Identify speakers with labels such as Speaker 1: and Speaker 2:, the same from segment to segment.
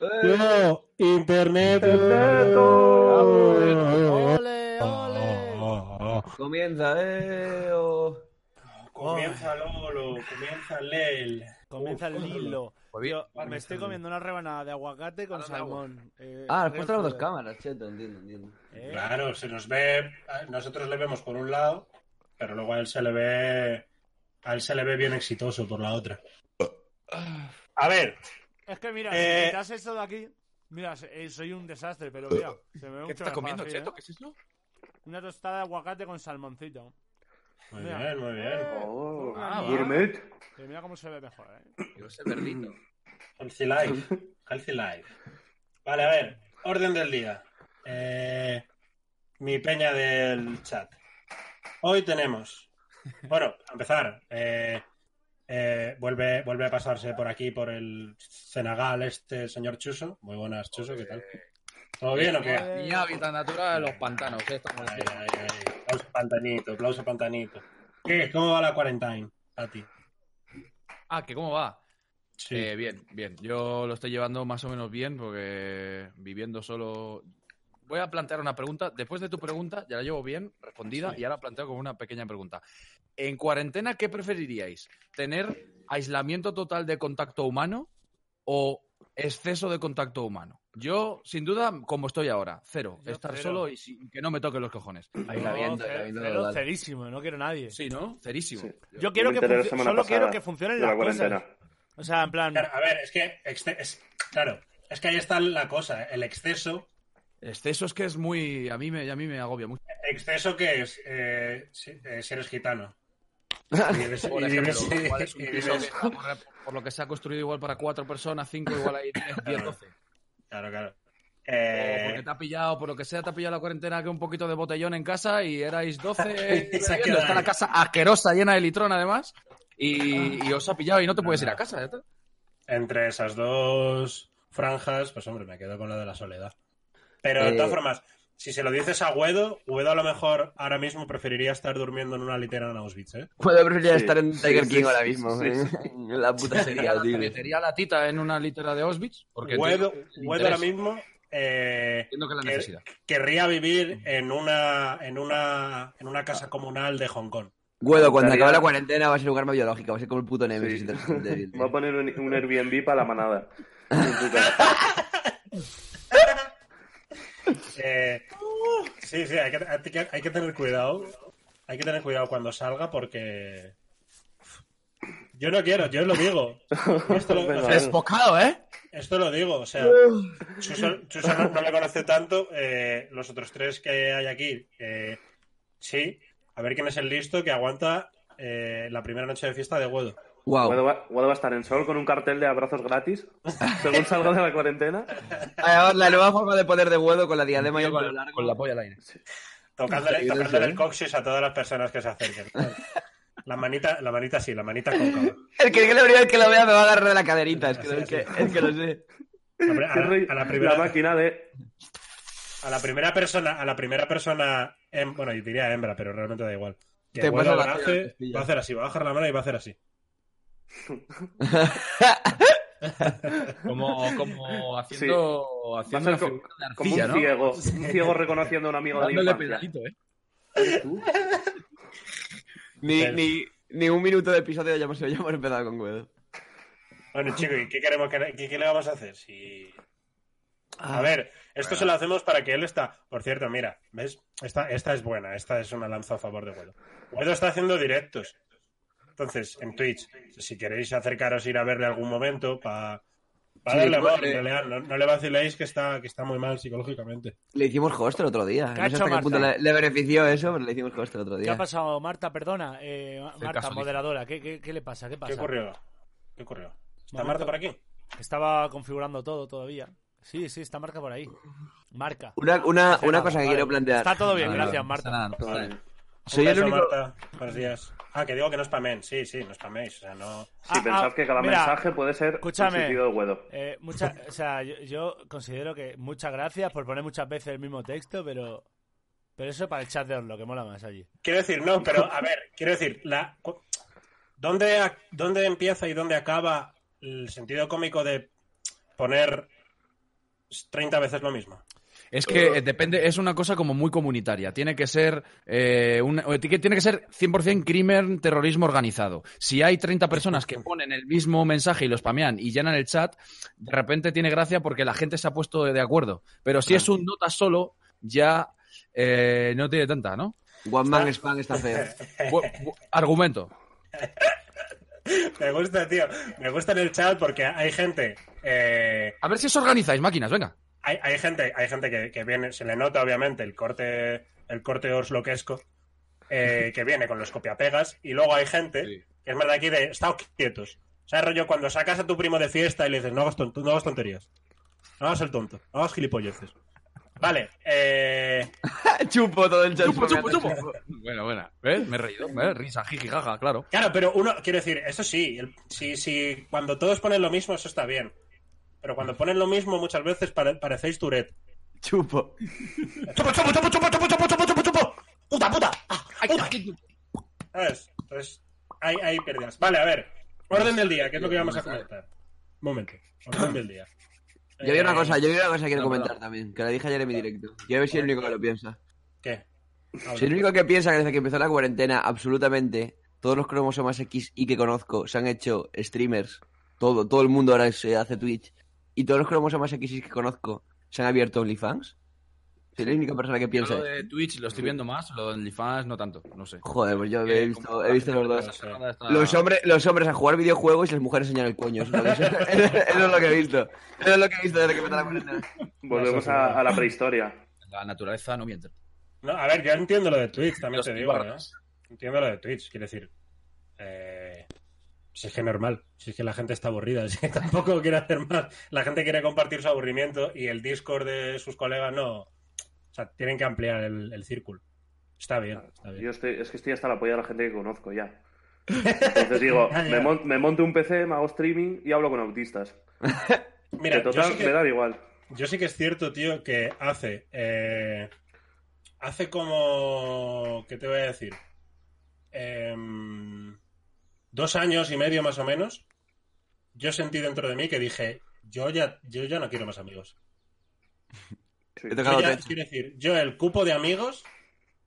Speaker 1: Eh,
Speaker 2: No, internet.
Speaker 1: Ole, ole. Comienza, eh. oh.
Speaker 3: Comienza Lolo, comienza Lel.
Speaker 4: Comienza el hilo.
Speaker 3: Pues bien,
Speaker 4: Tío, me estoy comiendo una rebanada de aguacate con
Speaker 3: Ahora me hago.
Speaker 4: salmón. Eh,
Speaker 1: Ah, has puesto las dos
Speaker 4: joder.
Speaker 1: cámaras, cheto, entiendo, entiendo.
Speaker 4: Eh,
Speaker 3: Claro, se nos ve, nosotros le vemos por un lado, pero luego a él se le ve, a él se le ve bien exitoso por la otra. A ver,
Speaker 4: Es que mira,
Speaker 3: Eh,
Speaker 4: si quitas eso de aquí. Mira, se- eh, soy un desastre, pero mira, se me ve
Speaker 5: ¿Qué
Speaker 4: mucho
Speaker 5: te estás
Speaker 4: mejor
Speaker 5: comiendo,
Speaker 4: así,
Speaker 5: Cheto?
Speaker 4: ¿eh?
Speaker 5: ¿Qué es eso?
Speaker 4: Una tostada de aguacate con salmoncito.
Speaker 3: muy
Speaker 4: Mira.
Speaker 3: bien, muy bien.
Speaker 4: Eh,
Speaker 6: Oh,
Speaker 4: Ah,
Speaker 6: gourmet.
Speaker 4: y mira cómo se ve mejor, ¿eh?
Speaker 5: Yo sé verdito.
Speaker 3: Healthy life, healthy life. Vale, a ver, orden del día. Eh, mi peña del chat. Hoy tenemos, bueno, a empezar. eh, eh, vuelve, vuelve a pasarse por aquí, por el Cenagal, este señor Chuso. Muy buenas, Chuso, ¿qué tal? ¿Todo bien o qué?
Speaker 5: Mi hábitat natural, los pantanos. ¿qué estamos
Speaker 3: Ay,
Speaker 5: haciendo?
Speaker 3: ay, ay. Aplauso Pantanito, aplauso Pantanito. ¿Qué? ¿Cómo va la quarantine a ti?
Speaker 5: Ah, que cómo va.
Speaker 3: Sí.
Speaker 5: Eh, bien, bien. Yo lo estoy llevando más o menos bien porque viviendo solo. Voy a plantear una pregunta. Después de tu pregunta, ya la llevo bien respondida
Speaker 3: Sí.
Speaker 5: y ahora planteo como una pequeña pregunta. En cuarentena, ¿qué preferiríais? ¿Tener aislamiento total de contacto humano o exceso de contacto humano? Yo, sin duda, como estoy ahora, cero.
Speaker 4: Yo
Speaker 5: Estar
Speaker 4: cero.
Speaker 5: solo y sin- que no me toquen los cojones.
Speaker 1: Ahí la viendo, ahí la
Speaker 4: cero-
Speaker 1: viendo.
Speaker 4: cero,
Speaker 1: total.
Speaker 4: cerísimo, no quiero a nadie.
Speaker 5: Sí, ¿no? Cerísimo.
Speaker 6: Sí.
Speaker 4: Yo quiero
Speaker 6: me
Speaker 4: que
Speaker 6: enteré la
Speaker 4: func-
Speaker 6: semana
Speaker 4: solo
Speaker 6: pasada
Speaker 4: quiero que funcionen
Speaker 6: de la
Speaker 4: las cosas.
Speaker 6: cuarentena.
Speaker 4: O sea, en plan,
Speaker 3: Claro, a ver, es que. exce- es- claro, es que ahí está la cosa. El exceso.
Speaker 5: Exceso es que es muy. A mí me, a mí me agobia mucho.
Speaker 3: ¿Exceso que es? Eh, si, eh, si eres gitano. Y vives-
Speaker 5: Por
Speaker 3: y
Speaker 5: ejemplo,
Speaker 3: vives-
Speaker 5: igual es un
Speaker 3: y
Speaker 5: piso que
Speaker 3: vives-
Speaker 5: está por, por lo que se ha construido igual para cuatro personas, cinco, igual hay 10, 10, 12.
Speaker 3: Claro, claro.
Speaker 5: O porque
Speaker 3: Eh,
Speaker 5: te ha pillado, por lo que sea, te ha pillado la cuarentena que un poquito de botellón en casa y erais 12.
Speaker 3: Y se ha
Speaker 5: bebiendo.
Speaker 3: quedado
Speaker 5: está la
Speaker 3: ahí.
Speaker 5: casa asquerosa, llena de litrón además, y, y os ha pillado y no te puedes ir a casa. ya está.
Speaker 3: entre esas dos franjas, pues hombre, me quedo con lo de la soledad. Pero
Speaker 1: Eh.
Speaker 3: de todas formas, si se lo dices a Guedo, Guedo a lo mejor ahora mismo preferiría estar durmiendo en una litera en Auschwitz, ¿eh?
Speaker 1: Puedo preferiría
Speaker 6: Sí,
Speaker 1: estar en
Speaker 6: sí,
Speaker 1: Tiger
Speaker 6: sí,
Speaker 1: King
Speaker 6: sí,
Speaker 1: ahora
Speaker 6: sí,
Speaker 1: mismo.
Speaker 6: sí,
Speaker 1: eh.
Speaker 6: sí.
Speaker 1: En la puta
Speaker 5: Metería
Speaker 1: sería,
Speaker 5: la,
Speaker 1: tío.
Speaker 5: metería la tita en una litera de Auschwitz. Porque
Speaker 3: Guedo,
Speaker 5: entiendo que-
Speaker 3: Guedo ahora mismo eh,
Speaker 5: entiendo que es la
Speaker 3: que-
Speaker 5: necesidad.
Speaker 3: querría vivir en una, en una, en una casa comunal de Hong Kong.
Speaker 1: Güedo, cuando
Speaker 6: Estaría-
Speaker 1: acabe la cuarentena va a ser un arma biológica, va a ser como el puto Nemesis
Speaker 6: Sí.
Speaker 1: del- del-
Speaker 6: Va a poner un, un Airbnb para la manada. En su casa.
Speaker 3: Eh, sí, sí, hay que, hay que- hay que tener cuidado. Hay que tener cuidado cuando salga porque. Yo no quiero, yo lo digo. Esto lo, o sea,
Speaker 5: Desbocado, ¿eh?
Speaker 3: esto lo digo, o sea. Chuso, Chuso no, no le conoce tanto. eh, los otros tres que hay aquí, eh, sí. A ver quién es el listo que aguanta eh, la primera noche de fiesta de Guedo.
Speaker 1: Wow.
Speaker 6: Guado va, Guado va a estar en sol con un cartel de abrazos gratis según salga de la cuarentena.
Speaker 1: Además, la nueva forma de poder de Guedo con la diadema y el
Speaker 5: Con,
Speaker 1: pelo
Speaker 5: con la,
Speaker 1: largo.
Speaker 5: polla al aire.
Speaker 3: Tocándole,
Speaker 1: Increíble,
Speaker 3: tocándole
Speaker 1: ¿eh?
Speaker 3: el coxis a todas las personas que se acerquen. La manita, la manita sí, la manita cóncava.
Speaker 1: El que, el que lo vea- el que lo vea me va a agarrar de la caderita, es que, es que, es que lo sé.
Speaker 3: A la- a
Speaker 6: Qué rollo-
Speaker 3: la- a la
Speaker 6: la
Speaker 3: primera
Speaker 6: máquina de.
Speaker 3: A la primera persona, a la primera persona, hem- bueno, yo diría hembra, pero realmente da igual. Que
Speaker 1: Te
Speaker 3: vuelva
Speaker 1: pasa
Speaker 3: a
Speaker 1: la
Speaker 3: la
Speaker 1: tela,
Speaker 3: hace,
Speaker 1: te pilla.
Speaker 3: va a hacer así, va a bajar la mano y va a hacer así.
Speaker 5: Como, como haciendo, haciendo
Speaker 6: Va a
Speaker 5: una
Speaker 6: ser co-
Speaker 5: figura de
Speaker 6: Como
Speaker 5: arcilla,
Speaker 6: un
Speaker 5: ¿no?
Speaker 6: ciego. Un ciego reconociendo a un amigo de la
Speaker 5: Dándole
Speaker 6: infancia.
Speaker 5: pedalito, ¿eh?
Speaker 1: Ni,
Speaker 3: Pero-
Speaker 1: ni, ni un minuto de episodio ya hemos, ya hemos empezado con Guedo.
Speaker 3: Bueno, chico, ¿y qué queremos que- qué, qué le vamos a hacer? Si...
Speaker 1: Ah.
Speaker 3: A ver, esto se lo hacemos para que él está. Por cierto, mira, ¿ves? Esta, esta es buena, esta es una lanza a favor de Guedo. Guedo está haciendo directos. Entonces, en Twitch, si queréis acercaros, ir a verle algún momento para
Speaker 1: Sí,
Speaker 3: darle amor,
Speaker 1: porque-
Speaker 3: en realidad, no, no le vaciléis que está, que está muy mal psicológicamente.
Speaker 1: Le hicimos host el otro día. No sé
Speaker 4: Cacho
Speaker 1: hasta qué
Speaker 4: Marta.
Speaker 1: punto le, le benefició eso, pero le hicimos host el otro
Speaker 4: ¿qué ha
Speaker 1: día.
Speaker 4: pasado, Marta? Perdona, eh, Marta,
Speaker 5: casualidad.
Speaker 4: moderadora, ¿qué, qué, qué le pasa? ¿Qué pasa?
Speaker 3: ¿Qué ocurrió? ¿Qué ocurrió? ¿Está Marta
Speaker 4: Momento.
Speaker 3: por aquí?
Speaker 4: Estaba configurando todo todavía. Sí, sí, está marca por ahí. Marca.
Speaker 1: Una, una,
Speaker 4: Cerrado,
Speaker 1: una cosa que
Speaker 4: vale.
Speaker 1: quiero plantear.
Speaker 4: Está todo bien,
Speaker 5: Nada,
Speaker 4: gracias,
Speaker 5: no
Speaker 4: Marta.
Speaker 5: pasa nada, no pasa nada.
Speaker 1: Soy
Speaker 3: Un
Speaker 1: el
Speaker 3: beso,
Speaker 1: único.
Speaker 3: Marta. Buenos días. Ah, que digo que no spamen. Sí, sí, no spaméis. O sea, no...
Speaker 6: Si
Speaker 4: Ah,
Speaker 6: pensad
Speaker 4: ah,
Speaker 6: que cada
Speaker 4: mira,
Speaker 6: mensaje puede ser
Speaker 4: escúchame.
Speaker 6: un sentido de Guedo.
Speaker 4: eh, mucha- o sea, yo, yo considero que muchas gracias por poner muchas veces el mismo texto, pero pero eso para el chat de Orlo, que mola más allí.
Speaker 3: Quiero decir, no, pero a ver, quiero decir, la... ¿Dónde, ac- ¿dónde empieza y dónde acaba el sentido cómico de poner 30 veces lo mismo.
Speaker 5: Es que eh, depende, es una cosa como muy comunitaria. Tiene que ser eh, una- o etiqueta- tiene que ser 100% crimen, terrorismo organizado. Si hay 30 personas que ponen el mismo mensaje y lo spamean y llenan el chat, de repente tiene gracia porque la gente se ha puesto de acuerdo. Pero si es un nota solo, ya eh, no tiene tanta, ¿no?
Speaker 1: One Man Spam está feo.
Speaker 5: Bu- bu- argumento.
Speaker 3: Me gusta, tío. Me gusta en el chat porque hay gente. eh,
Speaker 5: A ver si os organizáis, máquinas, venga.
Speaker 3: hay, hay gente, hay gente que, que viene, se le nota obviamente el corte, el corte orsloquesco, eh, que viene con los copiapegas, y luego hay gente
Speaker 5: Sí.
Speaker 3: que es más de aquí de estado quietos. O sea, rollo, cuando sacas a tu primo de fiesta y le dices, no hagas, ton- no hagas tonterías. No hagas el tonto, no hagas gilipolleces. Vale, eh,
Speaker 1: chupo todo el chat.
Speaker 5: Chupo, chupo,
Speaker 1: spameando.
Speaker 5: chupo. Bueno, bueno. ¿Ves? Me he reído. ¿Ves? Risa, jiji, jaja, claro.
Speaker 3: Claro, pero uno, quiero decir, eso sí, el- si, si cuando todos ponen lo mismo, eso está bien. Pero cuando ponen lo mismo, muchas veces pare- parecéis Tourette.
Speaker 1: Chupo.
Speaker 3: ¡Chupo, chupo, chupo, chupo, chupo, chupo, chupo, chupo, chupo! ¡Puta, puta! ¡Ah, puta! ¿Sabes? Entonces, hay, hay pérdidas. Vale, a ver. Orden del día, que es lo que vamos a comentar. Un momento. Orden del día.
Speaker 1: Yo vi una
Speaker 3: Eh,
Speaker 1: cosa, yo vi una cosa que quiero
Speaker 5: no,
Speaker 1: comentar
Speaker 5: no.
Speaker 1: también, que la dije ayer en mi directo. Quiero ver si es el único que lo piensa.
Speaker 3: ¿Qué? Habla.
Speaker 1: Si el único que piensa que desde que empezó la cuarentena, absolutamente, todos los cromosomas X y que conozco se han hecho streamers, todo, todo el mundo ahora se hace Twitch, y todos los cromosomas X y que conozco se han abierto OnlyFans. Si la única persona que
Speaker 5: Yo
Speaker 1: piensa.
Speaker 5: Lo de Twitch lo estoy viendo más, lo de OnlyFans no tanto, no sé.
Speaker 1: Joder, pues yo
Speaker 5: Eh,
Speaker 1: he visto, he visto los
Speaker 5: como-
Speaker 1: dos.
Speaker 5: esa cerrada está-
Speaker 1: Los hombres, los hombres a jugar videojuegos y las mujeres a enseñar el coño. Eso es, lo que- eso es lo que he visto. Eso es lo que he visto desde que empezó la cuarentena.
Speaker 6: Volvemos a, a la prehistoria.
Speaker 5: La naturaleza no miente.
Speaker 3: No, a ver, yo entiendo lo de Twitch, también
Speaker 5: Los
Speaker 3: te digo, ¿no?
Speaker 5: tibarras.
Speaker 3: Entiendo lo de Twitch, quiero decir. eh, si es que normal, si es que la gente está aburrida, si tampoco quiere hacer más. La gente quiere compartir su aburrimiento y el Discord de sus colegas no. O sea, tienen que ampliar el, el círculo. Está bien, está bien.
Speaker 6: Yo estoy, es que estoy hasta la polla de la gente que conozco ya. Entonces digo,
Speaker 3: Ya, ya.
Speaker 6: me, mon- me monto un PC, me hago streaming y hablo con autistas.
Speaker 3: Mira,
Speaker 6: que
Speaker 3: yo
Speaker 6: total,
Speaker 3: sí que,
Speaker 6: me da igual.
Speaker 3: yo sí que es cierto, tío, que hace. eh, hace como. ¿Qué te voy a decir? Em, dos años y medio más o menos. Yo sentí dentro de mí que dije: Yo ya, yo ya no quiero más amigos.
Speaker 6: Sí.
Speaker 1: He
Speaker 3: Yo
Speaker 1: tocado
Speaker 3: ya-
Speaker 1: techo.
Speaker 3: quiero decir, yo el cupo de amigos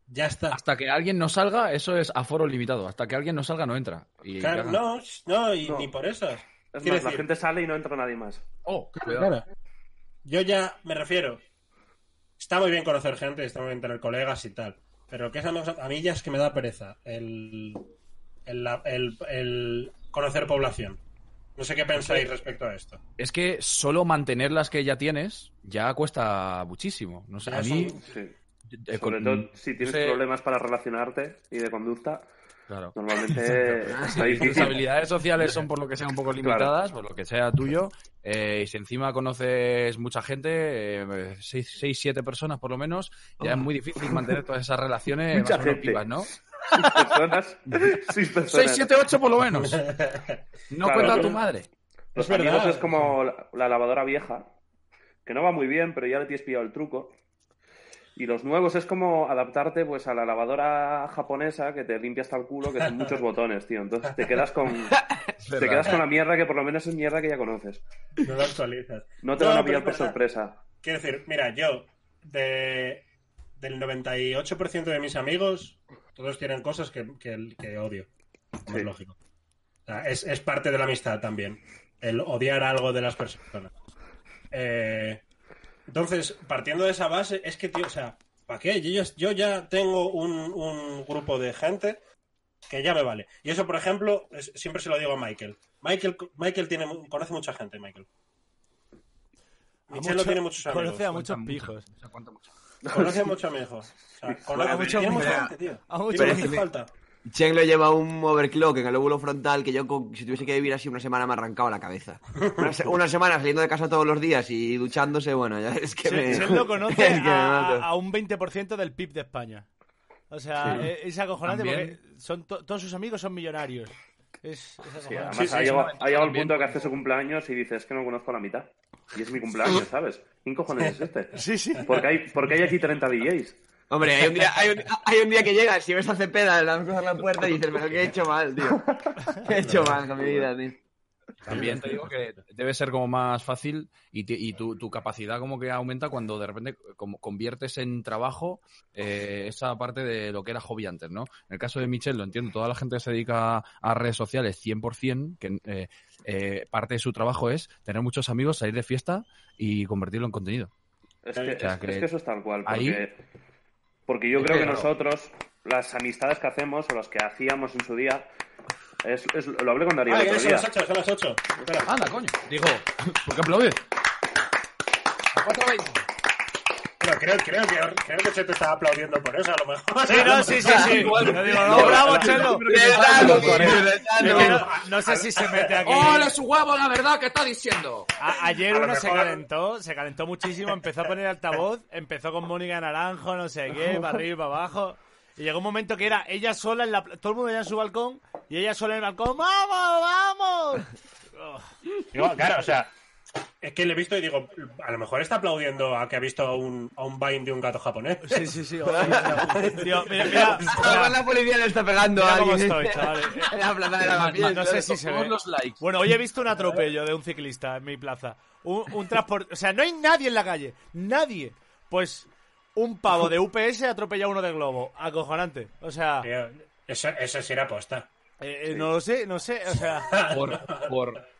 Speaker 3: ya está.
Speaker 5: Hasta que alguien no salga, eso es aforo limitado. Hasta que alguien no salga, no entra. Y
Speaker 3: Claro,
Speaker 5: cagan.
Speaker 3: no, sh- no, y
Speaker 6: No.
Speaker 3: ni por eso.
Speaker 6: Es
Speaker 3: quiero
Speaker 6: más, la
Speaker 3: decir-
Speaker 6: gente sale y no entra nadie más.
Speaker 5: Oh, cuidado.
Speaker 2: Claro.
Speaker 3: Yo ya me refiero. Está muy bien conocer gente, está muy bien tener colegas y tal. Pero lo que es amigos, a mí ya es que me da pereza el, el, la- el- el conocer población. No sé qué pensáis respecto a esto.
Speaker 5: Es que solo mantener las que ya tienes ya cuesta muchísimo. No sé,
Speaker 3: Ya
Speaker 5: a mí.
Speaker 3: son-
Speaker 6: Sí.
Speaker 5: eh,
Speaker 6: Sobre
Speaker 5: con-
Speaker 6: todo si tienes
Speaker 5: no sé,
Speaker 6: problemas para relacionarte y de conducta,
Speaker 5: Claro.
Speaker 6: normalmente
Speaker 3: Ah,
Speaker 6: está
Speaker 5: Si tus
Speaker 6: difícil.
Speaker 5: habilidades sociales son por lo que sea un poco limitadas, por lo que sea tuyo, eh, y si encima conoces mucha gente, eh, 6, 7 personas por lo menos, ya es muy difícil mantener todas esas relaciones
Speaker 6: Mucha
Speaker 5: más o menos
Speaker 6: gente.
Speaker 5: vivas, ¿no?
Speaker 6: Seis personas. Seis personas.
Speaker 5: 6, 7, 8 por lo menos. No
Speaker 6: Claro,
Speaker 5: cuenta
Speaker 6: pero-
Speaker 5: tu madre.
Speaker 6: Los
Speaker 3: Es verdad.
Speaker 6: amigos es como la, la lavadora vieja, que no va muy bien, pero ya le tienes pillado el truco. Y los nuevos es como adaptarte pues a la lavadora japonesa que te limpia hasta el culo, que son muchos botones, tío. Entonces te quedas con te quedas con la mierda que por lo menos es mierda que ya conoces.
Speaker 3: No lo actualizas.
Speaker 6: No te
Speaker 3: No,
Speaker 6: van a
Speaker 3: pero
Speaker 6: pillar
Speaker 3: es
Speaker 6: por
Speaker 3: verdad.
Speaker 6: sorpresa.
Speaker 3: Quiero decir, mira, yo, de, del 98% de mis amigos, todos tienen cosas que, que- que odio. Como
Speaker 6: Sí.
Speaker 3: es lógico. O sea, es, es parte de la amistad también. El odiar algo de las personas. Eh, entonces, partiendo de esa base, es que, tío, o sea, ¿para qué? Yo ya, yo ya tengo un, un grupo de gente que ya me vale. Y eso, por ejemplo, es- siempre se lo digo a Michael. Michael, Michael tiene, mu- conoce mucha gente, Michael.
Speaker 4: A
Speaker 3: Michelle
Speaker 4: mucho-
Speaker 3: tiene muchos amigos.
Speaker 4: Conoce a muchos pijos.
Speaker 3: Conoce mucho a mi hijo. O sea, conoce
Speaker 4: A mucho
Speaker 3: tiene
Speaker 4: mi
Speaker 3: mucha
Speaker 4: hijo.
Speaker 3: gente, tío.
Speaker 4: A mucho
Speaker 3: Tiene
Speaker 4: mi
Speaker 3: mucha
Speaker 1: hijo.
Speaker 3: falta.
Speaker 1: Cheng le lleva un overclock en el óvulo frontal que yo, con- si tuviese que vivir así una semana, me arrancaba la cabeza. Una, se- una semana saliendo de casa todos los días y duchándose, bueno, ya es que me.
Speaker 4: Se- Sendo conoce
Speaker 1: es que me
Speaker 4: a,
Speaker 1: mato.
Speaker 4: a un 20% del PIB de España. O sea,
Speaker 1: Sí.
Speaker 4: eh, es acojonante
Speaker 5: También.
Speaker 4: porque son to- todos sus amigos son millonarios. Es, es acojonante.
Speaker 6: Sí, además
Speaker 3: Sí, sí,
Speaker 6: ha,
Speaker 3: es
Speaker 6: llegado,
Speaker 5: una
Speaker 6: ha llegado el
Speaker 5: ventaja
Speaker 6: punto que hace su cumpleaños y dices es que no conozco a la mitad. Y es mi cumpleaños, ¿sabes? ¿Quién cojones es este?
Speaker 4: Sí, sí.
Speaker 6: Porque hay, porque hay aquí 30 DJs.
Speaker 1: Hombre, hay un, día, hay, un, hay un día que llegas y ves a Cepeda, le vas a cruzar la puerta y dices, pero que he hecho mal, tío. Que he hecho mal con mi vida, tío.
Speaker 5: También te digo que debe ser como más fácil y, te- y tu, tu capacidad como que aumenta cuando de repente como conviertes en trabajo eh, esa parte de lo que era hobby antes, ¿no? En el caso de Michelle, lo entiendo, toda la gente que se dedica a redes sociales 100%, que eh, eh, parte de su trabajo es tener muchos amigos, salir de fiesta y convertirlo en contenido.
Speaker 6: Es que,
Speaker 3: O
Speaker 5: sea,
Speaker 6: es-
Speaker 5: que-
Speaker 6: es que eso es tal cual.
Speaker 5: ahí-
Speaker 6: Porque, porque yo
Speaker 5: Es
Speaker 6: creo
Speaker 5: que
Speaker 6: que
Speaker 5: claro.
Speaker 6: nosotros, las amistades que hacemos o las que hacíamos en su día, es, es- lo hablé con Darío
Speaker 3: Ah,
Speaker 6: el
Speaker 3: ya
Speaker 6: otro
Speaker 3: son
Speaker 6: día.
Speaker 3: las 8, son las 8. Espera.
Speaker 5: ¡Anda, coño! Digo, ¿por qué aplaudes? A 4.20.
Speaker 3: Pero creo, creo, que, creo que se te estaba aplaudiendo por eso, a lo mejor.
Speaker 4: Sí, no, sí, sí, sí. No digo, no, bravo, Chelo. Es que no, no sé si se mete aquí.
Speaker 5: ¡Ole su huevo, la verdad que está diciendo!
Speaker 4: Oh, A- ayer
Speaker 3: A lo
Speaker 4: uno se
Speaker 3: mejor-
Speaker 4: calentó, se calentó muchísimo, empezó a poner altavoz, empezó con Mónica Naranjo, no sé qué, para arriba y para abajo. Y llegó un momento que era ella sola en la pla- todo el mundo ya en su balcón y ella sola en el balcón, ¡vamos, vamos!
Speaker 3: No, claro, o sea, es que le he visto y digo, a lo mejor está aplaudiendo a que ha visto a un, a un Vine de un gato japonés.
Speaker 4: Sí, sí, sí. hostia. Tío, mira, mira,
Speaker 1: Ahora
Speaker 4: mira,
Speaker 1: la policía le está pegando
Speaker 4: mira
Speaker 1: a
Speaker 4: cómo
Speaker 1: alguien.
Speaker 4: estoy, chavales.
Speaker 1: En la plaza de la Matilde.
Speaker 4: no sé si se ve.
Speaker 5: los likes.
Speaker 4: Bueno, hoy he visto un atropello de un ciclista en mi plaza. Un, un transporte. O sea, no hay nadie en la calle. Nadie. Pues un pavo de UPS atropella a uno de globo. Acojonante. O sea, eh,
Speaker 3: Tío, Eso, eso sí era posta.
Speaker 4: eh, no lo sé, no sé. O sea,
Speaker 5: Por, por-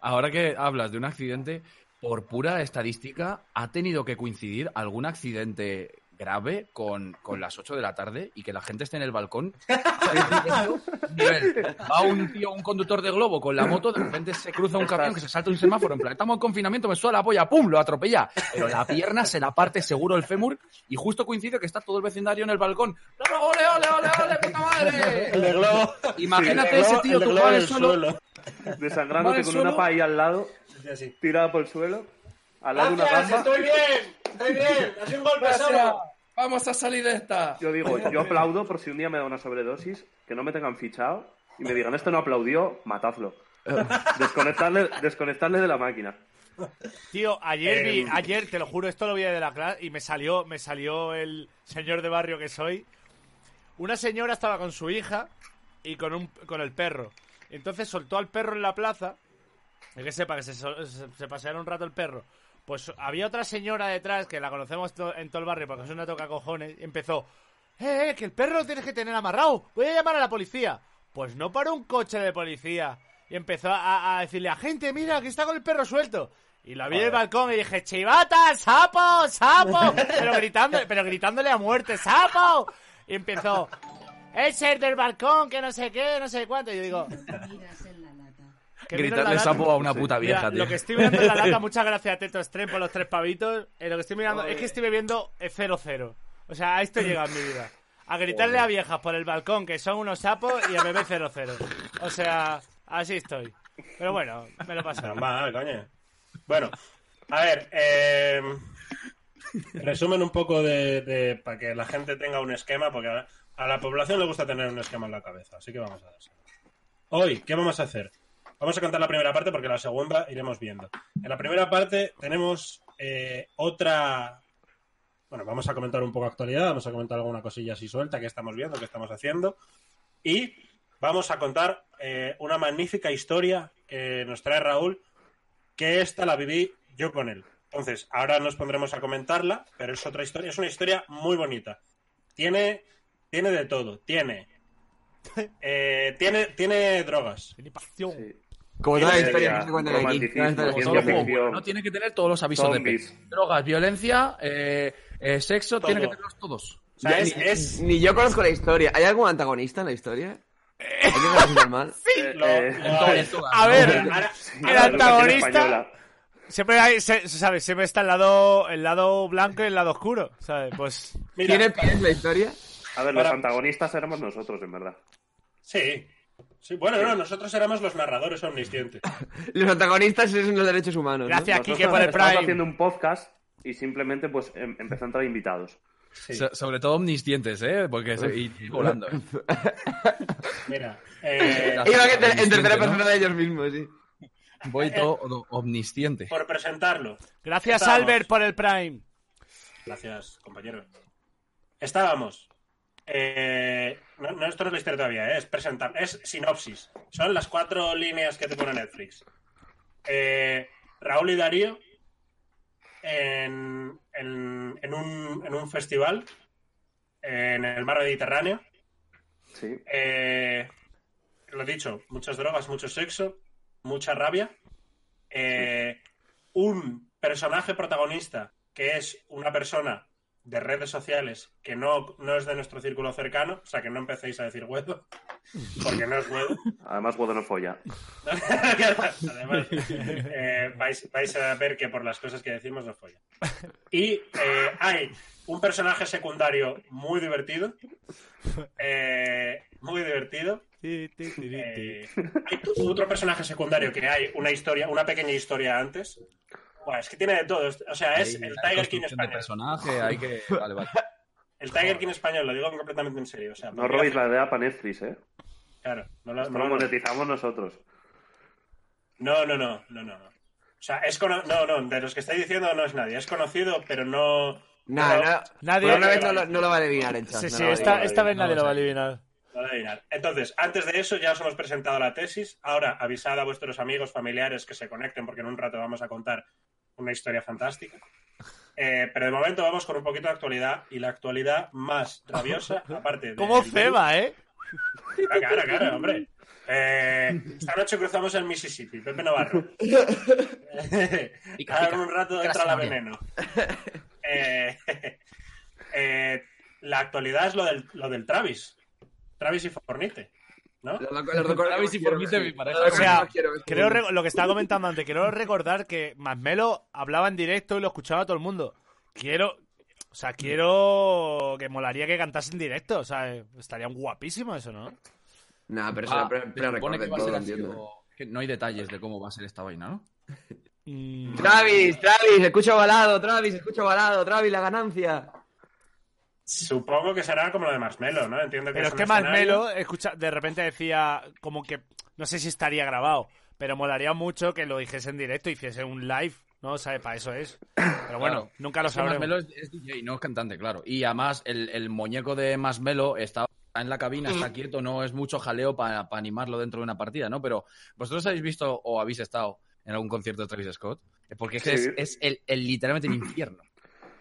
Speaker 5: Ahora que hablas de un accidente, por pura estadística, ha tenido que coincidir algún accidente grave con, con las 8 de la tarde y que la gente esté en el balcón. Nivel, Va un tío, un conductor de globo con la moto, de repente se cruza un camión que se salta un semáforo, en plan, estamos en confinamiento, me suena la polla, ¡pum! Lo atropella. Pero la pierna se la parte seguro el fémur y justo coincide que está todo el vecindario en el balcón. ¡Globo, ole, ole, ole, ole, puta madre!
Speaker 3: El de globo.
Speaker 5: Imagínate
Speaker 3: el de
Speaker 5: ese
Speaker 3: globo-
Speaker 5: tío
Speaker 3: el de
Speaker 5: tumbado
Speaker 3: globo
Speaker 5: en
Speaker 3: en
Speaker 5: el
Speaker 3: el
Speaker 5: suelo.
Speaker 3: suelo.
Speaker 6: Desangrándote
Speaker 5: Vale,
Speaker 6: con
Speaker 5: solo-
Speaker 6: una paella al lado,
Speaker 3: Sí, así.
Speaker 6: tirada por el suelo, al lado de una
Speaker 3: Gracias,
Speaker 6: bamba.
Speaker 3: estoy bien, estoy bien. Ha sido un golpe solo.
Speaker 5: Vamos a salir de esta.
Speaker 6: Yo digo, yo aplaudo por si un día me da una sobredosis, que no me tengan fichado y me digan, esto no aplaudió, matadlo. Desconectarle, desconectarle de la máquina.
Speaker 4: tío, ayer vi,
Speaker 3: Eh,
Speaker 4: ayer, te lo juro, esto lo vi de la clase y me salió, me salió el señor de barrio que soy. Una señora estaba con su hija y con un con el perro. Entonces soltó al perro en la plaza. Y que sepa que se, sol- se, se pasearon un rato el perro. Pues había otra señora detrás que la conocemos to- en todo el barrio porque es una toca cojones. Y empezó: ¡Eh, eh! Que el perro lo tienes que tener amarrado. Voy a llamar a la policía. Pues no paró un coche de policía. Y empezó a, a decirle a gente: Mira, aquí está con el perro suelto. Y lo vi en el balcón y dije: ¡Chivata, sapo, sapo! Pero, gritando, pero gritándole a muerte: ¡Sapo! Y empezó: ¡Es el del balcón! Que no sé qué, no sé cuánto. Y yo digo:
Speaker 7: Miras en la lata.
Speaker 4: que miro la
Speaker 5: Gritarle
Speaker 4: lata-
Speaker 5: sapo a una puta
Speaker 4: Mira,
Speaker 5: vieja,
Speaker 4: Lo que
Speaker 5: tío.
Speaker 4: estoy mirando en la lata, muchas gracias a Teto Stream por los tres pavitos. eh, lo que estoy mirando es que estoy bebiendo eh, 0-0. O sea, a esto llega en mi vida. A gritarle a viejas por el balcón que son unos sapos y a beber 0-0. O sea, así estoy. Pero bueno, me lo paso.
Speaker 3: Normal, coño. Bueno, a ver, eh, resumen un poco de, de- para que la gente tenga un esquema, porque a, a la población le gusta tener un esquema en la cabeza, así que vamos a dárselo. Hoy, ¿qué vamos a hacer? Vamos a contar la primera parte porque la segunda iremos viendo. En la primera parte tenemos eh, otra... Bueno, vamos a comentar un poco actualidad, vamos a comentar alguna cosilla así suelta que estamos viendo, que estamos haciendo. Y vamos a contar eh, una magnífica historia que nos trae Raúl, que esta la viví yo con él. Entonces, ahora nos pondremos a comentarla, pero es otra historia, es una historia muy bonita. Tiene, tiene de todo, tiene, eh, tiene, tiene drogas.
Speaker 4: Tiene pasión.
Speaker 6: Sí.
Speaker 1: Como todas las
Speaker 6: Sería
Speaker 1: historias que se cuentan aquí.
Speaker 6: Eh, romanticismo,
Speaker 1: todas las historias que se cuentan
Speaker 5: Todo
Speaker 6: ciencia
Speaker 1: aquí.
Speaker 6: ficción.
Speaker 5: bueno, tiene que tener todos los avisos de
Speaker 6: Zombies.
Speaker 5: pe- drogas, violencia, eh, eh, sexo,
Speaker 3: Todo.
Speaker 5: tiene que tenerlos todos.
Speaker 3: O sea,
Speaker 1: Ya,
Speaker 3: es,
Speaker 1: ni,
Speaker 3: es-
Speaker 1: ni yo conozco la historia. ¿Hay algún antagonista en la historia? ¿Hay que verlo así normal?
Speaker 6: Eh,
Speaker 3: lo-
Speaker 6: eh,
Speaker 3: lo-
Speaker 5: En todas, en todas,
Speaker 4: A
Speaker 5: ¿no?
Speaker 4: ver,
Speaker 3: Ahora-
Speaker 1: Ah,
Speaker 3: ahora-
Speaker 6: la
Speaker 4: el
Speaker 6: versión
Speaker 4: antagonista-
Speaker 6: española.
Speaker 4: Siempre hay, se, se sabe, siempre está el lado, el lado blanco y el lado oscuro, ¿sabes? Pues
Speaker 3: mira,
Speaker 1: ¿Tiene pies la historia?
Speaker 6: A ver, los
Speaker 3: Ahora-
Speaker 6: antagonistas éramos nosotros, en verdad.
Speaker 3: sí. Sí, bueno, no, nosotros éramos los narradores omniscientes.
Speaker 1: Los antagonistas es los derechos humanos. ¿no?
Speaker 4: gracias,
Speaker 6: Nosotros
Speaker 4: Kike, por el
Speaker 6: estamos
Speaker 4: Prime.
Speaker 6: haciendo un podcast y simplemente pues em- empezó a entrar invitados.
Speaker 3: Sí.
Speaker 5: So- sobre todo omniscientes, ¿eh? Porque se- y, y volando. ¿eh?
Speaker 3: Mira, eh,
Speaker 1: Iba a que te- en
Speaker 5: Omnisciente,
Speaker 1: tercera
Speaker 5: ¿no?
Speaker 1: persona de ellos mismos, sí.
Speaker 5: Voy todo o- omnisciente.
Speaker 3: por presentarlo.
Speaker 4: Gracias,
Speaker 3: Estamos.
Speaker 4: Albert, por el Prime.
Speaker 3: Gracias, compañero. Estábamos eh, no, no, esto no es la historia todavía, eh, es presentar, es sinopsis. Son las cuatro líneas que te pone Netflix. Eh, Raúl y Darío en, en- en un, en un festival en el mar Mediterráneo.
Speaker 6: Sí.
Speaker 3: Eh, lo dicho, muchas drogas, mucho sexo, mucha rabia. Eh, Un personaje protagonista que es una persona de redes sociales que no, no es de nuestro círculo cercano, o sea que no empecéis a decir huevo, porque no es huevo.
Speaker 6: Además, Guado no folla.
Speaker 3: Además, eh, vais, vais a ver que por las cosas que decimos no folla. Y eh, hay un personaje secundario muy divertido. eh, muy divertido.
Speaker 4: Ti, ti, ti, ti, ti.
Speaker 3: Eh, hay otro personaje secundario que hay una historia, una pequeña historia antes. Buah, es que tiene de todo. O sea, es
Speaker 5: Ahí,
Speaker 3: el
Speaker 5: hay
Speaker 3: Tiger King
Speaker 5: construcción de
Speaker 3: español.
Speaker 5: personaje, hay que... Ah, Vale, vale.
Speaker 3: El Tiger King español, lo digo completamente en serio. O sea,
Speaker 6: No
Speaker 3: podría-
Speaker 6: robéis la idea para Netflix, ¿eh?
Speaker 3: Claro, no lo-
Speaker 6: Esto
Speaker 3: no
Speaker 6: lo
Speaker 3: lo-
Speaker 6: monetizamos nosotros.
Speaker 3: No, no, no, no, no. no. O sea, es cono- no, no, de los que estáis diciendo no es nadie. Es conocido, pero no.
Speaker 1: Nah,
Speaker 3: no,
Speaker 1: no,
Speaker 4: Nadie.
Speaker 1: por una vez no lo, no lo va a adivinar el chat.
Speaker 4: Sí,
Speaker 1: no
Speaker 4: sí,
Speaker 1: lo va a
Speaker 4: esta,
Speaker 1: adivinar.
Speaker 4: esta vez nadie
Speaker 1: No
Speaker 4: lo va a
Speaker 1: sé.
Speaker 4: adivinar.
Speaker 3: no lo adivinar. Entonces, antes de eso ya os hemos presentado la tesis. Ahora avisad a vuestros amigos, familiares que se conecten, porque en un rato vamos a contar una historia fantástica. Eh, pero de momento vamos con un poquito de actualidad y la actualidad más rabiosa, aparte de.
Speaker 4: ¿Cómo ceba, eh?
Speaker 3: Ah, Claro, claro, hombre. Eh, esta noche cruzamos el Mississippi, Pepe Navarro.
Speaker 5: Pica,
Speaker 3: Ahora
Speaker 5: pica.
Speaker 3: en un rato
Speaker 5: Pica la
Speaker 3: entra la
Speaker 5: zanahoria.
Speaker 3: veneno. Eh, eh, la actualidad es lo del, lo del Travis. Travis y Fornite. ¿No?
Speaker 1: Lo- lo- lo recuerdo
Speaker 5: Travis
Speaker 1: que
Speaker 5: y
Speaker 1: quiero
Speaker 5: Fornite,
Speaker 1: decir.
Speaker 5: mi pareja.
Speaker 1: Lo recuerdo
Speaker 4: O sea,
Speaker 1: que quiero decir.
Speaker 4: Creo re- lo que estaba comentando antes, quiero recordar que Masmelo hablaba en directo y lo escuchaba todo el mundo. Quiero, o sea, quiero que molaría que cantase en directo, o sea, eh, estaría guapísimo eso, ¿no?
Speaker 1: Nah, pero
Speaker 5: Ah,
Speaker 1: se
Speaker 5: se supone que
Speaker 1: recuerden
Speaker 5: va a ser
Speaker 1: todo,
Speaker 5: así
Speaker 1: entiendo.
Speaker 5: o- que No hay detalles de cómo va a ser esta vaina, ¿no?
Speaker 4: Mm,
Speaker 1: Travis, Travis, escucha balado, Travis, escucha balado, Travis, la ganancia.
Speaker 3: Supongo que será como lo de Marshmello, ¿no? Entiendo que
Speaker 4: Pero es
Speaker 3: un
Speaker 4: que
Speaker 3: escenario.
Speaker 4: Masmelo, escucha, de repente decía como que no sé si estaría grabado, pero molaría mucho que lo dijese en directo, hiciese un live, ¿no? ¿Sabes? Para eso es. Pero bueno,
Speaker 5: Claro.
Speaker 4: nunca lo
Speaker 5: Es que Masmelo
Speaker 4: sabremos.
Speaker 5: es, es DJ, no es cantante, claro. Y además, el, el muñeco de Masmelo está en la cabina,
Speaker 4: Mm.
Speaker 5: está quieto, no es mucho jaleo para animarlo dentro de una partida, ¿no? Pero vosotros habéis visto o habéis estado en algún concierto de Travis Scott, Eh, porque es, que
Speaker 6: Sí.
Speaker 5: es- es el, el- literalmente el infierno.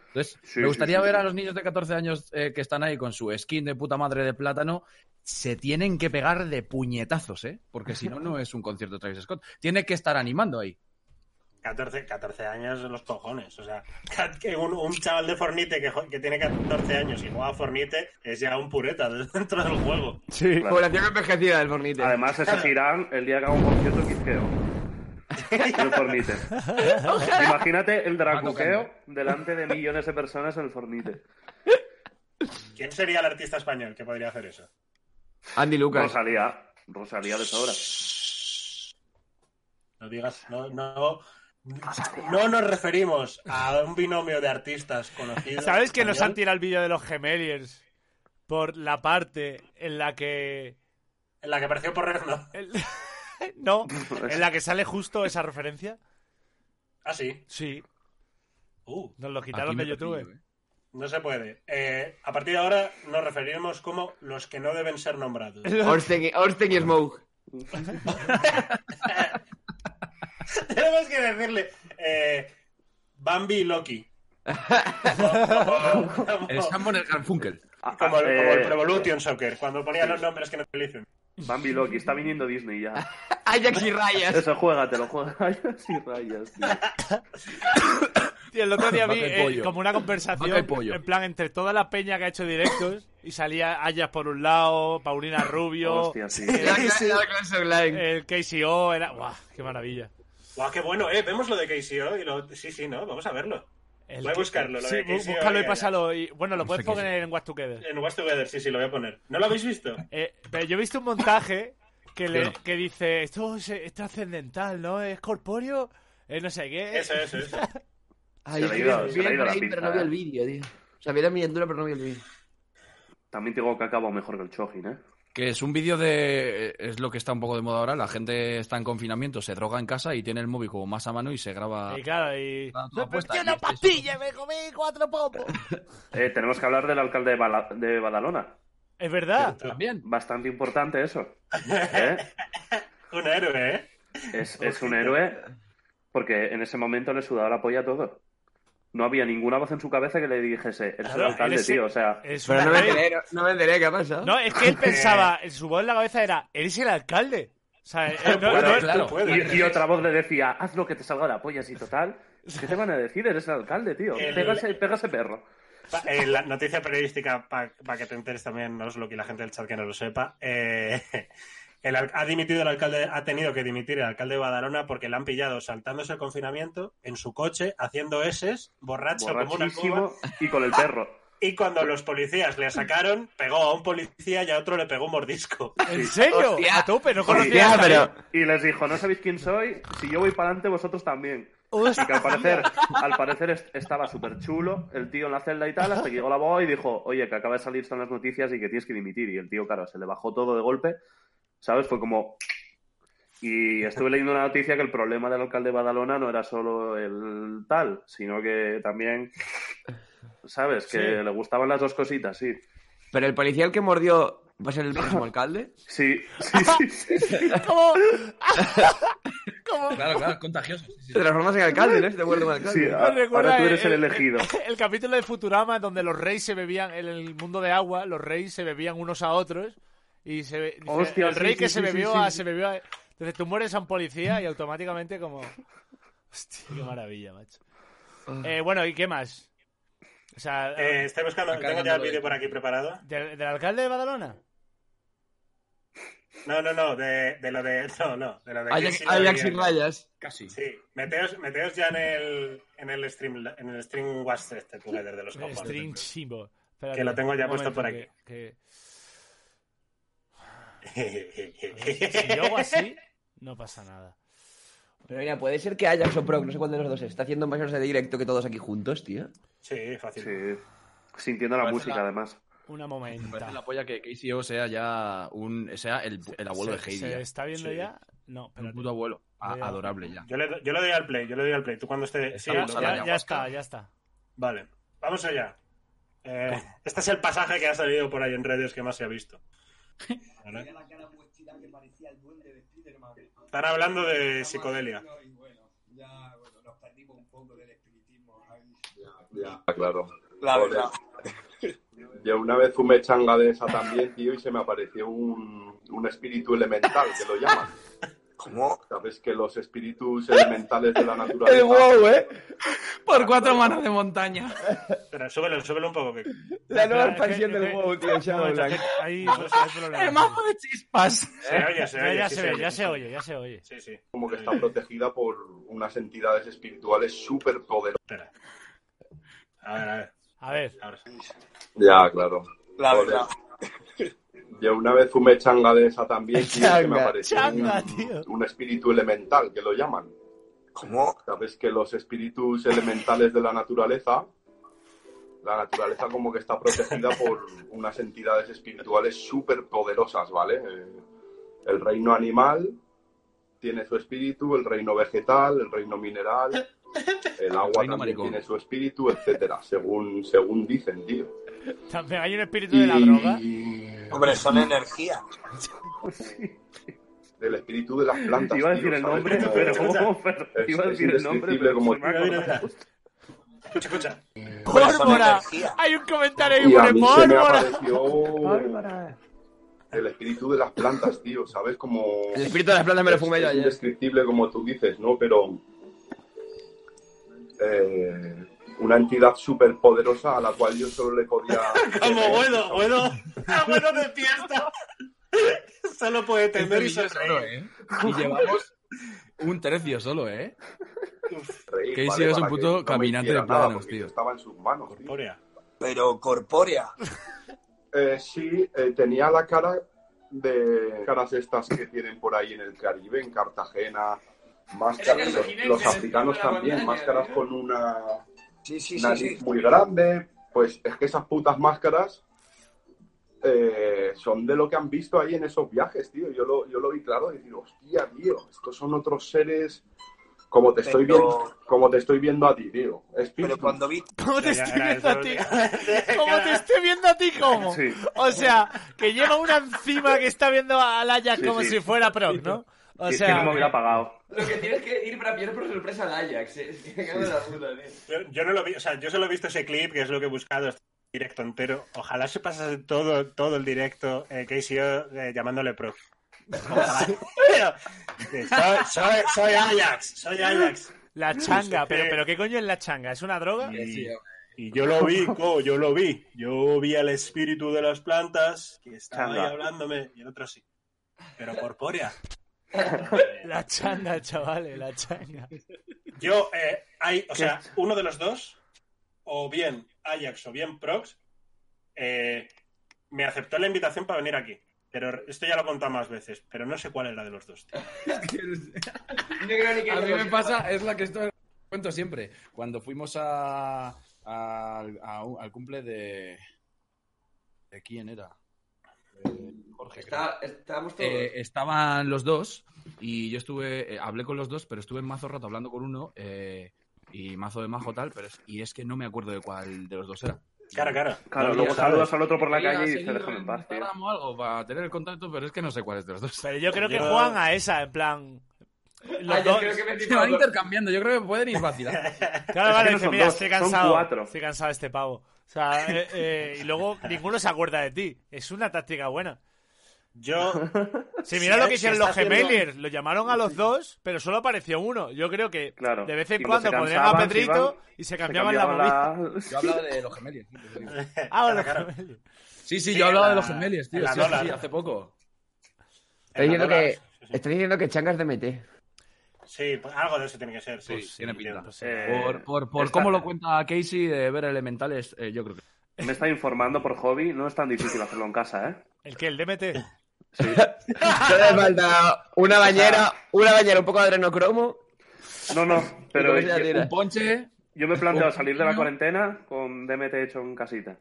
Speaker 5: Entonces,
Speaker 6: Sí,
Speaker 5: me gustaría
Speaker 6: sí, sí.
Speaker 5: ver a los niños de 14 años eh, que están ahí con su skin de puta madre de plátano. Se tienen que pegar de puñetazos, ¿eh? Porque si no, no es un concierto de Travis Scott. Tiene que estar animando ahí.
Speaker 3: 14, 14 años en los cojones. O sea, que un, un chaval de Fornite que, jo- que tiene 14 años y juega a Fornite es ya un pureta dentro del juego.
Speaker 4: Sí.
Speaker 6: Claro.
Speaker 1: Población envejecida del Fornite.
Speaker 6: Además, ese girán, el día que haga un concierto, quisqueo. No Fornite. Imagínate el dracuqueo delante de millones de personas en el Fornite.
Speaker 3: ¿Quién sería el artista español que podría hacer eso?
Speaker 1: Andy Lucas.
Speaker 6: Rosalía. Rosalía de sobra.
Speaker 3: No digas, no, no, no nos referimos a un binomio de artistas conocidos.
Speaker 4: ¿Sabes que nos
Speaker 3: español?
Speaker 4: han tirado el vídeo de los gemeliers por la parte en la que...
Speaker 3: En la que apareció por no.
Speaker 4: el- no, en la que sale justo esa referencia?
Speaker 3: Ah, sí.
Speaker 4: Sí,
Speaker 3: Uh,
Speaker 4: nos lo
Speaker 5: Aquí
Speaker 4: quitaron
Speaker 5: me
Speaker 4: de
Speaker 5: lo
Speaker 4: YouTube.
Speaker 5: pillo, ¿eh?
Speaker 3: no se puede. Eh, a partir de ahora nos referiremos como los que no deben ser nombrados.
Speaker 1: Orsten y, Orsten y Smoke.
Speaker 3: Tenemos que decirle eh, Bambi y Loki. como, como-
Speaker 5: El Samuel Garfunkel.
Speaker 6: Ah,
Speaker 3: como el, como el
Speaker 6: eh,
Speaker 3: Pro Evolution Soccer, cuando ponía los nombres que no utilicen.
Speaker 6: Bambi Loki, está viniendo Disney ya.
Speaker 1: Ajax y Rayas.
Speaker 6: Eso, juégatelo, juega. Sí, rayas, tío.
Speaker 4: Tío, el otro día vi
Speaker 5: Vaca y
Speaker 4: eh,
Speaker 5: pollo.
Speaker 4: como una
Speaker 5: Vaca y
Speaker 4: conversación,
Speaker 5: pollo.
Speaker 4: en plan, entre toda la peña que ha hecho directos, y salía Ayas por un lado, Paulina Rubio,
Speaker 6: Hostia, sí.
Speaker 1: La clase- la clase online.
Speaker 4: el KCO, era... ¡Guau, qué maravilla!
Speaker 3: Guau, qué bueno, eh. Vemos lo de KCO y lo. Sí, sí, ¿no? Vamos a verlo.
Speaker 4: El
Speaker 3: Voy a
Speaker 4: que-
Speaker 3: buscarlo, lo
Speaker 4: sí,
Speaker 3: de KCO
Speaker 4: bú- búscalo
Speaker 3: y
Speaker 4: y
Speaker 3: Ayas.
Speaker 4: pásalo. y- bueno, lo
Speaker 5: No
Speaker 4: puedes
Speaker 5: sé qué
Speaker 4: poner en What Together.
Speaker 3: En Watch Together, sí, sí, lo voy a poner. ¿No lo habéis visto?
Speaker 4: Eh, pero yo he visto un montaje que, le,
Speaker 5: Claro.
Speaker 4: que dice, esto es, es trascendental, ¿no? Es corpóreo, es no sé qué.
Speaker 3: Eso, eso, eso.
Speaker 1: Ay,
Speaker 6: Se le ha
Speaker 1: vi-
Speaker 6: ido- se
Speaker 1: vi
Speaker 6: le ha
Speaker 1: el
Speaker 6: ido la
Speaker 1: frame,
Speaker 6: pinza,
Speaker 1: pero no vi
Speaker 6: eh.
Speaker 1: el vídeo, tío. O sea, vi la miniatura, pero no vi el vídeo.
Speaker 6: También tengo que acabo mejor que el Chojin, ¿eh?
Speaker 5: Que es un vídeo de. eh, Es lo que está un poco de moda ahora. La gente está en confinamiento, se droga en casa y tiene el móvil como más a mano y se graba.
Speaker 4: Y claro, y...
Speaker 5: Ah, tú
Speaker 4: Me
Speaker 5: apuesta,
Speaker 4: metí
Speaker 5: y
Speaker 4: una
Speaker 5: este es
Speaker 4: pastilla, y me comí cuatro popos.
Speaker 6: Eh, Tenemos que hablar del alcalde de, Bala- de Badalona.
Speaker 4: Es verdad.
Speaker 3: Cierto.
Speaker 5: También.
Speaker 6: Bastante importante eso. ¿eh?
Speaker 3: Un héroe, ¿eh?
Speaker 6: Es, es un héroe porque en ese momento le sudaba la polla a todo. No había ninguna voz en su cabeza que le dijese, eres
Speaker 4: Claro,
Speaker 6: el alcalde,
Speaker 4: eres-
Speaker 6: tío. O sea,
Speaker 4: Es
Speaker 1: Pero
Speaker 4: una
Speaker 1: no me
Speaker 4: ley.
Speaker 1: enteré, no- ¿Eh? no me enteré qué ha pasado.
Speaker 4: No, es que él pensaba, en su voz en la cabeza era, eres el alcalde. O sea, eh, no,
Speaker 6: Bueno,
Speaker 4: no-
Speaker 5: claro.
Speaker 3: Tú puedes.
Speaker 6: y, y otra voz le decía, haz lo que te salga de la polla, así total. ¿Qué te van a decir? Eres el alcalde, tío.
Speaker 3: El-
Speaker 6: Pégase, pégase perro.
Speaker 3: Pa- eh, la noticia periodística, para que te enteres también, no es lo que la gente del chat que no lo sepa. eh, el al- ha dimitido el alcalde, ha tenido que dimitir el alcalde de Badalona porque le han pillado saltándose el confinamiento en su coche, haciendo eses, borracho como una cuba.
Speaker 6: Borrachísimo y con el perro.
Speaker 3: Y cuando los policías le sacaron, pegó a un policía y a otro le pegó un mordisco.
Speaker 4: ¿En serio?
Speaker 1: Hostia.
Speaker 4: A tope, no ¿eh?
Speaker 6: Hostia,
Speaker 4: conocía a
Speaker 1: Ya,
Speaker 4: esta
Speaker 1: pero.
Speaker 6: Y les dijo, no sabéis quién soy, si yo voy para adelante, vosotros también.
Speaker 4: Hostia.
Speaker 6: Y que al parecer, al parecer est- estaba súper chulo el tío en la celda y tal, hasta que llegó la boa y dijo, oye, que acaba de salir están las noticias y que tienes que dimitir. Y el tío, claro, se le bajó todo de golpe, ¿sabes? Fue como... Y estuve leyendo una noticia que el problema del alcalde de Badalona no era solo el tal, sino que también, ¿sabes? Que
Speaker 4: Sí.
Speaker 6: le gustaban las dos cositas, sí.
Speaker 1: Pero el policía al que mordió va a ser el próximo alcalde.
Speaker 6: Sí, sí, sí. sí.
Speaker 4: ¿Cómo? ¿Cómo?
Speaker 5: Claro, claro, es contagioso. sí, sí.
Speaker 1: Te transformas en alcalde, ¿no? Si te vuelves un alcalde.
Speaker 6: Sí, a-
Speaker 4: Me recuerda
Speaker 6: ahora tú eres el elegido.
Speaker 4: El capítulo de Futurama donde los reyes se bebían, en el mundo de agua, los reyes se bebían unos a otros y se be- dice,
Speaker 6: Hostia,
Speaker 4: el
Speaker 6: sí,
Speaker 4: rey
Speaker 6: sí,
Speaker 4: que
Speaker 6: sí,
Speaker 4: se
Speaker 6: sí,
Speaker 4: bebió
Speaker 6: sí,
Speaker 4: a,
Speaker 6: sí.
Speaker 4: se bebió a- Entonces tú mueres a un policía y automáticamente como... Hostia, qué maravilla, macho.
Speaker 6: Ah.
Speaker 4: Eh, bueno, ¿y qué más? O sea,
Speaker 3: Eh, estoy buscando,
Speaker 5: Acá
Speaker 3: tengo ya el
Speaker 5: dándolo
Speaker 3: vídeo
Speaker 5: ahí.
Speaker 3: por aquí preparado.
Speaker 4: ¿del, del alcalde de Badalona?
Speaker 3: No, no, no, de, de lo de. No, no, de lo de.
Speaker 1: Ajax,
Speaker 3: Kirsi
Speaker 1: Ajax sin
Speaker 3: Gabriel.
Speaker 1: rayas.
Speaker 5: Casi.
Speaker 3: Sí, meteos, meteos ya en el, en el stream, en el stream watch este together de los cojones.
Speaker 4: String Chimbo. Espérate,
Speaker 3: Que lo tengo ya
Speaker 4: un
Speaker 3: puesto
Speaker 4: momento,
Speaker 3: por aquí.
Speaker 4: que- que- si yo hago así, no pasa nada.
Speaker 1: Pero mira, puede ser que Ajax o Proc, no sé cuál de los dos, está haciendo más horas de directo que todos aquí juntos, tío.
Speaker 3: sí, fácil.
Speaker 6: Sí. Sintiendo la
Speaker 5: Parece
Speaker 6: música,
Speaker 5: la-
Speaker 6: además.
Speaker 4: Una
Speaker 5: Me parece
Speaker 4: momenta.
Speaker 5: la polla que KCO sea ya un, sea el, el abuelo
Speaker 4: ¿Se-
Speaker 5: de Heidi.
Speaker 4: ¿Se
Speaker 5: ya.
Speaker 4: está viendo
Speaker 3: Sí.
Speaker 4: ya? No,
Speaker 5: Un
Speaker 4: espérate.
Speaker 5: puto abuelo. A-
Speaker 4: Ya.
Speaker 5: adorable ya.
Speaker 3: Yo le, do- yo le doy al play, yo le doy al play. Tú cuando esté. Sí,
Speaker 5: Estamos
Speaker 3: lo-
Speaker 5: a la
Speaker 4: Ya,
Speaker 5: ayahuasca.
Speaker 4: ya está, ya está.
Speaker 3: Vale, vamos allá. Eh, este es el pasaje que ha salido por ahí en redes que más se ha visto. ¿Vale? Están hablando de psicodelia.
Speaker 7: Y bueno, ya bueno, nos perdimos un poco del espiritismo. ahí.
Speaker 8: Ya, Ah, claro.
Speaker 7: La
Speaker 8: Joder.
Speaker 7: verdad.
Speaker 8: Yo una vez fumé changa de esa también, tío, y se me apareció un, un espíritu elemental, que lo llaman.
Speaker 7: ¿Cómo?
Speaker 8: Sabes que los espíritus elementales de la naturaleza...
Speaker 1: eh.
Speaker 5: Por cuatro manos de montaña.
Speaker 3: Espera, súbelo, súbelo un poco. Que...
Speaker 1: La nueva
Speaker 4: Espera,
Speaker 1: expansión
Speaker 4: es que-
Speaker 1: del
Speaker 4: es
Speaker 1: WoW,
Speaker 4: que-
Speaker 1: tío. Shadow
Speaker 4: un momento,
Speaker 1: Black.
Speaker 4: que Ahí, no sé, hay problema.
Speaker 5: de chispas.
Speaker 3: Se oye, se
Speaker 4: ¿Eh? Ya,
Speaker 3: oye.
Speaker 4: ya
Speaker 3: sí
Speaker 4: se ve,
Speaker 3: oye,
Speaker 4: ya
Speaker 3: sí
Speaker 4: se oye, ya se oye.
Speaker 3: Sí, sí.
Speaker 8: Como que está protegida por unas entidades espirituales súper poderosas.
Speaker 3: Espera. A ver, a ver.
Speaker 4: A ver,
Speaker 3: Ahora sí.
Speaker 8: Ya, claro.
Speaker 7: La
Speaker 8: Joder.
Speaker 7: verdad.
Speaker 8: Yo una vez fumé changa de esa también, tío, y se me
Speaker 1: Changa,
Speaker 8: apareció
Speaker 4: changa,
Speaker 8: un,
Speaker 4: tío.
Speaker 8: un espíritu elemental, que lo llaman.
Speaker 7: ¿Cómo?
Speaker 8: Sabes que los espíritus elementales de la naturaleza, la naturaleza como que está protegida por unas entidades espirituales súper poderosas, ¿vale? Eh, El reino animal tiene su espíritu, el reino vegetal, el reino mineral, el agua
Speaker 5: reino
Speaker 8: también
Speaker 5: maricón.
Speaker 8: tiene su espíritu, etcétera, según, según dicen, tío.
Speaker 4: también hay un espíritu de la droga.
Speaker 7: Hombre, son energía.
Speaker 8: Del espíritu de las plantas.
Speaker 6: Iba a
Speaker 8: tío,
Speaker 6: decir el
Speaker 8: ¿sabes?
Speaker 6: nombre,
Speaker 8: Como-
Speaker 6: pero
Speaker 8: Es-
Speaker 6: iba a
Speaker 8: es
Speaker 6: decir el nombre,
Speaker 8: indescriptible
Speaker 6: pero
Speaker 8: como-
Speaker 6: se me ha
Speaker 3: Mira, mira,
Speaker 6: acordado.
Speaker 3: mira. Escucha, escucha.
Speaker 7: Hombre, son
Speaker 4: ¡Pólvora!
Speaker 7: energía.
Speaker 4: Hay un comentario que
Speaker 8: Y a
Speaker 4: pone
Speaker 8: mí se me
Speaker 4: ¡Pólvora!
Speaker 8: apareció el espíritu de las plantas, tío, ¿sabes? Como...
Speaker 1: El espíritu de las plantas me lo fumé yo
Speaker 8: es
Speaker 1: ayer.
Speaker 8: indescriptible, como tú dices, ¿no? Pero eh, una entidad súper poderosa a la cual yo solo le podía...
Speaker 3: Como bueno, bueno. Ah, bueno de fiesta. Solo puede tender y sonreír.
Speaker 5: Y llevamos un tercio solo, ¿eh?
Speaker 8: Reír,
Speaker 5: Casey es un
Speaker 8: Para
Speaker 5: puto
Speaker 8: que no me
Speaker 5: caminante
Speaker 8: hiciera
Speaker 5: de plátanos,
Speaker 8: nada, porque
Speaker 5: tío.
Speaker 8: yo Estaba en sus manos, tío.
Speaker 3: Corpórea.
Speaker 7: Pero corpórea.
Speaker 8: Eh, sí, eh, tenía la cara de caras estas que tienen por ahí en el Caribe, en Cartagena, máscaras, los, los africanos también,
Speaker 3: ¿eh?
Speaker 8: máscaras con una
Speaker 7: Sí, sí, sí,
Speaker 8: nariz
Speaker 7: sí.
Speaker 8: muy grande, pues es que esas putas máscaras eh, son de lo que han visto ahí en esos viajes, tío. Yo lo, yo lo vi claro y digo, hostia, tío, estos son otros seres Como te estoy
Speaker 7: Pero-
Speaker 8: viendo, como te estoy viendo a ti, tío. Espíritu.
Speaker 7: Pero cuando vi
Speaker 4: ¿Cómo te
Speaker 3: Ya,
Speaker 4: estoy
Speaker 3: ya,
Speaker 4: viendo a ti?
Speaker 3: eso-
Speaker 4: ¿Cómo te estoy viendo a ti? ¿Cómo?
Speaker 6: Sí.
Speaker 4: O sea, que lleva una encima que está viendo a Laia
Speaker 6: Sí,
Speaker 4: como
Speaker 6: sí.
Speaker 4: si fuera proc, ¿no? O
Speaker 6: Y es que
Speaker 4: sea,
Speaker 6: no me hubiera pagado.
Speaker 1: Lo que tienes que ir para pillar por sorpresa al Ajax.
Speaker 7: eh.
Speaker 1: Es que me cago en la puta, tío.
Speaker 3: Yo, yo no lo vi, o sea, yo solo he visto ese clip, que es lo que he buscado, este directo entero. Ojalá se pasase todo, todo el directo eh, que he sido eh, llamándole pro. Ojalá. Tío, soy, soy, soy Ajax, soy Ajax.
Speaker 4: la changa. Pero, pero ¿qué coño es la changa? ¿Es una droga?
Speaker 1: Que sí, hombre.
Speaker 3: Y yo lo vi, co, yo lo vi. Yo vi al espíritu de las plantas que estaba ahí
Speaker 6: Changa.
Speaker 3: hablándome y el otro sí. Pero corpórea.
Speaker 4: La changa, chavales, la changa.
Speaker 3: Yo, eh, hay, o sea, uno de los dos, o bien Ajax o bien Prox, eh, me aceptó la invitación para venir aquí. Pero esto ya lo he contado más veces, pero no sé cuál era de los dos. tío.
Speaker 1: Yo creo ni que
Speaker 5: A mí
Speaker 1: lo
Speaker 5: me
Speaker 1: sepa.
Speaker 5: pasa, es la que estoy cuento siempre. Cuando fuimos a, a- a un- al cumple de. ¿De quién era? De Jorge. creo.
Speaker 1: Está- estábamos todos.
Speaker 5: Eh, estaban los dos y yo estuve, eh, hablé con los dos, pero estuve en mazo rato hablando con uno eh, y mazo de majo tal, pero es, y es que no me acuerdo de cuál de los dos era.
Speaker 3: Cara, cara.
Speaker 6: Claro,
Speaker 5: No,
Speaker 6: luego
Speaker 5: ya
Speaker 6: saludas
Speaker 5: sabes.
Speaker 6: al otro por la
Speaker 5: Había
Speaker 6: calle y dices,
Speaker 5: seguido
Speaker 6: déjame en paz, tío.
Speaker 5: Instagram o algo para tener el contacto, pero es que no sé cuál es de los dos.
Speaker 4: Pero yo creo que
Speaker 3: Yo- Ah,
Speaker 4: juegan a esa, en plan. Los
Speaker 1: Ajax,
Speaker 4: dos-
Speaker 1: creo que me he
Speaker 5: Se van
Speaker 1: flipado.
Speaker 5: intercambiando, yo creo que pueden ir vacilando.
Speaker 4: Claro,
Speaker 6: Es que
Speaker 4: vale,
Speaker 6: no
Speaker 4: dice,
Speaker 6: son
Speaker 4: mira,
Speaker 6: dos,
Speaker 4: estoy
Speaker 6: son
Speaker 4: cansado.
Speaker 6: cuatro.
Speaker 4: Estoy cansado de este pavo. O sea, eh, eh, y luego ninguno se acuerda de ti. Es una táctica buena.
Speaker 3: Yo,
Speaker 4: Si mira
Speaker 3: Sí,
Speaker 4: lo
Speaker 3: eh,
Speaker 4: que hicieron
Speaker 3: se
Speaker 4: los
Speaker 3: está haciendo-
Speaker 4: gemeliers, lo llamaron a los dos, pero solo apareció uno. Yo creo que
Speaker 6: Claro.
Speaker 4: de vez en
Speaker 6: Y
Speaker 4: cuando
Speaker 6: cuando se
Speaker 4: ponían a
Speaker 6: cansaban, se
Speaker 4: Pedrito
Speaker 6: iban-
Speaker 4: y se
Speaker 6: Se
Speaker 4: cambiaban la
Speaker 6: cambiaba
Speaker 4: movida.
Speaker 6: la-
Speaker 5: Yo hablaba de los gemeliers. tío, te digo.
Speaker 4: Ah, los
Speaker 3: Claro.
Speaker 4: gemeliers.
Speaker 5: Sí, sí,
Speaker 3: Sí,
Speaker 5: yo hablaba
Speaker 3: la-
Speaker 5: de los gemeliers, tío.
Speaker 3: la
Speaker 5: Sí, sí,
Speaker 3: dólar.
Speaker 5: sí, hace poco.
Speaker 1: Estoy diciendo
Speaker 3: Dólar.
Speaker 1: que. este- Estoy diciendo que changas de MT.
Speaker 3: sí, pues algo de eso tiene que ser.
Speaker 5: Sí,
Speaker 3: pues,
Speaker 5: tiene
Speaker 3: entiendo.
Speaker 5: pinta.
Speaker 6: Eh,
Speaker 5: Por, por, por
Speaker 6: está-
Speaker 5: cómo lo cuenta Casey de ver elementales, eh, yo creo que.
Speaker 6: Me está informando por hobby, no es tan difícil hacerlo en casa, ¿eh?
Speaker 4: ¿El que ¿El DMT?
Speaker 1: Solo le falta una bañera, una bañera, un poco de adrenocromo.
Speaker 6: No, no, pero
Speaker 1: Y con esa
Speaker 6: yo,
Speaker 1: tira.
Speaker 5: Un ponche.
Speaker 6: yo me planteo salir de la cuarentena con DMT hecho en casita.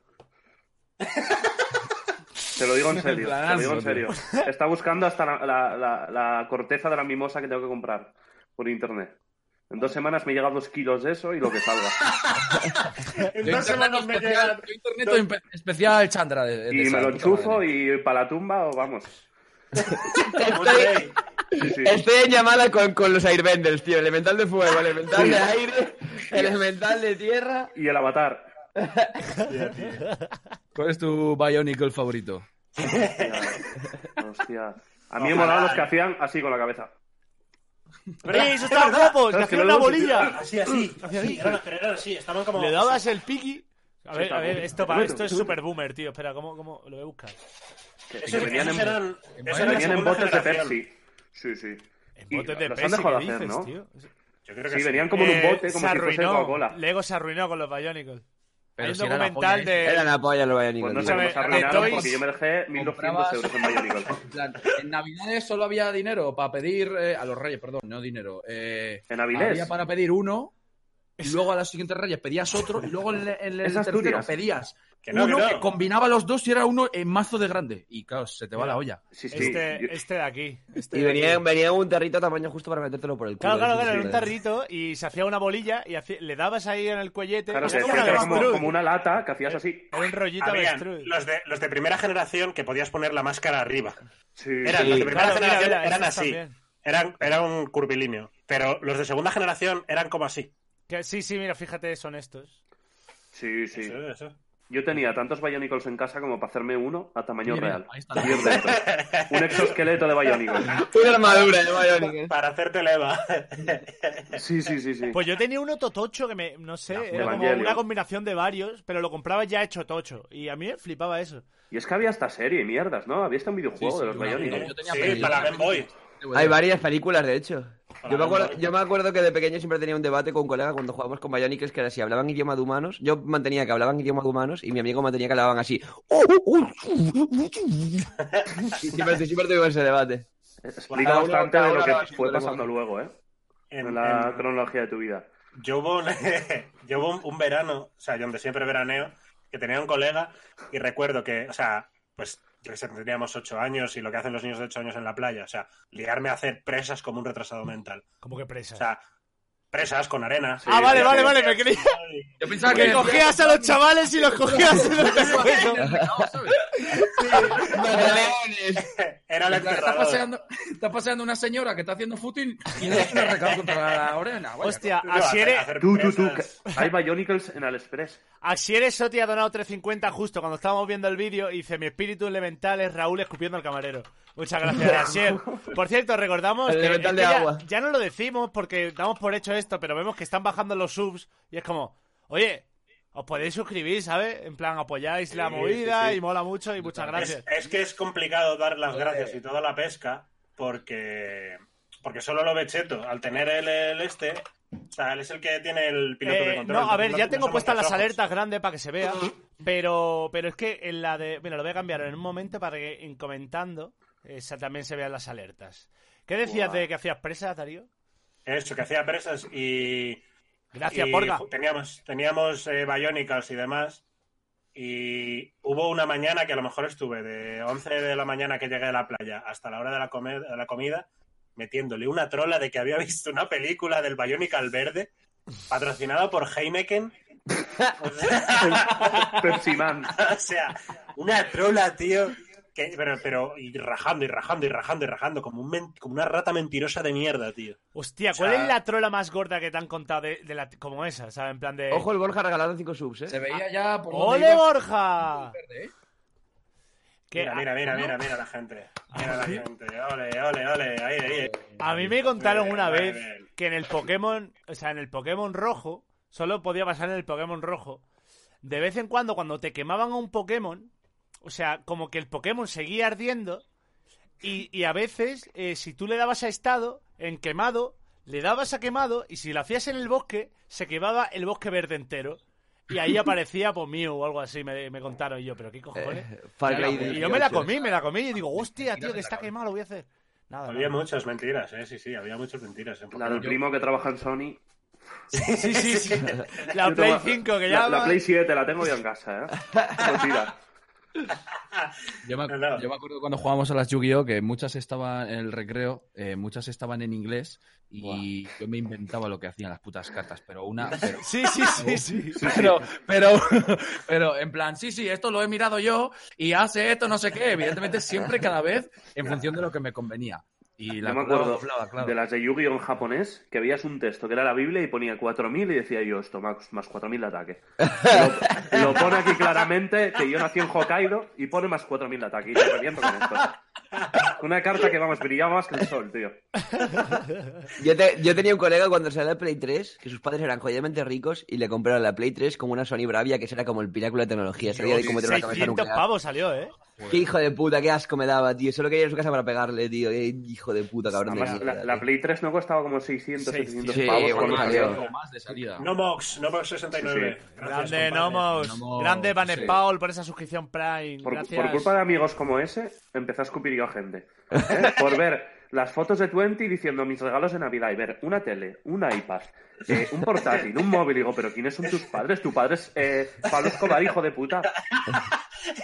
Speaker 6: Te lo digo en serio, te lo digo en serio. Está buscando hasta la, la- la- la corteza de la mimosa que tengo que comprar por internet. En dos semanas me llegan dos kilos de eso y lo que salga.
Speaker 3: En
Speaker 5: Yo
Speaker 3: dos
Speaker 5: internet,
Speaker 3: semanas me
Speaker 5: especial,
Speaker 3: llegan.
Speaker 5: yo internet empe- especial Chandra. De, de
Speaker 6: Y
Speaker 5: esa
Speaker 6: me lo
Speaker 5: puta
Speaker 6: enchufo
Speaker 5: madre.
Speaker 6: y para la tumba o vamos.
Speaker 3: un rey.
Speaker 6: Sí, sí.
Speaker 1: Estoy en llamada con, con los airbenders, tío. Elemental de fuego, elemental de aire, elemental de tierra.
Speaker 6: Y el avatar.
Speaker 5: ¿Cuál es tu Bionicle favorito?
Speaker 6: Hostia. A mí me molaban los que hacían así con la cabeza.
Speaker 4: ¡Ey, eso estaba guapo! ¡Le
Speaker 6: Claro,
Speaker 4: hacían
Speaker 6: que
Speaker 4: una
Speaker 6: lo vemos
Speaker 4: bolilla!
Speaker 3: Así, así.
Speaker 4: Mm, Hacia
Speaker 3: así,
Speaker 4: ahí.
Speaker 3: eran- pero eran así, estaban como.
Speaker 4: Le dabas el piqui. A
Speaker 6: Sí,
Speaker 4: ver,
Speaker 6: está
Speaker 4: a ver,
Speaker 6: bien.
Speaker 4: esto, para,
Speaker 6: Bueno,
Speaker 4: esto es
Speaker 6: bueno.
Speaker 4: super boomer, tío. Espera, ¿cómo, cómo lo voy a buscar?
Speaker 6: Que, que
Speaker 3: Esos,
Speaker 6: venían
Speaker 3: esos
Speaker 6: en,
Speaker 3: eran, esos
Speaker 6: que
Speaker 3: eran
Speaker 6: venían en
Speaker 3: segunda
Speaker 6: botes de
Speaker 3: generación.
Speaker 6: Pepsi. Sí, sí.
Speaker 4: En
Speaker 6: Y
Speaker 4: botes de
Speaker 6: los han
Speaker 4: Pepsi,
Speaker 6: dejado
Speaker 4: ¿qué
Speaker 6: de hacer,
Speaker 4: dices,
Speaker 6: ¿no?
Speaker 4: tío?
Speaker 3: Yo creo que
Speaker 6: Sí, venían como en un
Speaker 4: Eh,
Speaker 6: bote, como
Speaker 4: se
Speaker 6: si fuese
Speaker 4: arruinó.
Speaker 6: Coca-Cola.
Speaker 4: Lego se arruinó con los Bionicles.
Speaker 5: Pero
Speaker 4: Hay un
Speaker 5: si era la
Speaker 4: documental
Speaker 5: joya
Speaker 4: de...
Speaker 1: Era la polla los
Speaker 6: Pues no
Speaker 1: bañanicos.
Speaker 6: sé
Speaker 4: Escúchame,
Speaker 6: cómo se arruinaron
Speaker 4: Toys
Speaker 6: porque yo me dejé 1.200
Speaker 5: comprabas-
Speaker 6: euros en Bionicle.
Speaker 4: Este,
Speaker 5: En, plan, en Navidades solo había dinero para pedir eh, a los reyes, perdón, no dinero. eh,
Speaker 6: En Avilés.
Speaker 5: Había para pedir uno, y luego a los siguientes reyes pedías otro, y luego en, el- en el
Speaker 6: Es
Speaker 5: tercero
Speaker 6: Asturias.
Speaker 5: pedías
Speaker 3: Que no,
Speaker 5: uno
Speaker 3: que
Speaker 5: que,
Speaker 3: no.
Speaker 5: combinaba los dos y era uno en mazo de grande. Y claro, se te va la olla.
Speaker 6: Sí, sí.
Speaker 4: Este,
Speaker 6: Yo-
Speaker 4: este de aquí. Este
Speaker 1: Y
Speaker 4: de aquí.
Speaker 1: venía, venía un territo tamaño justo para metértelo por el culo.
Speaker 4: Claro, claro,
Speaker 1: Eso
Speaker 4: claro,
Speaker 1: sí,
Speaker 4: era un
Speaker 1: eh.
Speaker 4: tarrito y se hacía una bolilla y hacía- le dabas ahí en el cuellete.
Speaker 6: Claro,
Speaker 4: era
Speaker 6: que,
Speaker 4: como
Speaker 6: que
Speaker 4: una
Speaker 6: era como,
Speaker 4: avestruz.
Speaker 6: como una lata que hacías así.
Speaker 4: Era un rollito
Speaker 3: Habían
Speaker 4: avestruz.
Speaker 3: los de, los de primera generación que podías poner la máscara arriba.
Speaker 6: Sí.
Speaker 3: Eran los de primera
Speaker 4: Claro, mira,
Speaker 3: generación
Speaker 4: mira,
Speaker 3: eran
Speaker 4: esos
Speaker 3: así.
Speaker 4: también.
Speaker 3: Eran, era un curvilíneo. Pero los de segunda generación eran como así.
Speaker 4: Que- sí, sí, mira, fíjate, son estos.
Speaker 6: Sí, sí.
Speaker 3: Eso, eso.
Speaker 6: Yo tenía tantos Bionicles en casa como para hacerme uno a tamaño
Speaker 5: Mira,
Speaker 6: real.
Speaker 5: ahí está la-
Speaker 6: Diez dentro. Un exoesqueleto de Bionicle.
Speaker 1: Una armadura de bañanicos.
Speaker 3: Para hacerte leva.
Speaker 6: Sí, sí, sí, sí.
Speaker 4: Pues yo tenía uno totocho que me, no sé, era como
Speaker 6: Evangelio.
Speaker 4: una combinación de varios, pero lo compraba ya hecho tocho. Y a mí me flipaba eso.
Speaker 6: Y es que había esta serie y mierdas, ¿no? Había hasta un videojuego
Speaker 5: Sí, sí,
Speaker 6: de los
Speaker 5: una-
Speaker 6: Bionicle.
Speaker 5: yo tenía
Speaker 3: Sí,
Speaker 5: perdido.
Speaker 3: para Game Boy.
Speaker 1: Hay varias películas, de hecho. Yo me, acuerdo,
Speaker 3: Para-
Speaker 1: yo me acuerdo que de pequeño siempre tenía un debate con un colega cuando jugábamos con Bionicles que era si hablaban idioma de humanos. Yo mantenía que hablaban idioma de humanos y mi amigo mantenía que hablaban así. Y siempre, siempre tuvimos ese debate.
Speaker 6: Explica
Speaker 1: Ahora
Speaker 6: bastante
Speaker 1: uno-
Speaker 6: de lo
Speaker 1: ahora
Speaker 6: que
Speaker 1: ahora sí
Speaker 6: fue
Speaker 1: podemos.
Speaker 6: pasando luego, ¿eh?
Speaker 3: en-
Speaker 6: En la
Speaker 3: en-
Speaker 6: cronología de tu vida.
Speaker 3: Yo hubo, un, yo hubo un, un verano, o sea, yo donde siempre veraneo, que tenía un colega y recuerdo que, o sea, pues yo que sé, teníamos ocho años y lo que hacen los niños de ocho años en la playa, o sea, ligarme a hacer presas como un retrasado mental.
Speaker 4: Como que
Speaker 3: O
Speaker 4: presa.
Speaker 3: sea, presas con arena.
Speaker 4: ah, vale,
Speaker 6: sí,
Speaker 4: vale,
Speaker 6: sí.
Speaker 4: vale, me creía
Speaker 5: Yo pensaba
Speaker 4: que
Speaker 5: que.
Speaker 4: cogías a los chavales y los cogías en el pescuezo.
Speaker 5: Está
Speaker 3: Era el enterrador.
Speaker 5: paseando, está paseando una señora que está haciendo footing y le hace una recarga contra la orena. Vaya,
Speaker 4: Hostia,
Speaker 3: Tú,
Speaker 4: así
Speaker 3: hacer-
Speaker 4: eres,
Speaker 3: hacer
Speaker 6: Tú, tú, tú.
Speaker 3: presas.
Speaker 6: que- Hay Bionicles en Aliexpress.
Speaker 4: así eres, Soti ha donado 350 justo cuando estábamos viendo el vídeo y dice, mi espíritu elemental es Raúl escupiendo al camarero. Muchas gracias, Asier. Por cierto, recordamos
Speaker 1: El
Speaker 4: que,
Speaker 1: elemental
Speaker 4: es que
Speaker 1: de
Speaker 4: ya,
Speaker 1: agua.
Speaker 4: ya no lo decimos porque damos por hecho esto, pero vemos que están bajando los subs y es como, oye, os podéis suscribir, ¿sabes? En plan, apoyáis la
Speaker 3: Sí,
Speaker 4: movida
Speaker 3: sí, sí.
Speaker 4: y mola mucho y muchas
Speaker 3: Es,
Speaker 4: gracias.
Speaker 3: es que es complicado dar las gracias y toda la pesca porque porque solo lo ve Cheto. Al tener el, el este, o sea, él es el que tiene el piloto
Speaker 4: Eh,
Speaker 3: de control.
Speaker 4: no, a ver,
Speaker 3: entonces
Speaker 4: ya
Speaker 3: no
Speaker 4: tengo
Speaker 3: somos
Speaker 4: puestas las
Speaker 3: ojos.
Speaker 4: alertas grandes para que se vea, pero, pero es que en la de... Mira, lo voy a cambiar en un momento para que en comentando esa también se vean las alertas. ¿Qué decías
Speaker 6: Buah.
Speaker 4: de que hacías presas, Darío?
Speaker 3: Eso, que hacía presas y.
Speaker 4: Gracias,
Speaker 3: y
Speaker 4: Borga.
Speaker 3: ju- Teníamos, teníamos eh, Bionicles y demás. Y hubo una mañana que a lo mejor estuve de 11 de la mañana que llegué a la playa hasta la hora de la, come- de la comida metiéndole una trola de que había visto una película del Bionicle verde patrocinada por Heineken. O sea,
Speaker 6: Pepsi Man.
Speaker 3: o sea, una trola, tío. que- pero, pero y rajando y rajando y rajando y rajando como, un men- como una rata mentirosa de mierda, tío.
Speaker 4: Hostia,
Speaker 3: o
Speaker 4: ¿cuál
Speaker 3: sea-
Speaker 4: es la trola más gorda que te han contado de, de la, como esa? ¿Sabes? En plan de...
Speaker 1: Ojo, el Borja regalando 5 subs,
Speaker 5: Se
Speaker 1: ¿eh?
Speaker 5: veía ya por dónde
Speaker 4: ¡Ole,
Speaker 5: iba.
Speaker 4: Borja!
Speaker 5: Verde, ¿eh?
Speaker 4: Que
Speaker 3: mira, mira,
Speaker 4: a-
Speaker 3: mira, mira, mira la gente.
Speaker 4: Ah,
Speaker 3: Mira la gente. Ole, ole, ole. Ahí, ahí.
Speaker 4: A mí me contaron
Speaker 3: bien,
Speaker 4: una
Speaker 3: muy
Speaker 4: vez
Speaker 3: bien.
Speaker 4: que en el Pokémon, o sea, en el Pokémon rojo, solo podía pasar en el Pokémon rojo. De vez en cuando, cuando te quemaban a un Pokémon, o sea, como que el Pokémon seguía ardiendo, y, y a veces, eh, si tú le dabas a estado, en quemado, le dabas a quemado, y si lo hacías en el bosque, se quemaba el bosque verde entero. Y ahí aparecía, pues mío o algo así, me, me contaron y yo, pero qué cojones.
Speaker 1: Eh, Far Cry
Speaker 5: Ya,
Speaker 4: y yo me la
Speaker 1: 18.
Speaker 4: comí, me la comí, y digo, hostia, tío, que está quemado, lo voy a hacer. Nada,
Speaker 3: Había
Speaker 4: nada.
Speaker 3: muchas mentiras, eh. Sí, sí, había muchas mentiras. en
Speaker 6: La del
Speaker 3: Pokémon.
Speaker 6: primo que trabaja en Sony.
Speaker 4: Sí, sí, sí. La
Speaker 6: Yo
Speaker 4: Play
Speaker 6: tengo-
Speaker 4: 5 que
Speaker 6: la,
Speaker 4: ya.
Speaker 6: la Play 7 la tengo yo en casa, ¿eh? No tira.
Speaker 5: Yo me,
Speaker 3: No, no.
Speaker 5: yo me acuerdo cuando jugábamos a las Yu-Gi-Oh! que muchas estaban en el recreo, eh, muchas estaban en inglés y yo me inventaba lo que hacían las putas cartas, pero una. pero-
Speaker 4: Sí, sí, sí, sí.
Speaker 5: Pero, pero, pero en plan, sí, sí, esto lo he mirado yo y hace esto, no sé qué. Evidentemente, siempre, cada vez, en función de lo que me convenía. Y la
Speaker 6: Yo
Speaker 5: cola
Speaker 6: me acuerdo
Speaker 5: doblaba, claro.
Speaker 6: de las de Yu-Gi-Oh! en japonés, que veías un texto que era la Biblia y ponía 4.000 y decía yo esto, más, más 4.000 de ataque. Lo, lo pone aquí claramente que yo nací en Hokkaido y pone más 4.000 de ataque. Y te reviento con esto. Una carta que, vamos, brillaba más que el sol, tío.
Speaker 1: Yo, te- yo tenía un colega cuando salió la Play 3, que sus padres eran jodidamente ricos y le compraron la Play 3 como una Sony Bravia, que esa era como el pináculo de tecnología. Sabía de cómo tener una cabeza
Speaker 4: 600
Speaker 1: nuclear.
Speaker 4: pavos salió, ¿eh?
Speaker 1: Qué hijo de puta, qué asco me daba, tío. Solo quería ir a su casa para pegarle, tío. Qué hijo de puta, cabrón. de
Speaker 6: Además,
Speaker 1: mierda,
Speaker 6: la, la
Speaker 1: tío.
Speaker 6: Play 3 no costaba como 600,
Speaker 4: Sí,
Speaker 6: 700
Speaker 1: sí,
Speaker 6: pavos.
Speaker 1: bueno,
Speaker 6: cuando
Speaker 1: vale,
Speaker 6: salió.
Speaker 5: Algo más de salida.
Speaker 3: Nomox, Nomox 69.
Speaker 6: Sí, sí.
Speaker 3: Gracias,
Speaker 4: Grande
Speaker 3: compadre.
Speaker 4: Nomos.
Speaker 5: Nomos,
Speaker 4: Grande Banner
Speaker 5: sí.
Speaker 4: Paul por esa suscripción Prime.
Speaker 6: Por,
Speaker 4: Gracias.
Speaker 6: por culpa de amigos como ese, empecé a escupir yo a gente. ¿eh? Por ver las fotos de Twenty diciendo mis regalos de Navidad y ver una tele, un iPad, eh, un portátil, un móvil. Y digo, ¿pero quiénes son tus padres? Tu padre es eh, Pablo Escobar, hijo de puta.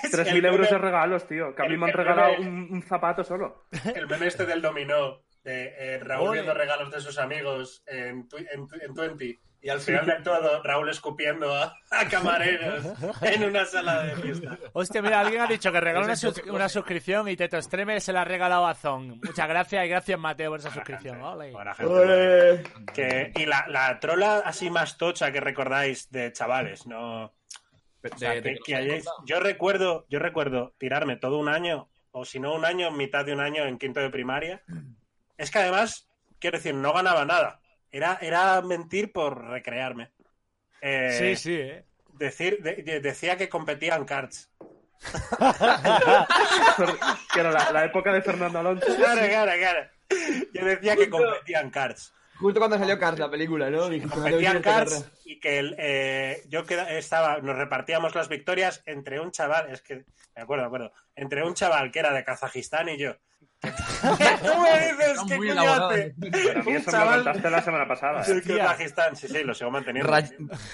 Speaker 3: Es que el
Speaker 6: 3.000 euros de
Speaker 3: meme-
Speaker 6: regalos, tío. Que a mí
Speaker 3: el
Speaker 6: me han
Speaker 3: que
Speaker 6: regalado
Speaker 3: bebe-
Speaker 6: un, un zapato solo.
Speaker 3: El meme este del dominó, de eh, Raúl
Speaker 4: Ole.
Speaker 3: viendo regalos de sus amigos en, Twi- en, Twi- en Twenty. Y al final de todo, Raúl escupiendo a, a camareros en una sala de fiesta.
Speaker 4: Hostia, mira, alguien ha dicho que regaló una,
Speaker 5: Ese es
Speaker 4: sus-
Speaker 5: otro
Speaker 4: una suscripción y Teto Extreme se la ha regalado a Zong. Muchas gracias y gracias, Mateo, por esa suscripción. Ole.
Speaker 3: Buena gente. Que- y la, la trola así más tocha que recordáis de chavales, ¿no?
Speaker 5: De-
Speaker 3: O sea,
Speaker 5: de-
Speaker 3: que-
Speaker 5: de-
Speaker 3: que hayáis- Yo recuerdo, yo recuerdo tirarme todo un año, o si no un año, mitad de un año en quinto de primaria. Es que además, quiero decir, no ganaba nada. Era, era mentir por recrearme. Eh,
Speaker 4: Sí, sí, ¿eh?
Speaker 3: Decir, de- de- decía que competía en cards.
Speaker 6: que era la, la época de Fernando Alonso.
Speaker 3: Claro, claro, claro. Yo decía que competía en cards.
Speaker 1: Justo cuando salió Cars, la película, ¿no? Dije, "Me tengo que ir
Speaker 3: competían
Speaker 1: a esta
Speaker 3: cards
Speaker 1: carrera".
Speaker 3: y que el, eh, yo queda- estaba, nos repartíamos las victorias entre un chaval, es que, me acuerdo, me acuerdo, entre un chaval que era de Kazajistán y yo. ¿Cómo dices?
Speaker 5: Está
Speaker 3: ¿Qué
Speaker 5: muy
Speaker 3: coño
Speaker 5: elaborado.
Speaker 3: hace?
Speaker 6: Pero a mí
Speaker 3: Un
Speaker 6: eso me lo
Speaker 3: chaval
Speaker 6: contaste la semana pasada.
Speaker 3: de
Speaker 6: ¿eh?
Speaker 3: Kazajistán, sí, sí, lo sigo manteniendo.
Speaker 5: Ra-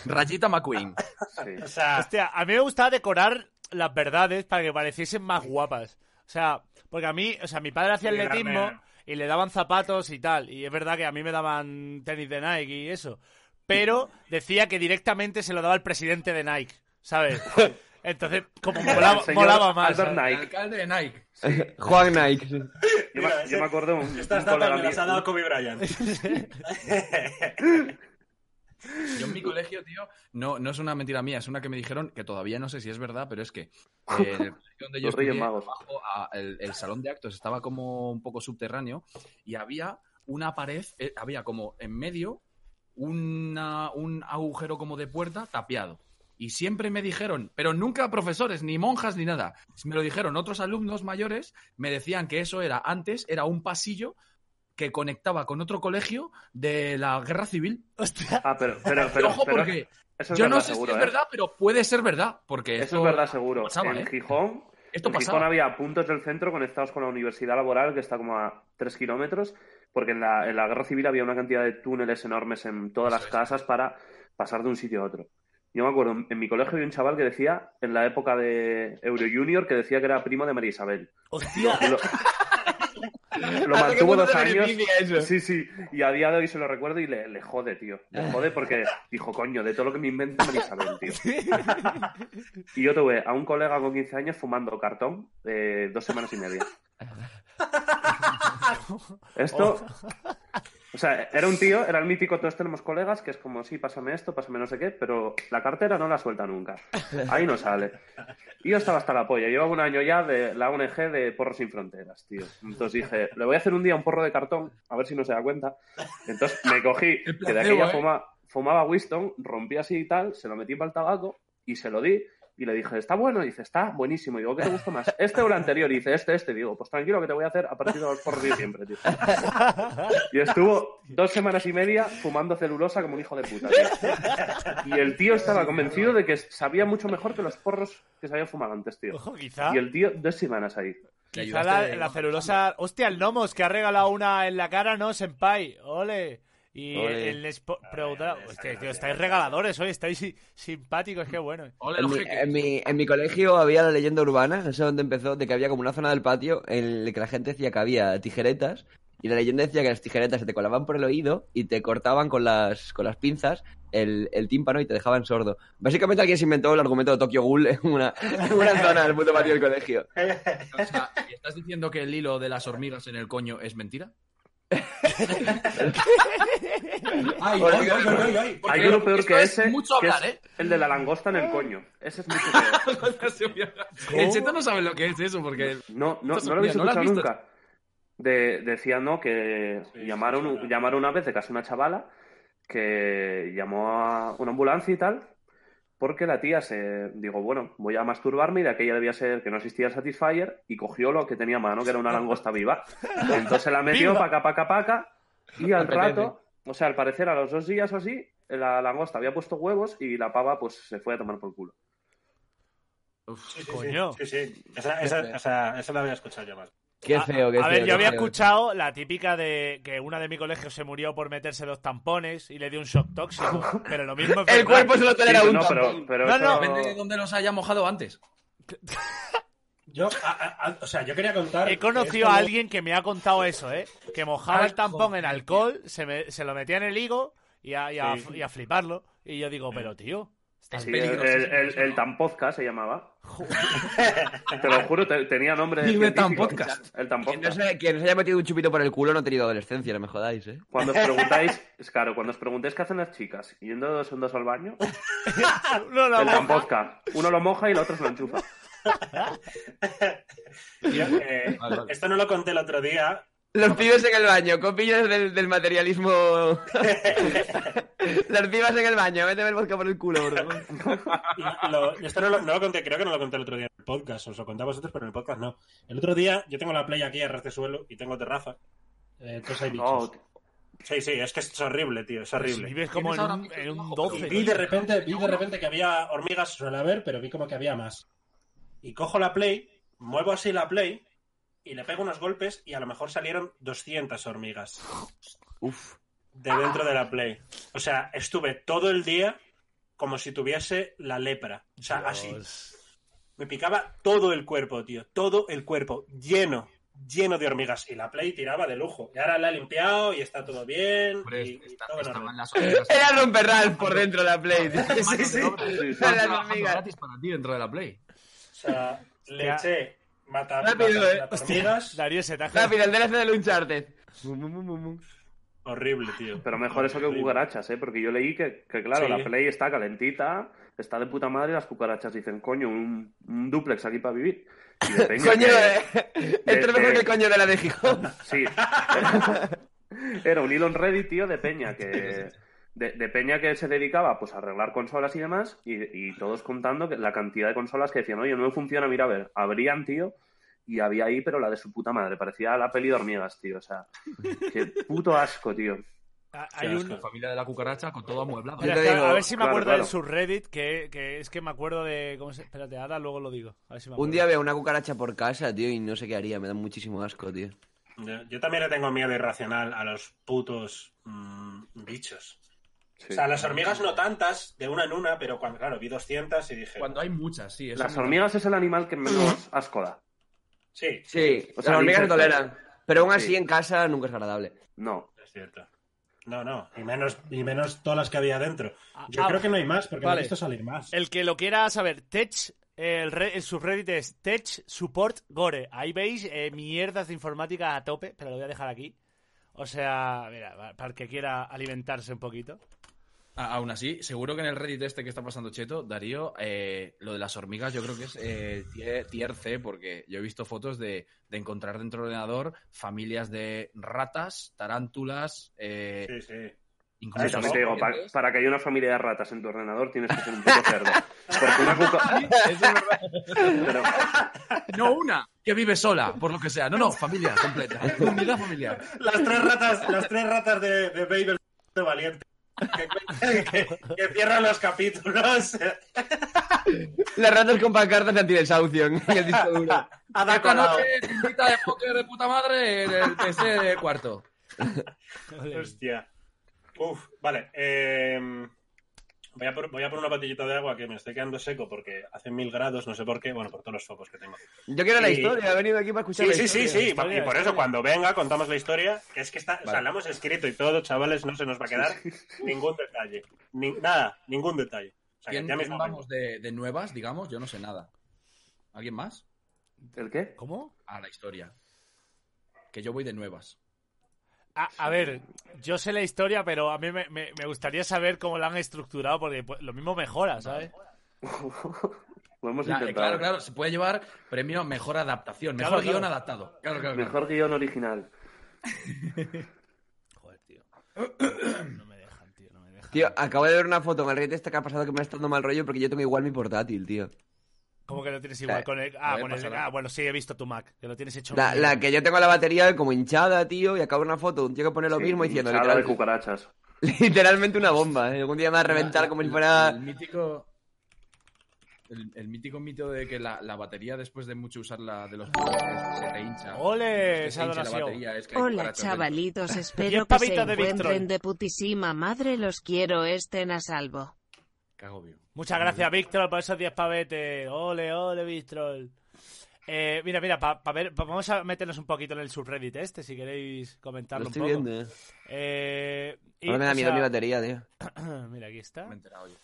Speaker 5: Rayita McQueen.
Speaker 6: Sí.
Speaker 3: O sea,
Speaker 4: Hostia, a mí me gustaba decorar las verdades para que pareciesen más guapas. O sea, porque a mí, o sea, mi padre hacía
Speaker 3: Sí,
Speaker 4: atletismo
Speaker 3: grande.
Speaker 4: y le daban zapatos y tal. Y es verdad que a mí me daban tenis de Nike y eso. Pero decía que directamente se lo daba el presidente de Nike, ¿sabes? Entonces, como molaba,
Speaker 6: El señor
Speaker 4: molaba más.
Speaker 3: ¿eh?
Speaker 6: Albert
Speaker 4: ¿sabes?
Speaker 5: El
Speaker 6: Nike.
Speaker 5: alcalde de Nike.
Speaker 1: Juan Nike. sí.
Speaker 6: Yo,
Speaker 3: Mira,
Speaker 6: me,
Speaker 3: ese-
Speaker 6: yo me acuerdo un, un
Speaker 3: Estas
Speaker 6: colega
Speaker 3: datas me las
Speaker 6: mío-
Speaker 3: ha dado Kobe Bryant.
Speaker 5: Yo en mi colegio, tío, no, no es una mentira mía, es una que me dijeron que todavía no sé si es verdad, pero es que eh, el colegio donde yo
Speaker 6: Los Reyes
Speaker 5: estudié,
Speaker 6: Magos.
Speaker 5: abajo, a- el, el salón de actos estaba como un poco subterráneo y había una pared, eh, había como en medio una- un agujero como de puerta tapiado. Y siempre me dijeron, pero nunca profesores, ni monjas, ni nada. Me lo dijeron otros alumnos mayores, me decían que eso era antes, era un pasillo que conectaba con otro colegio de la guerra civil.
Speaker 6: Ah, pero, pero, pero,
Speaker 5: Ojo,
Speaker 6: pero-
Speaker 5: porque
Speaker 6: eso es
Speaker 5: yo
Speaker 6: verdad,
Speaker 5: no sé
Speaker 6: seguro,
Speaker 5: si
Speaker 6: ¿eh?
Speaker 5: es verdad, pero puede ser verdad, porque
Speaker 6: Eso
Speaker 5: esto,
Speaker 6: es verdad, seguro.
Speaker 5: pasaba,
Speaker 6: en
Speaker 5: ¿eh?
Speaker 6: Gijón,
Speaker 5: esto
Speaker 6: en Gijón
Speaker 5: pasaba.
Speaker 6: había puntos del centro conectados con la Universidad Laboral, que está como a 3 kilómetros, porque en la, en la Guerra Civil había una cantidad de túneles enormes en todas las casas para pasar de un sitio a otro. Yo me acuerdo, en mi colegio había un chaval que decía, en la época de Euro Junior, que decía que era primo de María Isabel.
Speaker 4: Hostia,
Speaker 6: Lo, lo
Speaker 1: ¿Hasta qué
Speaker 6: mantuvo
Speaker 1: punto
Speaker 6: dos
Speaker 1: te
Speaker 6: años.
Speaker 1: beneficia eso?
Speaker 6: Sí, sí, y a día de hoy se lo recuerdo y le, le jode, tío. Le jode porque dijo, coño, de todo lo que me inventa María Isabel, tío. Y yo tuve a un colega con 15 años fumando cartón eh, dos semanas y media. Esto, o sea, era un tío, era el mítico, todos tenemos colegas, que es como, sí, pásame esto, pásame no sé qué, pero la cartera no la suelta nunca. Ahí no sale. Y yo estaba hasta la polla. Llevaba un año ya de la ONG de Porros sin Fronteras, tío. Entonces dije, le voy a hacer un día un porro de cartón, a ver si no se da cuenta. Entonces me cogí,
Speaker 5: El
Speaker 6: que de
Speaker 5: placebo,
Speaker 6: aquella
Speaker 5: ¿eh?
Speaker 6: fuma- fumaba Winston, rompí así y tal, se lo metí para el tabaco y se lo di. Y le dije, ¿está bueno? Y dice, está buenísimo. Y digo, ¿qué te gusta más? ¿Este o el anterior? Y dice, este, este. Y digo, pues tranquilo que te voy a hacer a partir de los porros de siempre, tío. Y estuvo dos semanas y media fumando celulosa como un hijo de puta, tío. Y el tío estaba convencido de que sabía mucho mejor que los porros que se habían fumado antes, tío.
Speaker 4: ojo, quizá.
Speaker 6: Y el tío, dos semanas ahí.
Speaker 5: Le
Speaker 4: Quizá la,
Speaker 5: ayudaste-
Speaker 4: la celulosa. Hostia, el Nomos que ha regalado una en la cara, ¿no? Senpai. Ole. Y
Speaker 1: Ole.
Speaker 4: el Spo- pero
Speaker 3: Ole,
Speaker 4: otra-
Speaker 3: ole,
Speaker 4: Hostia,
Speaker 3: ole,
Speaker 4: tío,
Speaker 3: ole,
Speaker 4: estáis
Speaker 3: ole.
Speaker 4: regaladores hoy, estáis si- simpáticos, qué bueno.
Speaker 5: Ole,
Speaker 1: En
Speaker 5: los
Speaker 1: mi,
Speaker 5: jeques.
Speaker 1: en, mi, en mi colegio había la leyenda urbana, no sé dónde empezó, de que había como una zona del patio en la que la gente decía que había tijeretas y la leyenda decía que las tijeretas se te colaban por el oído y te cortaban con las, con las pinzas el, el tímpano y te dejaban sordo. Básicamente alguien se inventó el argumento de Tokyo Ghoul en una, en una zona del puto patio del colegio.
Speaker 5: O sea, ¿y ¿Estás diciendo que el hilo de las hormigas en el coño es mentira?
Speaker 7: Ay,
Speaker 1: Por
Speaker 7: ay, ay,
Speaker 1: ejemplo.
Speaker 7: ay, ay, ay.
Speaker 6: Hay
Speaker 5: Creo
Speaker 6: uno peor
Speaker 5: esto
Speaker 6: que
Speaker 5: es
Speaker 6: ese,
Speaker 5: mucho
Speaker 6: que es
Speaker 5: hablar, ¿eh?
Speaker 6: el de la langosta en el coño. Ese es mucho peor.
Speaker 5: el cheto no sabe lo que es eso, porque
Speaker 6: No, no,
Speaker 5: Esto
Speaker 6: no lo habéis
Speaker 5: Sofía, ¿no lo has
Speaker 6: escuchado
Speaker 5: visto?
Speaker 6: nunca. De, decía, ¿no? Que
Speaker 3: Sí,
Speaker 6: llamaron,
Speaker 3: sí, sí.
Speaker 6: llamaron una vez de casi una chavala que llamó a una ambulancia y tal, porque la tía se. Digo, bueno, voy a masturbarme y de aquella debía ser que no existía el Satisfyer y cogió lo que tenía a mano, que era una langosta viva. Entonces la metió
Speaker 4: ¡Viva!
Speaker 6: paca, paca, paca y al
Speaker 1: Apetece.
Speaker 6: rato, o sea, al parecer a los dos días o así, la langosta había puesto huevos y la pava pues se fue a tomar por culo.
Speaker 3: Sí, sí,
Speaker 4: Coño.
Speaker 3: Sí, sí. sí. Esa, esa, o sea, esa la había escuchado yo más.
Speaker 1: Qué
Speaker 4: A-
Speaker 1: feo, qué
Speaker 4: A ver,
Speaker 1: feo,
Speaker 4: yo
Speaker 1: qué
Speaker 4: había
Speaker 1: feo.
Speaker 4: escuchado la típica de que una de mi colegio se murió por meterse dos tampones y le dio un shock tóxico. Pero lo mismo es
Speaker 1: El
Speaker 4: verdad.
Speaker 1: cuerpo solo tolera
Speaker 6: Sí, pues
Speaker 1: un
Speaker 6: no,
Speaker 1: tampón.
Speaker 6: pero, pero
Speaker 4: No,
Speaker 6: eso-
Speaker 4: no.
Speaker 5: depende de dónde los haya mojado antes.
Speaker 3: Yo, a- a- a- o sea, yo quería contar.
Speaker 4: He
Speaker 3: que es
Speaker 4: conocido
Speaker 3: como-
Speaker 4: a alguien que me ha contado eso, ¿eh? Que mojaba el tampón en alcohol, se, me- se lo metía en el higo y a, y a-
Speaker 3: Sí.
Speaker 4: y a fliparlo. Y yo digo, pero tío, estás
Speaker 6: Sí, el,
Speaker 5: peligroso,
Speaker 6: el, el,
Speaker 5: eso, ¿no?
Speaker 6: Tampodcast se llamaba. Te lo juro, te- tenía nombre de
Speaker 5: Dime
Speaker 6: científico.
Speaker 5: Tampodcast.
Speaker 6: El
Speaker 1: Quien no,
Speaker 6: Tampodcast.
Speaker 1: se, quien no se haya metido un chupito por el culo no ha tenido adolescencia, no me jodáis, ¿eh?
Speaker 6: Cuando os preguntáis, es claro, cuando os preguntéis qué hacen las chicas yendo de dos en dos al baño,
Speaker 4: No, no,
Speaker 6: el
Speaker 4: no.
Speaker 6: Tampodcast. Uno lo moja y el otro se lo enchufa.
Speaker 3: Yo, eh,
Speaker 5: Vale, vale.
Speaker 3: Esto no lo conté el otro día.
Speaker 1: Los pibes en el baño, copillas del, del materialismo. Los pibas en el baño, méteme el vodka por el culo, bro.
Speaker 3: Y lo- esto no lo, no lo conté, creo que no lo conté el otro día en el podcast. Os lo conté a vosotros, pero en el podcast no. El otro día yo tengo la playa aquí a ras de suelo y tengo terraza. Eh, entonces hay bichos.
Speaker 6: No,
Speaker 3: Sí, sí, es que es horrible, tío, es horrible.
Speaker 4: Vives como en
Speaker 5: Tienes
Speaker 4: un,
Speaker 5: ahora
Speaker 4: en un
Speaker 5: mismo
Speaker 3: Y
Speaker 4: 12.
Speaker 3: vi de repente, vi de repente que había hormigas, suele haber, pero vi como que había más. Y cojo la play, muevo así la play y le pego unos golpes y a lo mejor salieron 200 hormigas.
Speaker 1: Uf.
Speaker 3: De dentro de la play. O sea, estuve todo el día como si tuviese la lepra. O sea, así.
Speaker 4: Dios.
Speaker 3: Me picaba todo el cuerpo, tío. Todo el cuerpo. Lleno. lleno de hormigas y la Play tiraba de lujo. Y ahora la ha limpiado y está todo bien.
Speaker 9: Hombre,
Speaker 3: y- y
Speaker 9: esta-
Speaker 3: todo en orden.
Speaker 9: estaban las hormigas.
Speaker 1: Era romperral por dentro de la Play.
Speaker 9: Estaban
Speaker 1: Sí, sí.
Speaker 9: mano de obra.
Speaker 6: Sí, sí.
Speaker 1: Las
Speaker 5: Estaban trabajando
Speaker 1: hormigas.
Speaker 5: gratis para ti dentro de la Play.
Speaker 3: O sea, le eché mata,
Speaker 1: Rápido,
Speaker 3: mata-
Speaker 1: eh.
Speaker 3: mata hormigas.
Speaker 4: Darío se taja.
Speaker 1: Rápido, el DLC del Uncharted. Mum, mum, mum, mum.
Speaker 3: Horrible, tío.
Speaker 6: Pero mejor eso que
Speaker 3: Horrible.
Speaker 6: cucarachas, ¿eh? Porque yo leí que, que, claro,
Speaker 3: Sí.
Speaker 6: la Play está calentita, está de puta madre y las cucarachas dicen, coño, un, un duplex aquí para vivir. Y de peña
Speaker 1: Coño,
Speaker 6: que-
Speaker 1: eh. Esto
Speaker 6: de-
Speaker 1: es mejor que
Speaker 6: de-
Speaker 1: el coño de la de Gijón.
Speaker 6: Sí. Era un Elon Reddit, tío, de Peña, que. De, de Peña que se dedicaba pues a arreglar consolas y demás, y, y todos contando que la cantidad de consolas que decían, oye, no me funciona, mira, a ver, abrían, tío, y había ahí, pero la de su puta madre, parecía la peli de hormigas, tío, o sea, qué puto asco, tío.
Speaker 4: Ah, Hay un...
Speaker 5: La familia de la cucaracha con todo amueblado.
Speaker 4: Mira,
Speaker 1: te
Speaker 4: espera,
Speaker 1: digo,
Speaker 4: a ver si me
Speaker 6: claro,
Speaker 4: acuerdo
Speaker 6: claro.
Speaker 4: del subreddit, que, que es que me acuerdo de... ¿cómo se- Espérate, ahora luego lo digo. A ver si me
Speaker 1: Un
Speaker 4: acuerdo.
Speaker 1: día veo una cucaracha por casa, tío, y no sé qué haría. Me da muchísimo asco, tío.
Speaker 3: Yo, yo también le tengo miedo irracional a los putos mm, bichos.
Speaker 6: Sí.
Speaker 3: O sea, las hormigas no tantas, de una en una, pero cuando, claro, vi 200 y dije.
Speaker 5: Cuando hay muchas, sí. eso
Speaker 6: Las
Speaker 5: me-
Speaker 6: hormigas es el animal que menos asco da.
Speaker 3: Sí,
Speaker 1: Sí,
Speaker 6: O sea,
Speaker 1: las hormigas se
Speaker 6: insectos.
Speaker 1: toleran. Pero aún así
Speaker 6: Sí.
Speaker 1: en casa nunca es agradable.
Speaker 6: No.
Speaker 3: es cierto. No, no, y menos, y menos todas las que había dentro.
Speaker 4: Ah,
Speaker 3: Yo
Speaker 4: ah,
Speaker 3: creo que no hay más, porque
Speaker 4: vale.
Speaker 3: no
Speaker 4: Eh,
Speaker 3: he visto salir más.
Speaker 4: El que lo quiera saber, Tech, eh, el, re- el subreddit es Tech Support Gore. Ahí veis eh, mierdas de informática a tope, pero lo voy a dejar aquí. O sea, mira, va- para el que quiera alimentarse un poquito.
Speaker 5: A- Aún así, seguro que en el Reddit este que está pasando Cheto, Darío, eh, lo de las hormigas yo creo que es eh, tie- tier C, porque yo he visto fotos de, de encontrar dentro del ordenador familias de ratas, tarántulas, eh,
Speaker 3: Sí, sí.
Speaker 5: incluso...
Speaker 6: Sí, también te
Speaker 3: ¿no?
Speaker 6: digo, pa- para que haya una familia de ratas en tu ordenador tienes que ser un puto cerdo. Porque una cuca- Pero-
Speaker 5: No una, que vive sola, por lo que sea. No, no, familia completa. Unidad familiar.
Speaker 3: Las tres ratas, las tres ratas de, de Babel de Valiente. Que, que- que cierran los capítulos.
Speaker 1: Las ratas con pancartas de antidesahucio en el disco duro.
Speaker 3: Ada
Speaker 5: Esta
Speaker 3: Colau.
Speaker 5: noche, tiendita de póker de puta madre en el PC de cuarto.
Speaker 3: Hostia. Uf, vale. eh, voy, a por, voy a por una botellita de agua que me estoy quedando seco porque hace mil grados, no sé por qué. Bueno, por todos los focos que tengo.
Speaker 1: Yo quiero la
Speaker 3: Sí.
Speaker 1: historia, he venido aquí para escuchar
Speaker 3: Sí,
Speaker 1: la
Speaker 3: sí, sí,
Speaker 1: historia.
Speaker 3: sí.
Speaker 4: historia,
Speaker 3: y por
Speaker 4: historia.
Speaker 3: eso, cuando venga, contamos la historia. Que es que está, o sea, la hemos escrito y todo, chavales, no se nos va a quedar ningún detalle. Ni- nada, ningún detalle. O sea, que
Speaker 5: ¿Quién
Speaker 3: ya mismo
Speaker 5: vamos de, de nuevas, digamos? Yo no sé nada. ¿Alguien más?
Speaker 6: ¿El qué?
Speaker 4: ¿Cómo?
Speaker 5: a la historia. Que yo voy de nuevas.
Speaker 4: A, a ver, yo sé la historia, pero a mí me, me- me gustaría saber cómo la han estructurado, porque pues, lo mismo mejora, ¿sabes?
Speaker 6: Lo hemos
Speaker 5: Ya, eh,
Speaker 6: intentado.
Speaker 5: claro, claro, se puede llevar premio mejor adaptación, mejor
Speaker 4: Claro, claro.
Speaker 5: guión adaptado. Claro, claro, claro.
Speaker 6: Mejor guión original.
Speaker 4: Joder, tío. No me dejan, tío, no me dejan.
Speaker 1: Tío, acabo de ver una foto en el rey de esta que ha pasado que me está dando mal rollo porque yo tengo igual mi portátil, tío.
Speaker 4: ¿Cómo que lo tienes igual? Con el- ah,
Speaker 5: ver,
Speaker 4: con el-
Speaker 5: pásala.
Speaker 4: ah, bueno, sí, he visto tu Mac, que lo tienes hecho.
Speaker 1: La,
Speaker 4: mierda.
Speaker 1: la que yo tengo la batería como hinchada, tío, y acabo de ver una foto, un tío que pone lo
Speaker 6: Sí,
Speaker 1: mismo diciendo
Speaker 6: sala de
Speaker 1: literal-
Speaker 6: cucarachas.
Speaker 1: literalmente una bomba. ¿eh? Algún día me va a reventar como si fuera...
Speaker 5: El mítico. El, el mítico mito de que la, la batería, después de mucho usarla de los jugadores, se rehincha.
Speaker 4: ¡Ole!
Speaker 5: Se
Speaker 4: Esa
Speaker 5: hincha la
Speaker 4: donación.
Speaker 5: batería, es que hay
Speaker 10: Hola
Speaker 5: cucarachas
Speaker 10: chavalitos,
Speaker 4: Diez
Speaker 10: espero que se
Speaker 4: pavitos de Victron.
Speaker 10: encuentren de putísima madre, los quiero estén a salvo.
Speaker 5: dentro. Cago bien.
Speaker 4: Muchas gracias, Víctor, por esos 10 pavetes. Ole, ole, Víctor. Eh, mira, mira, pa- pa ver, pa- vamos a meternos un poquito en el subreddit este, si queréis
Speaker 1: Lo
Speaker 4: comentarlo un
Speaker 1: estoy
Speaker 4: poco.
Speaker 1: viendo, eh.
Speaker 4: Eh, y,
Speaker 1: Ahora me da
Speaker 4: o
Speaker 1: miedo
Speaker 4: sea,
Speaker 1: mi batería, tío.
Speaker 4: mira, aquí está.
Speaker 5: Me he enterado yo.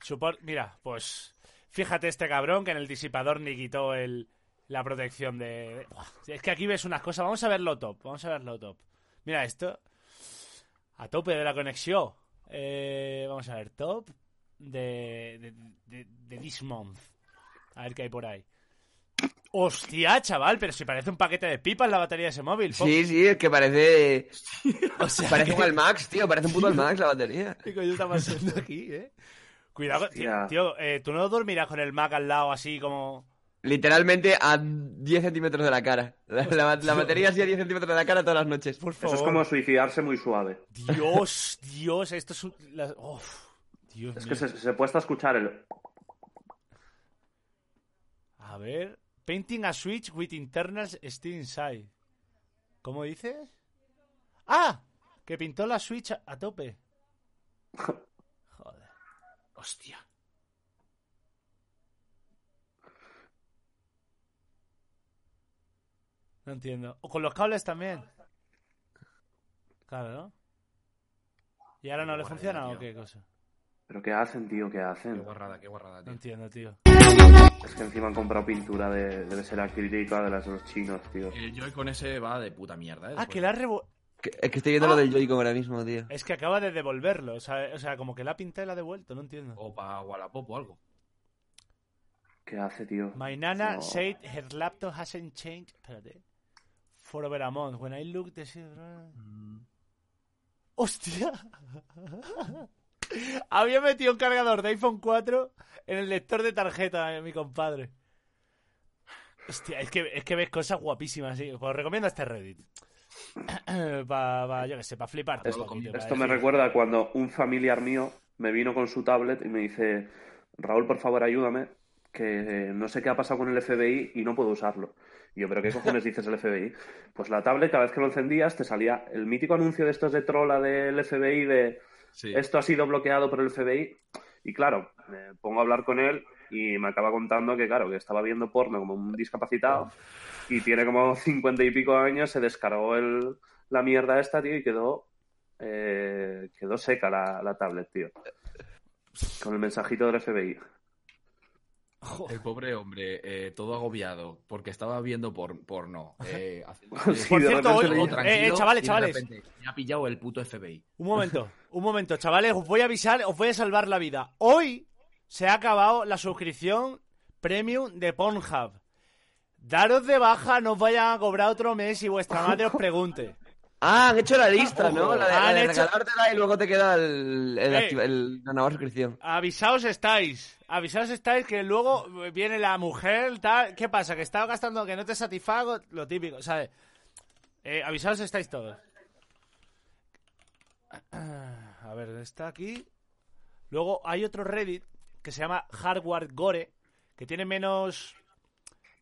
Speaker 4: Support- mira, pues fíjate este cabrón que en el disipador ni quitó el, la protección de... Buah, es que aquí ves unas cosas, vamos a verlo top, vamos a verlo top. Mira esto, a tope de la conexión. Eh, vamos a ver, top de, de, de- de this month. A ver qué hay por ahí. Hostia, chaval, pero si parece un paquete de pipas la batería de ese móvil. po-
Speaker 1: Sí, sí, es que parece...
Speaker 4: o sea,
Speaker 1: Parece un Almax, tío, parece un puto Almax la batería.
Speaker 4: ¿Qué coño está pasando aquí, eh? Cuidado, tío,
Speaker 6: Hostia.
Speaker 4: tío, eh, tú no dormirás con el Mac al lado así como...
Speaker 1: Literalmente a 10 centímetros de la cara. La, la- la batería así a 10 centímetros de la cara todas las noches.
Speaker 4: Por favor.
Speaker 6: Eso es como suicidarse muy suave.
Speaker 4: Dios, Dios, esto es un... la- uf, Dios
Speaker 6: Es
Speaker 4: mío.
Speaker 6: que se, se puede hasta escuchar el.
Speaker 4: A ver. Painting a switch with internals still inside. ¿Cómo dices? ¡Ah! Que pintó la switch a, a tope. Joder.
Speaker 5: Hostia.
Speaker 4: No No entiendo. ¿O con los cables también? Claro, ¿no? ¿Y ahora no le
Speaker 5: Guardia,
Speaker 4: funciona o
Speaker 5: tío.
Speaker 4: qué cosa?
Speaker 6: Pero ¿qué hacen, tío? ¿Qué
Speaker 5: Qué
Speaker 6: hacen?
Speaker 5: guarrada, qué guarrada,
Speaker 4: No
Speaker 5: tío.
Speaker 4: entiendo, tío.
Speaker 6: Es que encima han comprado pintura de, debe ser acrílica de las de los chinos, tío.
Speaker 5: El Joy Eh, con ese va de puta mierda, ¿eh?
Speaker 4: Ah,
Speaker 5: después.
Speaker 4: que la ha revo-
Speaker 1: Que- Es que estoy viendo lo del Joy-Con ahora mismo, tío.
Speaker 4: Es que acaba de devolverlo. O sea, o sea, como que la ha pintado y la ha devuelto. No entiendo.
Speaker 6: Oh.
Speaker 5: O para Wallapop o algo.
Speaker 6: ¿Qué hace, tío?
Speaker 4: My nana
Speaker 6: No.
Speaker 4: said her laptop hasn't changed. Espérate. For over a month. When I looked, the
Speaker 6: Mm.
Speaker 4: ¡Hostia! Había metido un cargador de iPhone 4 en el lector de tarjeta, eh, mi compadre. Hostia, es que, es que ves cosas guapísimas, sí. Os recomiendo este Reddit. Para, yo que sé, para fliparte.
Speaker 5: Esto-
Speaker 4: un poquito, pa
Speaker 6: Esto me
Speaker 4: decir-
Speaker 6: recuerda a cuando un familiar mío me vino con su tablet y me dice, Raúl, por favor, ayúdame, que eh, no sé qué ha pasado con el FBI y no puedo usarlo. Y yo, ¿pero qué cojones dices el FBI? Pues la tablet, cada vez que lo encendías, te salía el mítico anuncio de estos de trola del FBI de
Speaker 5: Sí.
Speaker 6: esto ha sido bloqueado por el FBI. Y claro, me pongo a hablar con él y me acaba contando que, claro, que estaba viendo porno como un discapacitado y tiene como cincuenta y pico años, se descargó el, la mierda esta, tío, y quedó, eh, quedó seca la, la tablet, tío. Con el mensajito del FBI.
Speaker 5: El pobre hombre, eh, todo agobiado, porque estaba viendo por, porno. Eh, haciendo-
Speaker 6: Sí,
Speaker 4: Por
Speaker 6: de
Speaker 4: cierto,
Speaker 6: repente
Speaker 4: hoy,
Speaker 5: Todo
Speaker 6: le
Speaker 4: eh,
Speaker 6: llega.
Speaker 4: eh,
Speaker 5: tranquilo,
Speaker 4: chavales,
Speaker 5: y de
Speaker 4: chavales.
Speaker 5: repente, Me ha pillado el puto FBI.
Speaker 4: Un momento, un momento, chavales, os voy a avisar, os voy a salvar la vida. Hoy se ha acabado la suscripción premium de Pornhub. Daros de baja, no os vayan a cobrar otro mes y vuestra madre os pregunte.
Speaker 1: Ah, han hecho la lista, ¿no? La de, la
Speaker 4: Han
Speaker 1: de
Speaker 4: hecho-
Speaker 1: regalártela y luego te queda el, el,
Speaker 4: Eh.
Speaker 1: activa- el- la nueva suscripción.
Speaker 4: Avisaos estáis, avisaos estáis que luego viene la mujer, tal, ¿qué pasa? Que estaba gastando, que no te satisfago, lo típico, ¿sabes? Eh, avisaos estáis todos. A ver, está aquí. Luego hay otro Reddit que se llama Hardware Gore, que tiene menos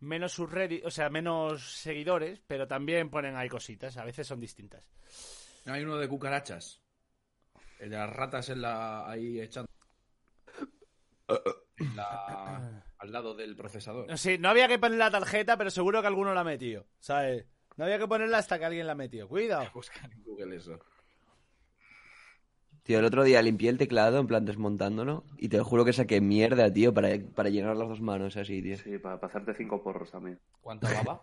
Speaker 4: menos subreddit, o sea, menos seguidores, pero también ponen ahí cositas, a veces son distintas.
Speaker 5: Hay uno de cucarachas. El de las ratas en la, ahí echando. En la- al lado del procesador.
Speaker 4: No sé, no había que poner la tarjeta, pero seguro que alguno la ha metido, ¿sabes? No había que ponerla hasta que alguien la ha metido. Cuidado.
Speaker 5: Buscar en Google eso.
Speaker 1: Tío, el otro día limpié el teclado, en plan desmontándolo, y te juro que saqué mierda, tío, para, para llenar las dos manos así, tío.
Speaker 6: Sí, para pasarte cinco porros también.
Speaker 5: ¿Cuánta baba?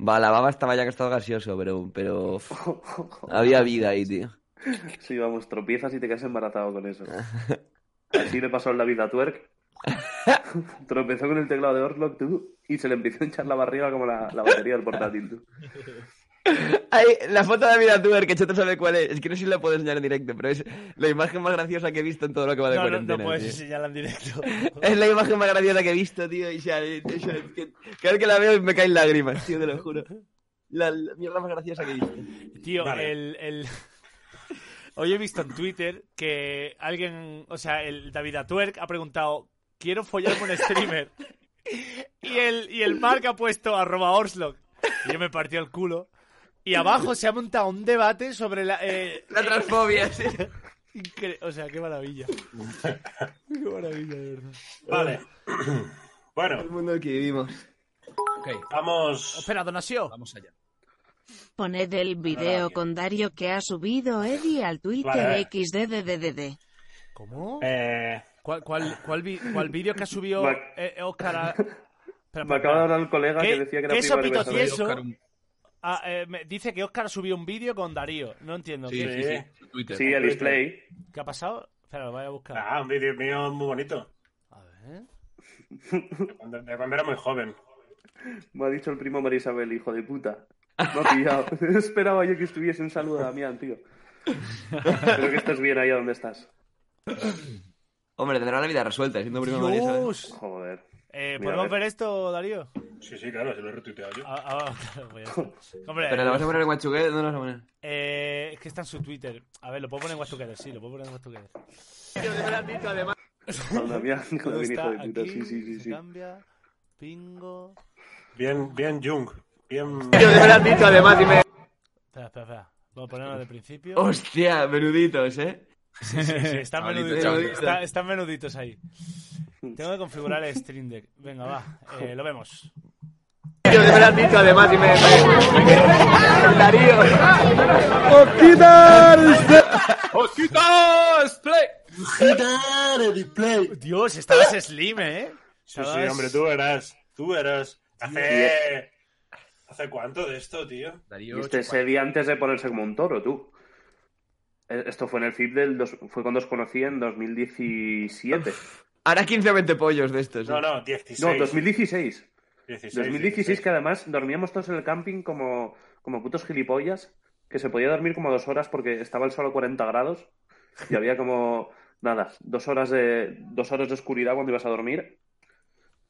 Speaker 1: Va, la baba estaba ya que estaba gaseoso, pero, pero uf, había vida ahí, tío.
Speaker 6: Sí, vamos, tropiezas y te quedas embarazado con eso. Así le pasó a David a Twerk. Tropezó con el teclado de Orlock, tú, y se le empezó a hinchar la barriga como la, la batería del portátil, tú.
Speaker 1: Ay, la foto de Vida Tuber, que Cheto sabe cuál es. Es que no sé si la puedo enseñar en directo, pero es la imagen más graciosa que he visto en todo lo que va de
Speaker 4: No, no,
Speaker 1: cuarentena.
Speaker 4: no puedes
Speaker 1: tío.
Speaker 4: enseñarla en directo.
Speaker 1: Es la imagen más graciosa que he visto, tío. Y ya, eh, o sea, es que cada vez que la veo me caen lágrimas, tío, te lo juro. La, la mierda más graciosa que he visto.
Speaker 4: Tío,
Speaker 3: Vale.
Speaker 4: el, el- Hoy he visto en Twitter que alguien, o sea, el David Atuerk ha preguntado, quiero follar con un streamer. y el, y el Mark ha puesto arroba Orslock. Y yo me partí el culo. Y abajo se ha montado un debate sobre la... eh,
Speaker 1: La transfobia, sí.
Speaker 4: incre- o sea, qué maravilla. qué maravilla, de verdad.
Speaker 3: Vale. bueno,
Speaker 1: El mundo en el que vivimos.
Speaker 5: Ok,
Speaker 3: vamos.
Speaker 4: Espera, donación.
Speaker 5: vamos allá.
Speaker 10: Poned el video con Dario que ha subido Eddie
Speaker 3: Vale.
Speaker 10: al Twitter XDDDD.
Speaker 4: ¿Cómo?
Speaker 3: Eh,
Speaker 4: ¿Cuál, cuál, cuál, vi- cuál vídeo que ha subido
Speaker 6: Mac-
Speaker 4: eh, Oscar a... Espera, espera,
Speaker 6: Me acaba de
Speaker 4: espera.
Speaker 6: hablar el colega
Speaker 4: ¿Qué-
Speaker 6: que decía que era
Speaker 4: qué
Speaker 6: primo del
Speaker 4: sopito
Speaker 6: beso de-
Speaker 4: tienes? Eso-
Speaker 5: Voy a buscar un-
Speaker 4: Ah, eh, me dice que Oscar subió un vídeo con Darío. No entiendo.
Speaker 5: Sí,
Speaker 4: ¿Qué,
Speaker 5: sí, sí. Twitter.
Speaker 6: Sí, el display.
Speaker 4: qué ha pasado? Espera, lo voy a buscar.
Speaker 3: ah, un vídeo mío muy bonito.
Speaker 4: A ver.
Speaker 3: De cuando, de cuando era muy joven.
Speaker 6: Me ha dicho el primo María Isabel, hijo de puta. Me ha pillado. Esperaba yo que estuviese un saludo a Damián, tío. Espero que estés bien allá donde estás.
Speaker 1: Hombre, tendrá la vida resuelta, siendo primo María, ¿sabes?
Speaker 4: Dios.
Speaker 6: Joder.
Speaker 4: Eh,
Speaker 6: Mira,
Speaker 4: ¿Podemos
Speaker 6: a ver.
Speaker 4: ver esto, Darío?
Speaker 3: Sí, sí, claro, se lo he retuiteado yo.
Speaker 4: Ah, ah, claro, pues ya está. Hombre,
Speaker 1: Pero la vas a poner en Guachugué, no la vas a poner.
Speaker 4: eh, es que está en su Twitter. A ver, lo puedo poner en What Together, sí, lo puedo poner en What Together.
Speaker 6: Al Damián,
Speaker 4: ¿Dónde
Speaker 6: Damián, hijo
Speaker 4: está?
Speaker 6: de puta.
Speaker 4: Aquí,
Speaker 6: Sí, sí, sí,
Speaker 4: se
Speaker 6: sí.
Speaker 4: cambia. Pingo.
Speaker 3: Bien, bien, Jung. Bien.
Speaker 4: Espera, espera, espera. Vamos a ponerlo de
Speaker 1: Oh,
Speaker 4: principio.
Speaker 1: Hostia, menuditos, ¿eh?
Speaker 4: Sí, sí, sí, están
Speaker 5: Ahorita,
Speaker 4: menuditos.
Speaker 1: ahorita.
Speaker 4: está- están menuditos ahí. Tengo que configurar el Stream Deck. Venga, va. eh, lo vemos.
Speaker 1: lo han dicho además y me Darío.
Speaker 5: ¡Mosquitos! ¡Play!
Speaker 4: Dios, estabas slim, ¿eh?
Speaker 3: Sí, sí,
Speaker 4: Estabas-
Speaker 3: hombre, tú verás. Tú verás. Hace. ¿Hace cuánto de esto, tío?
Speaker 5: Darío,
Speaker 6: Y este ese día antes de ponerse como un toro, tú. Eh, Esto fue en el FIP del... dos- Fue cuando os conocí en 2017.
Speaker 1: Hará 15 o 20 pollos de estos.
Speaker 3: No,
Speaker 1: ¿eh?
Speaker 3: no, 16.
Speaker 6: No, 2016.
Speaker 3: 16,
Speaker 6: 2016 que además dormíamos todos en el camping como, como putos gilipollas, que se podía dormir como dos horas porque estaba el sol a 40 grados y había como, nada, dos horas de, dos horas de oscuridad cuando ibas a dormir.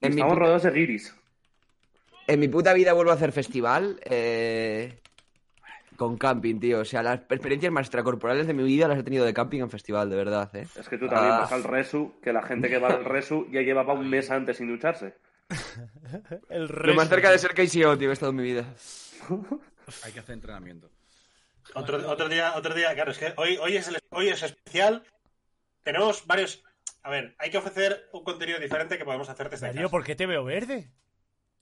Speaker 6: Y
Speaker 1: En mi
Speaker 6: estábamos
Speaker 1: puta-
Speaker 6: rodeados de guiris.
Speaker 1: En mi puta vida vuelvo a hacer festival eh, con camping, tío. O sea, las experiencias más extracorporales de mi vida las he tenido de camping en festival, de verdad, ¿eh?
Speaker 6: Es que tú también
Speaker 1: Ah.
Speaker 6: vas al Resu, que la gente que va al Resu ya llevaba un mes antes sin ducharse.
Speaker 4: El rey.
Speaker 1: Lo más cerca de ser KCO, tío, que he estado en mi vida.
Speaker 5: Hay que hacer entrenamiento.
Speaker 3: Otro, otro día, otro día, claro, es que hoy, hoy, es el- hoy es especial. Tenemos varios. A ver, hay que ofrecer un contenido diferente que podemos hacer desde
Speaker 4: Darío,
Speaker 3: casa.
Speaker 4: ¿por qué te veo verde?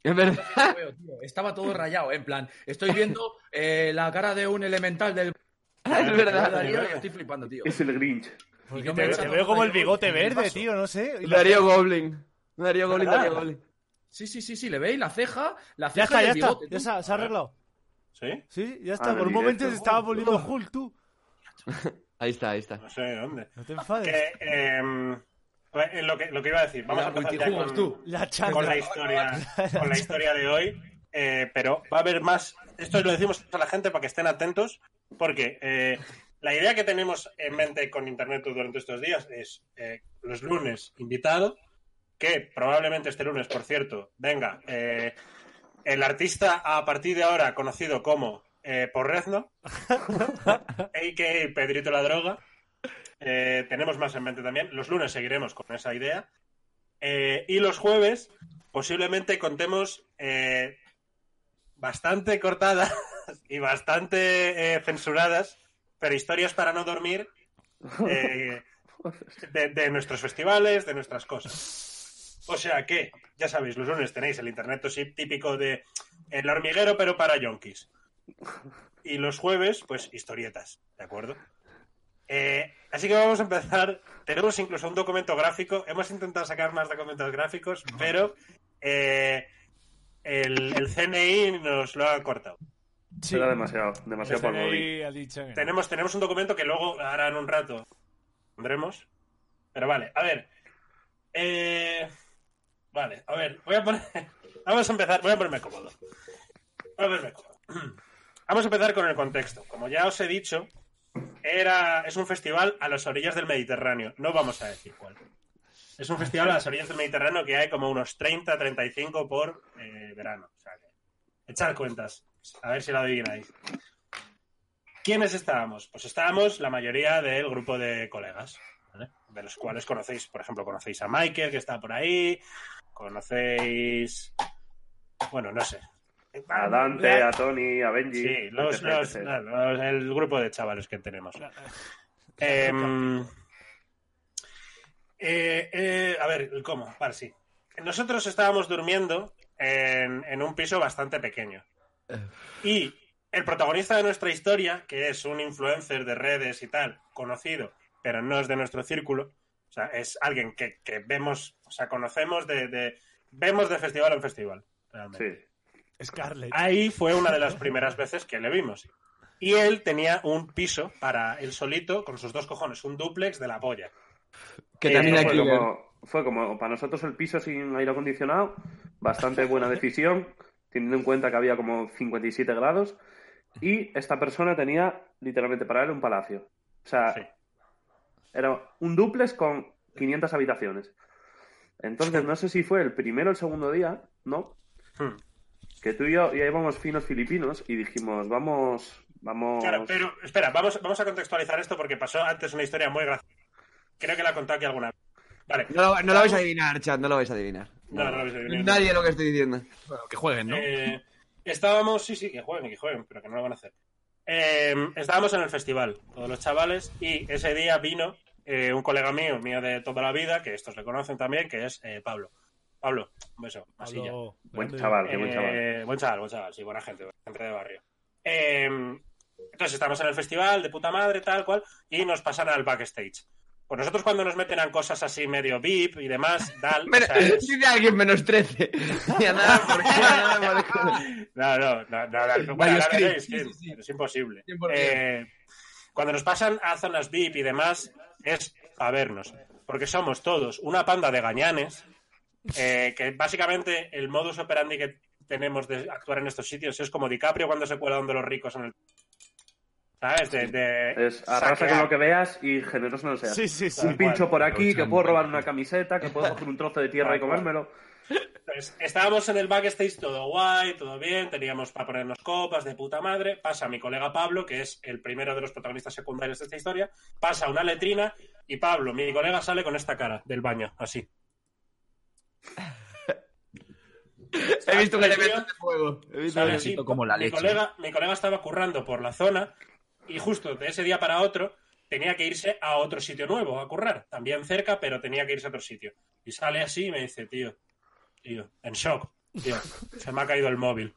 Speaker 1: Es verdad.
Speaker 5: Lo Ah, veo, tío. Estaba todo rayado, en plan, estoy viendo eh, la cara de un elemental del...
Speaker 1: Es
Speaker 5: Darío,
Speaker 1: verdad.
Speaker 5: y estoy flipando, tío.
Speaker 6: Es el Grinch.
Speaker 5: Y
Speaker 4: Porque
Speaker 5: no
Speaker 4: te, te
Speaker 5: me gusta
Speaker 4: veo como el
Speaker 5: Darío,
Speaker 4: bigote
Speaker 5: en el
Speaker 4: verde,
Speaker 5: vaso.
Speaker 4: tío, no sé. Y la-
Speaker 1: Darío Goblin. Darío Goblin,
Speaker 6: Ah.
Speaker 1: Darío Goblin.
Speaker 5: Sí, sí, sí, sí, le veis la ceja, la
Speaker 4: Ya
Speaker 5: ceja
Speaker 4: está,
Speaker 5: y
Speaker 4: ya
Speaker 5: el
Speaker 4: está.
Speaker 5: bigote.
Speaker 4: Ya
Speaker 5: tú.
Speaker 4: se ha, se ha arreglado.
Speaker 3: ¿Sí?
Speaker 4: Sí, ya
Speaker 6: Ah,
Speaker 4: está.
Speaker 6: en
Speaker 4: Por un
Speaker 6: el
Speaker 4: momento
Speaker 6: directo.
Speaker 4: se estaba volviendo Hulk, tú.
Speaker 1: Ahí está, ahí
Speaker 6: Eh,
Speaker 1: está.
Speaker 3: No sé de dónde.
Speaker 4: No te enfades.
Speaker 3: Que, em, eh, lo, que, lo que iba a decir, vamos
Speaker 5: La
Speaker 3: a empezar ya
Speaker 5: multijugos,
Speaker 3: con,
Speaker 5: tú.
Speaker 3: con
Speaker 4: La
Speaker 3: la
Speaker 4: chancla.
Speaker 3: historia, con la historia de hoy. eh, pero va a haber más. Esto lo decimos a la gente para que estén atentos, porque eh, la idea que tenemos en mente con Internet durante estos días es eh, los lunes invitado, que probablemente este lunes, por cierto, venga eh, el artista a partir de ahora conocido como eh, Porrezno, a.k.a. Pedrito la Droga. Eh, tenemos más en mente también. Los lunes seguiremos con esa idea. Eh, y los jueves posiblemente contemos eh, bastante cortadas y bastante eh, censuradas, pero historias para no dormir eh, de, de nuestros festivales, de nuestras cosas. O sea que, ya sabéis, los lunes tenéis el internet tosí- típico de el hormiguero, pero para yonkis. Y los jueves, pues historietas, ¿de acuerdo? Eh, así que vamos a empezar. Tenemos incluso un documento gráfico. Hemos intentado sacar más documentos gráficos, pero eh, el, el CNI nos lo ha cortado.
Speaker 4: Sí.
Speaker 6: Era demasiado,
Speaker 4: El
Speaker 6: demasiado para el móvil.
Speaker 4: CNI ha dicho que no.
Speaker 3: Tenemos, tenemos un documento que luego, ahora en un rato, pondremos. Pero vale, a ver. Eh, vale, a ver, voy a poner. Vamos a empezar, voy a ponerme cómodo. Voy a ponerme cómodo. Vamos a empezar con el contexto. Como ya os he dicho, era, es un festival a las orillas del Mediterráneo. No vamos a decir cuál. Es un festival a las orillas del Mediterráneo que hay como unos 30, 35 por eh, verano. O sea, que- echar cuentas. A ver si lo adivináis. ¿Quiénes estábamos? Pues estábamos la mayoría del grupo de colegas, ¿vale? de los cuales conocéis, por ejemplo, conocéis a Michael, que está por ahí, conocéis... Bueno, no sé.
Speaker 6: A Dante, a Tony, a Benji. eh.
Speaker 3: Sí, los,
Speaker 6: etc,
Speaker 3: los-
Speaker 6: etc.
Speaker 3: los- el grupo de chavales que tenemos. Em, eh, eh, a ver, el ¿cómo? Vale, sí. Nosotros estábamos durmiendo en, en un piso bastante pequeño. Y el protagonista de nuestra historia, que es un influencer de redes y tal, conocido, pero no es de nuestro círculo, o sea, es alguien que, que vemos, o sea, conocemos de, de- Vemos de festival en festival, realmente.
Speaker 6: Sí.
Speaker 4: Scarlett.
Speaker 3: Ahí fue una de las primeras veces que le vimos. Y él tenía un piso para él solito, con sus dos cojones, un dúplex de la polla.
Speaker 1: Que
Speaker 3: Eh,
Speaker 1: también
Speaker 6: Eso
Speaker 1: hay
Speaker 6: fue,
Speaker 3: Killer.
Speaker 6: como, fue como para nosotros el piso sin aire acondicionado, bastante buena decisión, teniendo en cuenta que había como 57 grados. Y esta persona tenía literalmente para él un palacio. O sea,
Speaker 3: Sí.
Speaker 6: era un duplex con 500 habitaciones. Entonces, no sé si fue el primero o el segundo día, ¿no?
Speaker 3: Hmm.
Speaker 6: Que tú y yo ya íbamos finos filipinos y dijimos, vamos, vamos.
Speaker 3: Claro, pero espera, vamos, vamos a contextualizar esto porque pasó antes una historia muy graciosa. Creo que la he contado aquí alguna vez. Vale.
Speaker 1: No lo, no lo vais a adivinar, chat, no lo vais a adivinar.
Speaker 3: No, no lo habéis adivinado.
Speaker 1: Nadie lo que estoy diciendo.
Speaker 5: Bueno, que jueguen, ¿no?
Speaker 3: Eh, estábamos, sí, sí, que jueguen, que jueguen, pero que no lo van a hacer. Eh, estábamos en el festival, todos los chavales, y ese día vino eh, un colega mío, mío de toda la vida, que estos le conocen también, que es eh, Pablo. Pablo, un beso. Masilla.
Speaker 4: Pablo,
Speaker 6: Buen
Speaker 4: grande.
Speaker 6: chaval, qué buen
Speaker 3: Eh,
Speaker 6: chaval.
Speaker 3: buen chaval, buen chaval, sí, buena gente, gente de barrio. Eh, entonces estamos en el festival de puta madre, tal cual, y nos pasan al backstage. Pues nosotros cuando nos meten en cosas así medio VIP y demás, tal, o
Speaker 1: Menos-
Speaker 3: sea, es-
Speaker 1: Dice alguien menos 13. Ya nada, por qué, nada, por qué.
Speaker 3: No, no, no, no, no, no,
Speaker 1: Varios
Speaker 3: la verdad
Speaker 1: clips,
Speaker 3: es
Speaker 1: sí,
Speaker 3: que
Speaker 1: sí, sí.
Speaker 3: es imposible.
Speaker 1: 100%.
Speaker 3: Eh, cuando nos pasan a zonas VIP y demás, es a vernos. Porque somos todos una panda de gañanes, eh, que básicamente el modus operandi que tenemos de actuar en estos sitios es como DiCaprio cuando se cuela donde los ricos en el... ¿Sabes? De, de
Speaker 6: Es arrasa con
Speaker 3: saquear.
Speaker 6: lo que veas y generoso no seas.
Speaker 4: Sí, sí, sí.
Speaker 6: Un pincho por aquí, que
Speaker 5: Aprovechando.
Speaker 6: puedo robar una camiseta, que puedo coger un trozo de tierra y comérmelo.
Speaker 3: Pues estábamos en el backstage todo guay, todo bien, teníamos para ponernos copas de puta madre. Pasa mi colega Pablo, que es el primero de los protagonistas secundarios de esta historia, pasa una letrina y Pablo, mi colega, sale con esta cara del baño, así.
Speaker 1: He visto un
Speaker 3: Sale, tío,
Speaker 1: elemento de fuego. He visto un
Speaker 3: sale
Speaker 1: elemento
Speaker 3: así.
Speaker 1: como la
Speaker 3: mi,
Speaker 1: leche.
Speaker 3: Colega, mi colega estaba currando por la zona y justo de ese día para otro tenía que irse a otro sitio nuevo a currar, también cerca, pero tenía que irse a otro sitio. Y sale así y me dice, tío, tío, en shock, tío, se me ha caído el móvil.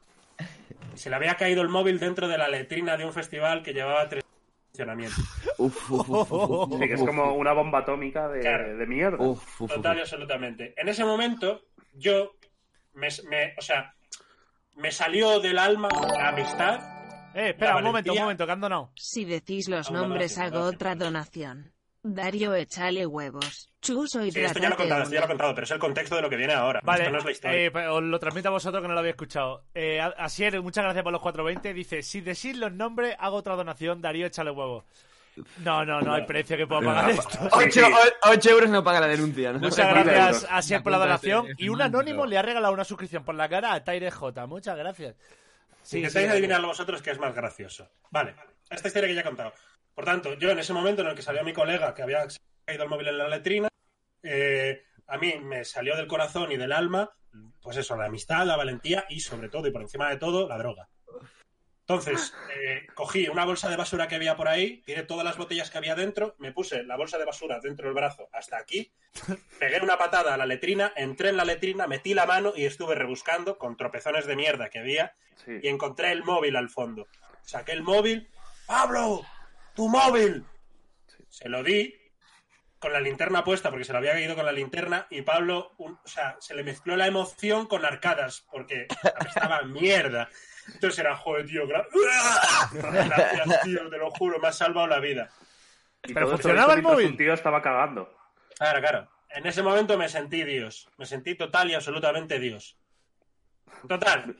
Speaker 3: Se le había caído el móvil dentro de la letrina de un festival que llevaba tres funcionamientos.
Speaker 1: Uf, uf, uf, uf,
Speaker 6: Sí, que es como una bomba atómica de,
Speaker 3: Claro.
Speaker 6: de mierda.
Speaker 1: uf, uf, uf.
Speaker 3: Total y absolutamente. En ese momento, yo, me, me- o sea, me salió del alma la amistad
Speaker 4: Eh, espera,
Speaker 3: La
Speaker 4: un momento, un
Speaker 3: valentía.
Speaker 4: momento, que han donado.
Speaker 10: Si decís los
Speaker 3: Ah, una
Speaker 10: nombres
Speaker 3: donación,
Speaker 10: hago
Speaker 3: gracias.
Speaker 10: otra donación. Dario, échale huevos. Chuso y
Speaker 3: Sí, esto ya lo he contado, esto ya lo he contado, pero es el contexto de lo que viene ahora.
Speaker 4: Vale,
Speaker 3: Esto no es la historia.
Speaker 4: eh, pues os lo transmito a vosotros que no lo había escuchado. Eh, a- Asier, muchas gracias por los 420. Dice, si decís los nombres, hago otra donación. Darío, échale huevos. No, no, no hay precio que pueda pagar esto.
Speaker 1: Ocho- o- ocho euros no paga la denuncia, ¿no?
Speaker 4: Muchas
Speaker 6: mil
Speaker 4: gracias,
Speaker 6: euros.
Speaker 4: Asier,
Speaker 5: La
Speaker 4: por la
Speaker 5: cuenta de
Speaker 4: donación.
Speaker 5: este
Speaker 4: Y un
Speaker 5: Fernando.
Speaker 4: anónimo le ha regalado una suscripción por la cara a Tyre J. Muchas gracias.
Speaker 3: Si Intentáis adivinarlo vosotros que es más gracioso. Vale, esta historia que ya he contado. Por tanto, yo en ese momento en el que salió mi colega que había caído el móvil en la letrina, eh, a mí me salió del corazón y del alma, pues eso, la amistad, la valentía y sobre todo y por encima de todo, la droga. Entonces, eh, cogí una bolsa de basura que había por ahí, tiré todas las botellas que había dentro, me puse la bolsa de basura dentro del brazo hasta aquí, pegué una patada a la letrina, entré en la letrina, metí la mano y estuve rebuscando con tropezones de mierda que había
Speaker 6: Sí.
Speaker 3: y encontré el móvil al fondo. Saqué el móvil. ¡Pablo! ¡Tu móvil! Se lo di con la linterna puesta, porque se lo había caído con la linterna, y Pablo, un- o sea, se le mezcló la emoción con arcadas, porque estaba mierda. Entonces era, joder, tío, gra- gracias, tío, te lo juro, me has salvado la vida.
Speaker 6: Y
Speaker 4: ¿Pero
Speaker 6: todo esto
Speaker 4: funcionaba
Speaker 6: hecho
Speaker 4: el
Speaker 6: mientras
Speaker 4: móvil?
Speaker 6: Un tío estaba cagando.
Speaker 3: Claro, claro. En ese momento me sentí Dios. Me sentí total y absolutamente Dios. Total.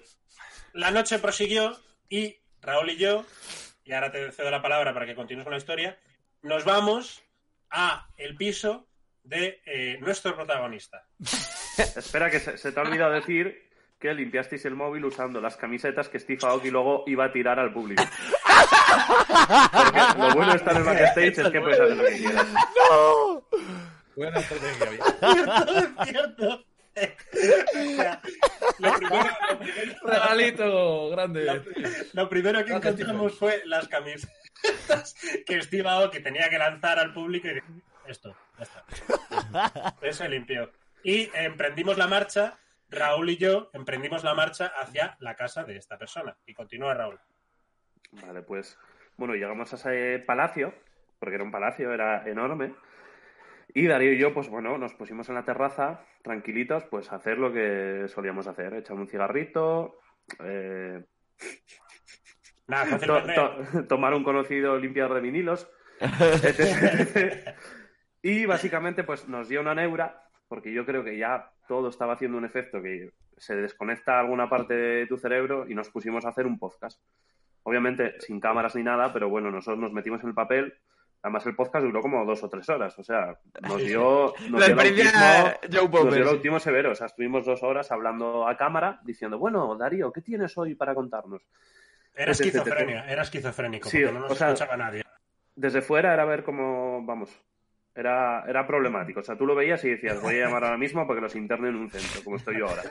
Speaker 3: La noche prosiguió y Raúl y yo, y ahora te cedo la palabra para que continúes con la historia, nos vamos a el piso de eh, nuestro protagonista.
Speaker 6: Espera, que se, se te ha olvidado decir que limpiasteis el móvil usando las camisetas que Steve Aoki luego iba a tirar al público. Porque lo bueno de estar en el backstage es que puedes hacer lo que quieras.
Speaker 5: Buena estrategia, bien.
Speaker 3: Es cierto. O sea, lo primero, lo primero-
Speaker 5: Regalito
Speaker 3: Lo,
Speaker 5: grande.
Speaker 3: lo primero que
Speaker 5: Gracias,
Speaker 3: encontramos fue las camisetas que Steve que tenía que lanzar al público y esto, ya está. Entonces se limpió. Y emprendimos la marcha, Raúl y yo emprendimos la marcha hacia la casa de esta persona. Y continúa Raúl.
Speaker 6: Vale, pues bueno, llegamos a ese palacio, porque era un palacio, era enorme. Y Darío y yo, pues bueno, nos pusimos en la terraza, tranquilitos, pues a hacer lo que solíamos hacer, echar un cigarrito, eh,
Speaker 3: Nada,
Speaker 6: to-
Speaker 3: fácilmente.
Speaker 6: to- tomar un conocido limpiador de vinilos, etc. y básicamente pues nos dio una neura, porque yo creo que ya todo estaba haciendo un efecto que se desconecta alguna parte de tu cerebro y nos pusimos a hacer un podcast. Obviamente sin cámaras ni nada, pero bueno, nosotros nos metimos en el papel. Además el podcast duró como dos o tres horas, o sea, nos dio... Nos
Speaker 1: La
Speaker 6: dio el autismo-
Speaker 1: experiencia Joe
Speaker 6: nos dio
Speaker 1: Popper.
Speaker 6: el último severo, o sea, estuvimos dos horas hablando a cámara, diciendo, bueno, Darío, ¿qué tienes hoy para contarnos?
Speaker 3: Era
Speaker 6: Etc, etc.
Speaker 3: esquizofrenia, era esquizofrénico,
Speaker 6: Sí,
Speaker 3: porque no nos
Speaker 6: o sea-
Speaker 3: escuchaba nadie.
Speaker 6: Desde fuera era ver cómo, vamos, era, era problemático. O sea, tú lo veías y decías, voy a llamar ahora mismo porque los internen en un centro, como estoy yo ahora.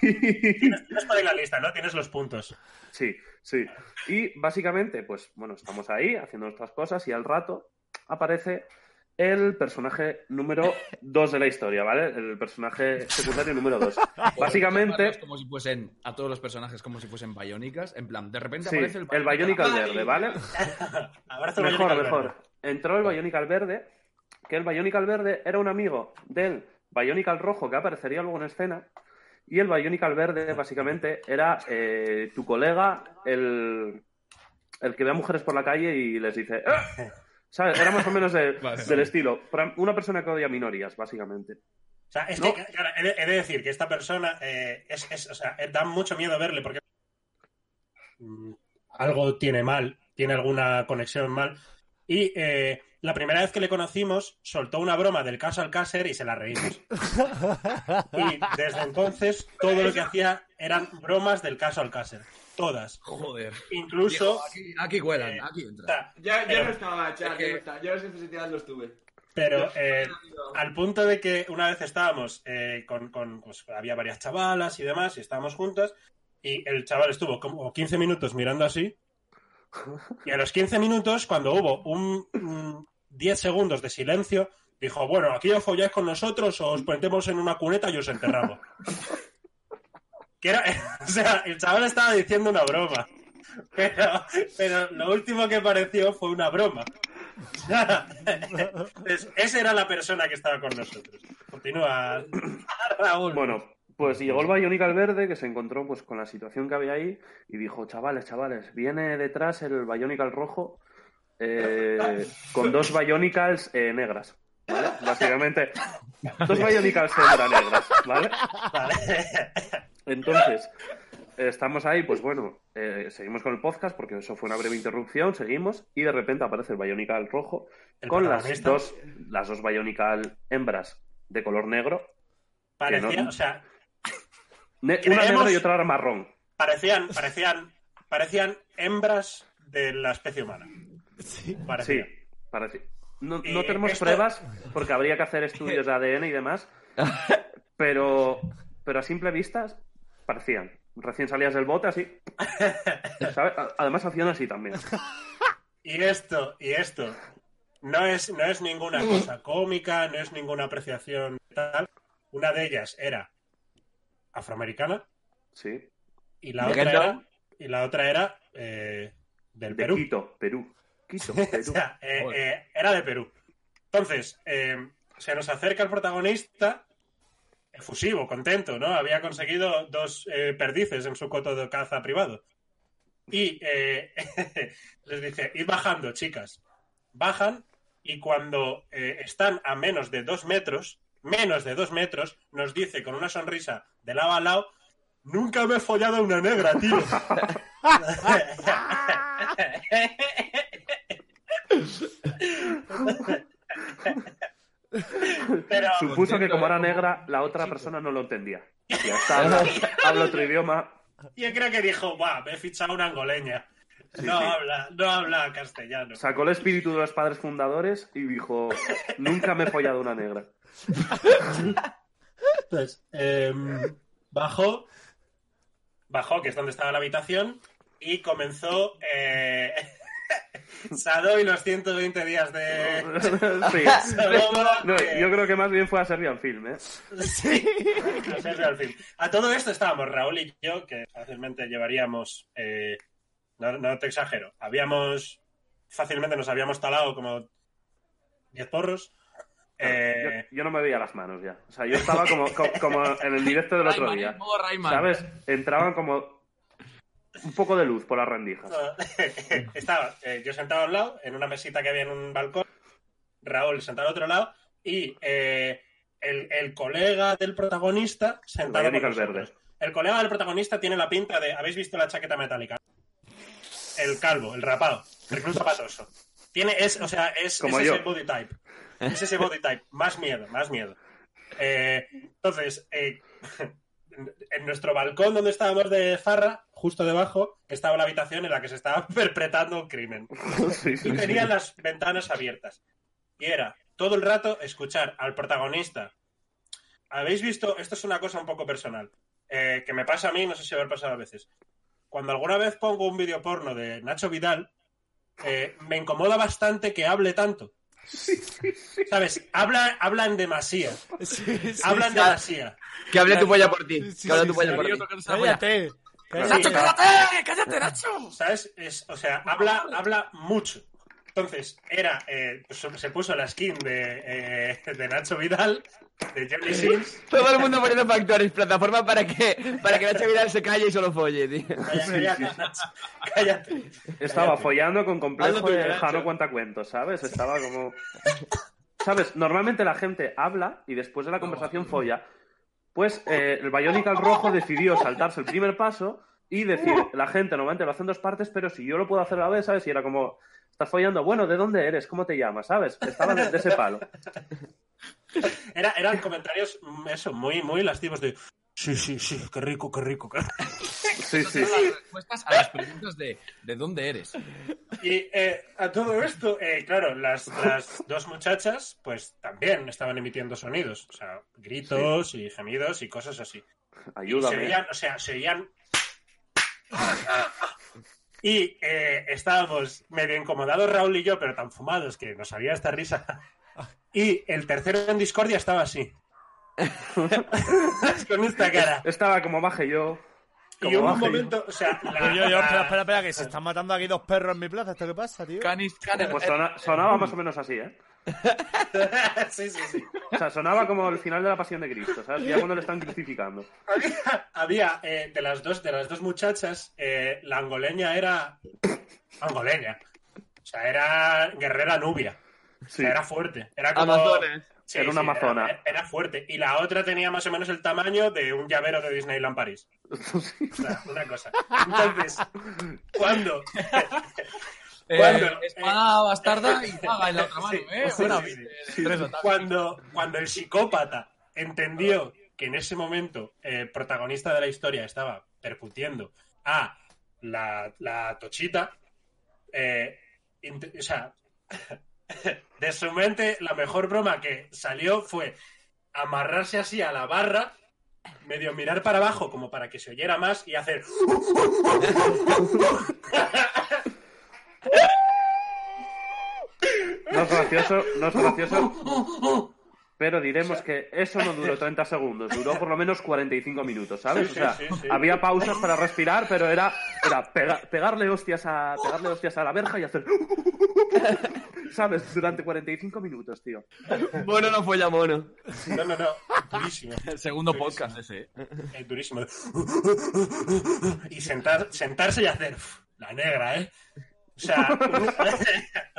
Speaker 3: Tienes por ahí la lista, ¿no? Tienes los puntos.
Speaker 6: Sí, sí. Y básicamente, pues bueno, estamos ahí haciendo nuestras cosas y al rato aparece el personaje número 2 de la historia, ¿vale? El personaje secundario número 2. Básicamente,
Speaker 5: Como si fuesen a todos los personajes como si fuesen bayónicas. En plan, de repente
Speaker 6: sí,
Speaker 5: aparece el
Speaker 6: el Bionic al verde, ¿vale?
Speaker 3: Abrazo
Speaker 6: Mejor,
Speaker 3: Bionic
Speaker 6: mejor.
Speaker 3: Alberto.
Speaker 6: Entró el Bionic al verde, que el Bionic al verde era un amigo del Bionic al rojo que aparecería luego en escena. Y el Bionic al verde, básicamente, era eh, tu colega, el, el que ve a mujeres por la calle y les dice. "¡Ah!". ¿Sabes? Era más o menos de-
Speaker 5: Vale,
Speaker 6: del
Speaker 5: vale.
Speaker 6: estilo. Pra- Una persona que odia minorías, básicamente.
Speaker 3: O sea, es
Speaker 6: No.
Speaker 3: que, claro, he de, he de decir que esta persona eh, es, es- o sea, eh, da mucho miedo verle porque mm, algo tiene mal, tiene alguna conexión mal. Y eh, la primera vez que le conocimos, soltó una broma del caso Alcácer y se la reímos. Y desde entonces, todo lo que hacía eran bromas del caso Alcácer. Todas.
Speaker 5: Joder.
Speaker 3: Incluso.
Speaker 5: Diego, aquí, aquí cuelan, aquí
Speaker 3: o
Speaker 5: entra.
Speaker 3: sea,
Speaker 7: Ya, yo
Speaker 3: Pero-
Speaker 7: no estaba, chat, yo no estaba. Yo los necesidades los tuve.
Speaker 3: Pero eh,
Speaker 7: Amigo.
Speaker 3: Al punto de que una vez estábamos eh, con, con- pues, había varias chavalas y demás, y estábamos juntas, y el chaval estuvo como 15 minutos mirando así, y a los 15 minutos, cuando hubo un, un 10 segundos de silencio, dijo, bueno, aquí os folláis con nosotros, o os ponemos en una cuneta y os enterramos. Que era- o sea, el chaval estaba diciendo una broma. Pero, pero lo último que pareció fue una broma. O sea, es- esa era la persona que estaba con nosotros. Continúa, Raúl.
Speaker 6: Bueno, pues llegó el Bionic al verde que se encontró pues con la situación que había ahí y dijo, chavales, chavales, viene detrás el Bionic al rojo eh, con dos Bionicals eh, negras. ¿Vale? Básicamente, dos Bionicals hembra negras, ¿vale?
Speaker 3: Vale.
Speaker 6: Entonces, eh, estamos ahí, pues bueno, eh, seguimos con el podcast porque eso fue una breve interrupción, seguimos y de repente aparece el Bionical rojo
Speaker 3: El
Speaker 6: con las
Speaker 3: protagonista
Speaker 6: dos, las dos Bionical hembras de color negro.
Speaker 3: parecía-
Speaker 6: que no-
Speaker 3: o sea,
Speaker 6: Ne-
Speaker 3: Que
Speaker 6: una negra
Speaker 3: leemos-
Speaker 6: y otra marrón.
Speaker 3: parecían, parecían, parecían hembras de la especie humana.
Speaker 6: Sí,
Speaker 3: Parecía.
Speaker 6: parece. No,
Speaker 3: Eh,
Speaker 6: no tenemos
Speaker 3: esto-
Speaker 6: pruebas porque habría que hacer estudios de ADN y demás, pero, pero a simple vista parecían. Recién salías del bote así. ¿sabes? A- Además hacían así también.
Speaker 3: Y esto, y esto. No es, no es ninguna cosa cómica, no es ninguna apreciación tal. Una de ellas era afroamericana
Speaker 6: Sí.
Speaker 3: y la
Speaker 1: ¿De
Speaker 3: otra
Speaker 1: qué
Speaker 3: era,
Speaker 1: no?
Speaker 3: y la otra era eh, del
Speaker 6: De
Speaker 3: Perú.
Speaker 6: Quito, Perú. Quito,
Speaker 3: O
Speaker 6: Perú.
Speaker 3: sea, eh,
Speaker 5: Joder.
Speaker 3: eh, era de Perú. Entonces, eh, se nos acerca el protagonista, efusivo, contento, ¿no? Había conseguido dos eh, perdices en su coto de caza privado. Y eh, les dice, id bajando, chicas. Bajan y cuando eh, están a menos de dos metros, menos de dos metros, nos dice con una sonrisa de lado a lado, nunca me he follado a una negra, tío. Pero,
Speaker 6: Supuso que como era negra, la otra persona no lo entendía. Y hasta habla, habla otro idioma.
Speaker 3: Yo creo que dijo, va, me he fichado una angoleña. No
Speaker 6: sí.
Speaker 3: habla, no habla castellano.
Speaker 6: Sacó el espíritu de los padres fundadores y dijo: Nunca me he follado una negra.
Speaker 3: Entonces, em, bajó, bajó, que es donde estaba la habitación, y comenzó eh, Sado y los 120 días de...
Speaker 6: Sí.
Speaker 3: Sodoma,
Speaker 6: No,
Speaker 3: eh,
Speaker 6: yo creo que más bien fue a Serbian Film, ¿eh?
Speaker 3: Sí. No sé, al fin. A todo esto estábamos Raúl y yo, que fácilmente llevaríamos, eh, no, no te exagero, habíamos, fácilmente nos habíamos talado como 10 porros. Eh,
Speaker 6: Yo, yo no me veía las manos ya. O sea, yo estaba como, co- como en el directo del otro
Speaker 5: Rayman,
Speaker 6: día.
Speaker 5: el modo Rayman.
Speaker 6: ¿Sabes? Entraban como un poco de luz por las rendijas.
Speaker 3: Estaba eh, yo sentado a un lado, en una mesita que había en un balcón, Raúl sentado al otro lado, y eh, el, el colega del protagonista sentado con
Speaker 6: Bionic al
Speaker 3: nosotros. El colega del protagonista tiene la pinta de... ¿Habéis visto la chaqueta metálica? El calvo, el rapado, recluta patoso. Tiene, es, o sea, es,
Speaker 6: Como
Speaker 3: es
Speaker 6: yo.
Speaker 3: ese body type. Es ese body type. Más miedo, más miedo. Eh, entonces, eh, en nuestro balcón donde estábamos de farra, justo debajo, estaba la habitación en la que se estaba perpetrando un crimen.
Speaker 6: Sí,
Speaker 3: Y
Speaker 6: sí, sí.
Speaker 3: tenían las ventanas abiertas. Y era todo el rato escuchar al protagonista. ¿Habéis visto? Esto es una cosa un poco personal. eh, que me pasa a mí, no sé si haber pasado a veces. Cuando alguna vez pongo un vídeo porno de Nacho Vidal, eh, me incomoda bastante que hable tanto. ¿Sabes? Hablan, hablan demasía.
Speaker 4: Sí, sí,
Speaker 3: Hablan
Speaker 4: sí.
Speaker 3: demasía.
Speaker 1: Que hable tu polla por ti.
Speaker 4: Sí,
Speaker 1: Que hable
Speaker 4: sí,
Speaker 1: tu polla por
Speaker 5: Había
Speaker 1: ti.
Speaker 5: otro que no se la polla.
Speaker 4: Cállate.
Speaker 3: Sí,
Speaker 4: Cállate.
Speaker 3: eh,
Speaker 5: ¡Cállate, Nacho!
Speaker 3: ¿Sabes? Es, o sea, habla, habla mucho. Entonces, era, eh, pues, se puso la skin de, eh, de Nacho Vidal, de Johnny Sins.
Speaker 1: Todo el mundo poniendo factores, plataforma para que, para que Nacho Vidal se calle y solo folle, tío.
Speaker 3: Cállate, cállate, Nacho, cállate.
Speaker 6: Estaba
Speaker 3: Cállate.
Speaker 6: follando con
Speaker 1: Hazlo
Speaker 6: complejo
Speaker 1: tú,
Speaker 6: de
Speaker 1: Nacho.
Speaker 6: Jano Cuentacuentos, ¿sabes? Estaba como... ¿Sabes? Normalmente la gente habla y después de la conversación folla. Pues eh, el Bionicle Rojo decidió saltarse el primer paso y decir, la gente normalmente lo hace en dos partes, pero si yo lo puedo hacer a la vez, ¿sabes? Y era como, estás follando, bueno, ¿de dónde eres? ¿Cómo te llamas? ¿Sabes? Estaba de, de ese palo.
Speaker 3: Era, eran comentarios, mm, eso, muy, muy lascivos de... Sí, sí, sí, qué rico, qué rico. qué rico".
Speaker 6: Sí, sí.
Speaker 5: Esas son las respuestas a las preguntas de ¿de dónde eres?
Speaker 3: Y eh, a todo esto, eh, claro, las, las dos muchachas, pues también estaban emitiendo sonidos, o sea, gritos y gemidos y cosas así. Se
Speaker 6: Ayúdame.
Speaker 3: oían, o sea, se oían. Y eh, estábamos medio incomodados Raúl y yo, pero tan fumados que nos había esta risa. Y el tercero en discordia estaba así. con esta cara.
Speaker 6: Estaba como baje yo.
Speaker 3: Y
Speaker 6: Como
Speaker 3: hubo un
Speaker 6: baje yo.
Speaker 3: momento, o sea, la-
Speaker 4: Yo, yo, yo,
Speaker 3: la-
Speaker 4: espera, espera, espera, que se están matando aquí dos perros en mi plaza. ¿Esto qué pasa, tío?
Speaker 5: Canis, Canis.
Speaker 6: Pues sona- sonaba más o menos así, ¿eh?
Speaker 3: sí, sí, sí.
Speaker 6: O sea, sonaba como el final de la Pasión de Cristo, ¿sabes? Ya cuando le están crucificando.
Speaker 3: Había eh, de las dos, de las dos muchachas, eh, la angoleña era angoleña. O sea, era guerrera nubia. O sea,
Speaker 6: Sí.
Speaker 3: era fuerte. Era como...
Speaker 1: Amazonas.
Speaker 3: Sí,
Speaker 6: Era una
Speaker 3: sí,
Speaker 6: amazona.
Speaker 3: Era, era fuerte. Y la otra tenía más o menos el tamaño de un llavero de Disneyland París. O sea, una cosa. Entonces, cuando.
Speaker 5: Eh,
Speaker 3: Bueno,
Speaker 5: espada bastarda y paga en la otra mano,
Speaker 3: Sí,
Speaker 5: ¿eh?
Speaker 3: sí,
Speaker 5: Bueno,
Speaker 3: sí, sí.
Speaker 5: tres ataques.
Speaker 3: cuando, cuando el psicópata entendió que en ese momento el protagonista de la historia estaba percutiendo a la, la tochita, eh, int- o sea, de su mente la mejor broma que salió fue amarrarse así a la barra, medio mirar para abajo como para que se oyera más y hacer...
Speaker 6: No es gracioso, no es gracioso. Pero diremos que eso no duró 30 segundos, duró por lo menos 45 minutos, ¿sabes?
Speaker 3: Sí,
Speaker 6: O
Speaker 3: sí,
Speaker 6: sea,
Speaker 3: sí, sí.
Speaker 6: había pausas para respirar, pero era, era pega- pegarle, hostias a, pegarle hostias a la verja y hacer... ¿Sabes? Durante 45 minutos, tío.
Speaker 1: Mono no folla mono.
Speaker 3: No, no, no, durísimo.
Speaker 5: El segundo podcast ese, ¿eh?
Speaker 3: Es durísimo. Y sentar, sentarse y hacer "Uf, la negra, ¿eh? O sea, un,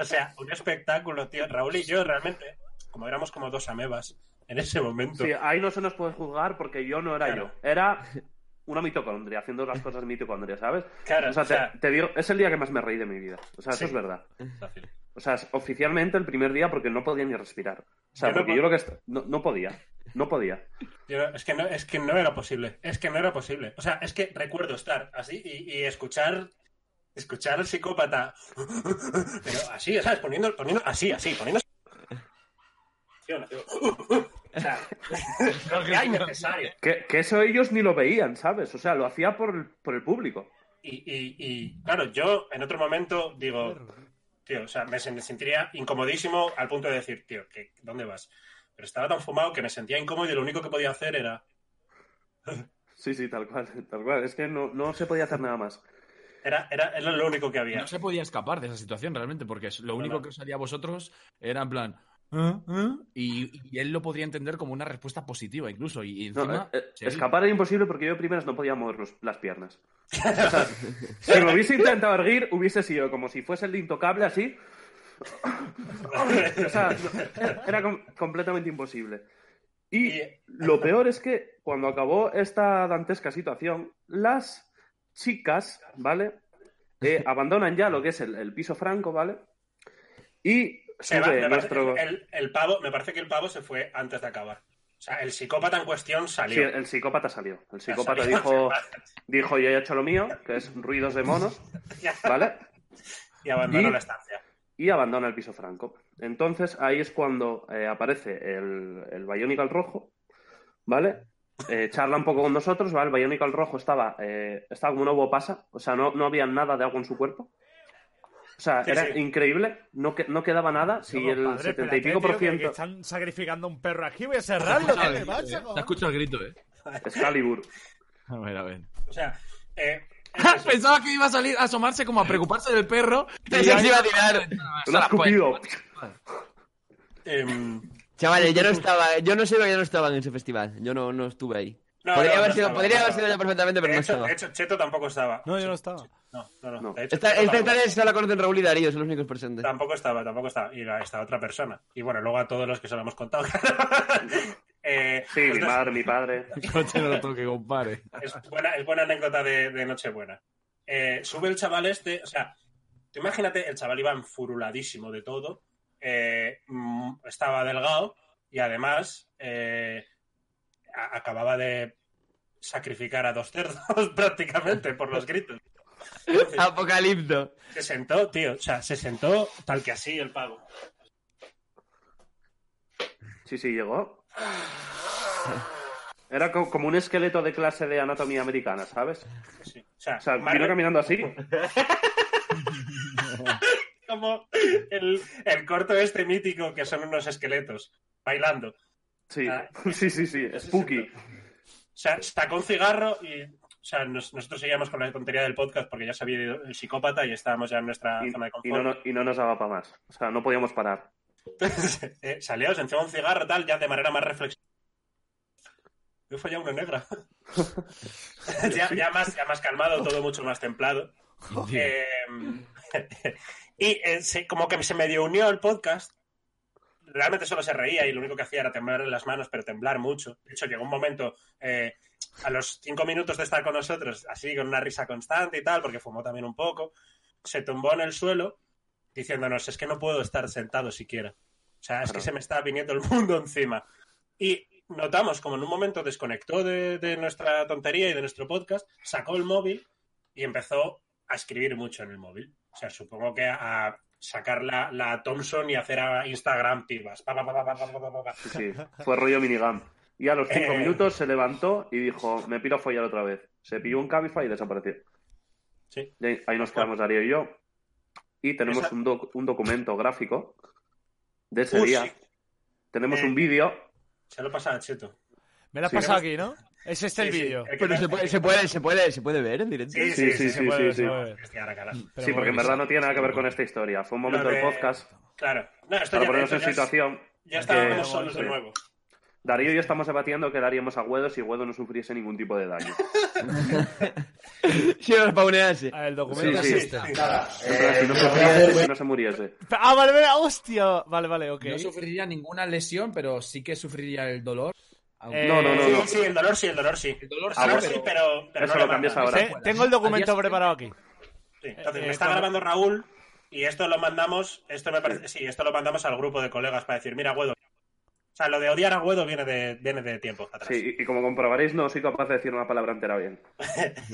Speaker 3: o sea, un espectáculo, tío. Raúl y yo realmente, como éramos como dos amebas en ese momento.
Speaker 6: Sí, ahí no se nos puede juzgar porque yo no era
Speaker 3: Claro.
Speaker 6: yo. Era una mitocondria, haciendo las cosas de mitocondria, ¿sabes?
Speaker 3: Claro,
Speaker 6: O sea,
Speaker 3: o sea,
Speaker 6: te, te digo, es el día que más me reí de mi vida. O sea,
Speaker 3: Sí.
Speaker 6: eso es verdad.
Speaker 3: fácil.
Speaker 6: O sea, es oficialmente el primer día porque no podía ni respirar. O sea,
Speaker 3: Yo no
Speaker 6: porque
Speaker 3: pod-
Speaker 6: yo lo que... est- No, no podía. No podía.
Speaker 3: Yo- es, que no, es que no era posible. Es que no era posible. O sea, es que recuerdo estar así y, y escuchar. Escuchar al psicópata. Pero así, ¿sabes? Poniendo, poniendo así, así, poniendo. O sea, era innecesario.
Speaker 6: Que, que eso ellos ni lo veían, ¿sabes? O sea, lo hacía por el, por el público.
Speaker 3: Y, y, y, claro, yo en otro momento digo, tío, o sea, me sen- sentiría incomodísimo al punto de decir, tío, ¿qué, ¿dónde vas? Pero estaba tan fumado que me sentía incómodo y lo único que podía hacer era,
Speaker 6: Sí, sí, tal cual, tal cual. Es que no, no se podía hacer nada más.
Speaker 3: era, era, era lo único que había.
Speaker 5: No se podía escapar de esa situación realmente, porque es- lo único
Speaker 3: Claro.
Speaker 5: que os salía a vosotros era en plan.
Speaker 4: ¿Eh?
Speaker 5: "¿Ah? ¿Ah?", Y, y él lo podía entender como una respuesta positiva, incluso. Y, y
Speaker 6: No,
Speaker 5: encima.
Speaker 6: eh, eh,
Speaker 5: se-
Speaker 6: escapar era imposible porque yo de primeras no podía mover los- las piernas. O sea, si me hubiese intentado erguir, hubiese sido como si fuese el intocable así. O sea, no, era- era com- completamente imposible. Y
Speaker 3: Y-
Speaker 6: lo peor es que cuando acabó esta dantesca situación, las chicas, ¿vale? Eh, abandonan ya lo que es el, el piso franco, ¿vale? Y
Speaker 3: se va-
Speaker 6: sube
Speaker 3: me parece-
Speaker 6: nuestro...
Speaker 3: el, el pavo, me parece que el pavo se fue antes de acabar. O sea, el psicópata en cuestión salió.
Speaker 6: Sí, el psicópata salió. El psicópata
Speaker 3: Salió.
Speaker 6: dijo, dijo, yo ya he hecho lo mío, que es ruidos de monos, ¿vale?
Speaker 3: y abandonó
Speaker 6: y-
Speaker 3: la estancia.
Speaker 6: Y abandona el piso franco. Entonces ahí es cuando eh, aparece el, el Bionicle rojo, ¿vale? Eh, charla un poco con nosotros, ¿vale? El Bionicle rojo estaba, eh, estaba como un ovo pasa, o sea, no, no había nada de agua en su cuerpo. O sea,
Speaker 3: Sí,
Speaker 6: era
Speaker 3: sí.
Speaker 6: increíble, no, que, no quedaba nada. Si
Speaker 4: Yo,
Speaker 6: el
Speaker 4: compadre,
Speaker 6: setenta y
Speaker 4: espérate,
Speaker 6: pico por
Speaker 4: tío, que- que
Speaker 6: ciento.
Speaker 4: están sacrificando a un perro aquí, voy a cerrarlo. ¿Qué le pasa,
Speaker 5: Se
Speaker 4: cojones?
Speaker 5: escucha el grito, ¿eh?
Speaker 6: Excalibur.
Speaker 5: A ver, a ver.
Speaker 3: O sea, eh, es eso.
Speaker 5: Pensaba que iba a salir a asomarse como a preocuparse del perro.
Speaker 1: Se iba a tirar.
Speaker 6: Lo ha
Speaker 5: pues,
Speaker 6: escupido.
Speaker 3: Em,
Speaker 1: Este Chavales, yo no estaba, yo no sé que yo no estaba en ese festival. Yo no, no estuve ahí.
Speaker 3: No,
Speaker 1: podría
Speaker 3: no,
Speaker 1: haber
Speaker 3: no
Speaker 1: sido,
Speaker 3: estaba,
Speaker 1: podría
Speaker 3: no
Speaker 1: haber
Speaker 3: estaba.
Speaker 1: sido yo perfectamente, pero
Speaker 3: de,
Speaker 1: no
Speaker 3: hecho,
Speaker 1: estaba.
Speaker 3: de hecho, Cheto tampoco estaba.
Speaker 4: No, yo no estaba.
Speaker 3: No, no, no.
Speaker 6: No.
Speaker 3: De hecho,
Speaker 1: Esta,
Speaker 3: Cheto
Speaker 1: esta
Speaker 3: tampoco.
Speaker 1: tarde solo conocen Raúl y Darío, son los únicos presentes.
Speaker 3: Tampoco estaba, tampoco estaba. Y la- esta otra persona. Y bueno, luego a todos los que se lo hemos contado. Eh,
Speaker 6: Sí, mi
Speaker 3: esto es-
Speaker 6: madre, mi padre.
Speaker 5: No te lo toque, compadre.
Speaker 3: es, buena, es buena anécdota de, de Nochebuena. Eh, sube el chaval este, o sea, tú imagínate, el chaval iba enfuruladísimo de todo, eh, mm, estaba delgado y además eh, a- acababa de sacrificar a dos cerdos prácticamente por los gritos. Entonces,
Speaker 1: Apocalipto.
Speaker 3: se sentó, tío, o sea, se sentó tal que así el pavo.
Speaker 6: Sí, sí, llegó. Era co- como un esqueleto de clase de anatomía americana, ¿sabes?
Speaker 3: Sí. O sea,
Speaker 6: O sea,
Speaker 3: Marvel-
Speaker 6: vino caminando así.
Speaker 3: como el, el corto este mítico que son unos esqueletos bailando.
Speaker 6: Sí,
Speaker 3: Ah.
Speaker 6: sí, sí, sí. Spooky.
Speaker 3: O sea, sacó un cigarro y. O sea, nos- nosotros seguíamos con la tontería del podcast porque ya se había ido el psicópata y estábamos ya en nuestra zona de
Speaker 6: Y, y
Speaker 3: confort.
Speaker 6: no, no- y no nos daba para más. O sea, no podíamos parar.
Speaker 3: Entonces, eh, salió, se enchufó un cigarro tal, ya de manera más reflexiva. Yo fui ya una negra. ya, ya más, ya más calmado, todo mucho más templado. Eh, y eh, se- como que se medio unió el podcast. Realmente solo se reía y lo único que hacía era temblar en las manos, pero temblar mucho. De hecho, llegó un momento, eh, a los cinco minutos de estar con nosotros, así con una risa constante y tal, porque fumó también un poco, se tumbó en el suelo diciéndonos, es que no puedo estar sentado siquiera. O sea, es que
Speaker 6: Claro.
Speaker 3: se me está viniendo el mundo encima. Y notamos como en un momento desconectó de, de nuestra tontería y de nuestro podcast, sacó el móvil y empezó a escribir mucho en el móvil. O sea, supongo que a, a sacar la, la Thompson y hacer a Instagram pibas. Pa, pa, pa, pa, pa, pa, pa, pa, pa.
Speaker 6: Sí, sí. Fue rollo minigam. Y a los cinco
Speaker 3: Eh.
Speaker 6: minutos se levantó y dijo, me piro a follar otra vez. Se pilló un cabify y desapareció.
Speaker 3: Sí.
Speaker 6: Y ahí, ahí nos quedamos Darío y yo. Y tenemos
Speaker 3: Esa-
Speaker 6: un, doc- un documento gráfico de ese
Speaker 3: Uh,
Speaker 6: día.
Speaker 3: sí.
Speaker 6: Tenemos
Speaker 3: Eh.
Speaker 6: un vídeo.
Speaker 3: Se lo pasa a Cheto.
Speaker 4: Me lo has
Speaker 6: Sí.
Speaker 4: pasado aquí, ¿no? Es este el
Speaker 3: Sí, sí.
Speaker 4: vídeo.
Speaker 3: El que
Speaker 1: Pero
Speaker 3: te-
Speaker 1: se puede, se puede, se puede, se puede ver en directo.
Speaker 3: Sí, sí,
Speaker 6: Sí, sí,
Speaker 3: sí.
Speaker 6: sí, sí, sí.
Speaker 3: Hostia, ahora, carajo.
Speaker 4: Pero
Speaker 6: sí, porque en
Speaker 4: bueno,
Speaker 6: verdad no tiene nada que ver con esta historia. Fue un momento
Speaker 3: Lo
Speaker 6: del
Speaker 3: de-
Speaker 6: podcast
Speaker 3: Claro. No, eh, esto
Speaker 6: para
Speaker 3: ya,
Speaker 6: ponernos
Speaker 3: esto
Speaker 6: en
Speaker 3: ya es-
Speaker 6: situación.
Speaker 3: ya estábamos
Speaker 6: que-
Speaker 3: solos de
Speaker 6: sí.
Speaker 3: nuevo.
Speaker 6: Darío y yo estamos debatiendo qué daríamos a Guedo si Guedo no sufriese ningún tipo de daño.
Speaker 1: Si nos paunease.
Speaker 4: Ah, El documento
Speaker 6: Sí,
Speaker 4: es
Speaker 6: sí.
Speaker 4: este.
Speaker 3: Eh,
Speaker 6: En plan, si no sufriese, si no se muriese.
Speaker 4: Ah, vale, vale, hostia. Vale, vale, ok.
Speaker 5: No sufriría ninguna lesión, pero sí que sufriría el dolor.
Speaker 4: Eh,
Speaker 6: No, no, no,
Speaker 3: sí,
Speaker 6: no.
Speaker 3: sí, el dolor sí, el dolor sí.
Speaker 5: El dolor
Speaker 3: El dolor
Speaker 6: sí,
Speaker 3: sí,
Speaker 5: pero-
Speaker 3: pero, pero
Speaker 6: Eso
Speaker 3: no
Speaker 6: lo
Speaker 3: le
Speaker 6: cambias
Speaker 3: manda.
Speaker 4: Te-
Speaker 6: ahora.
Speaker 4: Tengo el
Speaker 5: Al día
Speaker 4: documento
Speaker 5: siguiente-
Speaker 4: preparado aquí.
Speaker 3: Sí, Entonces,
Speaker 4: Eh,
Speaker 3: me está
Speaker 4: cuando-
Speaker 3: grabando Raúl y esto lo mandamos, esto me parece, sí, esto lo mandamos al grupo de colegas para decir, mira, Guedo. O sea, lo de odiar a Guedo viene de, viene de tiempo atrás.
Speaker 6: Sí, y y como comprobaréis, no soy capaz de decir una palabra entera bien.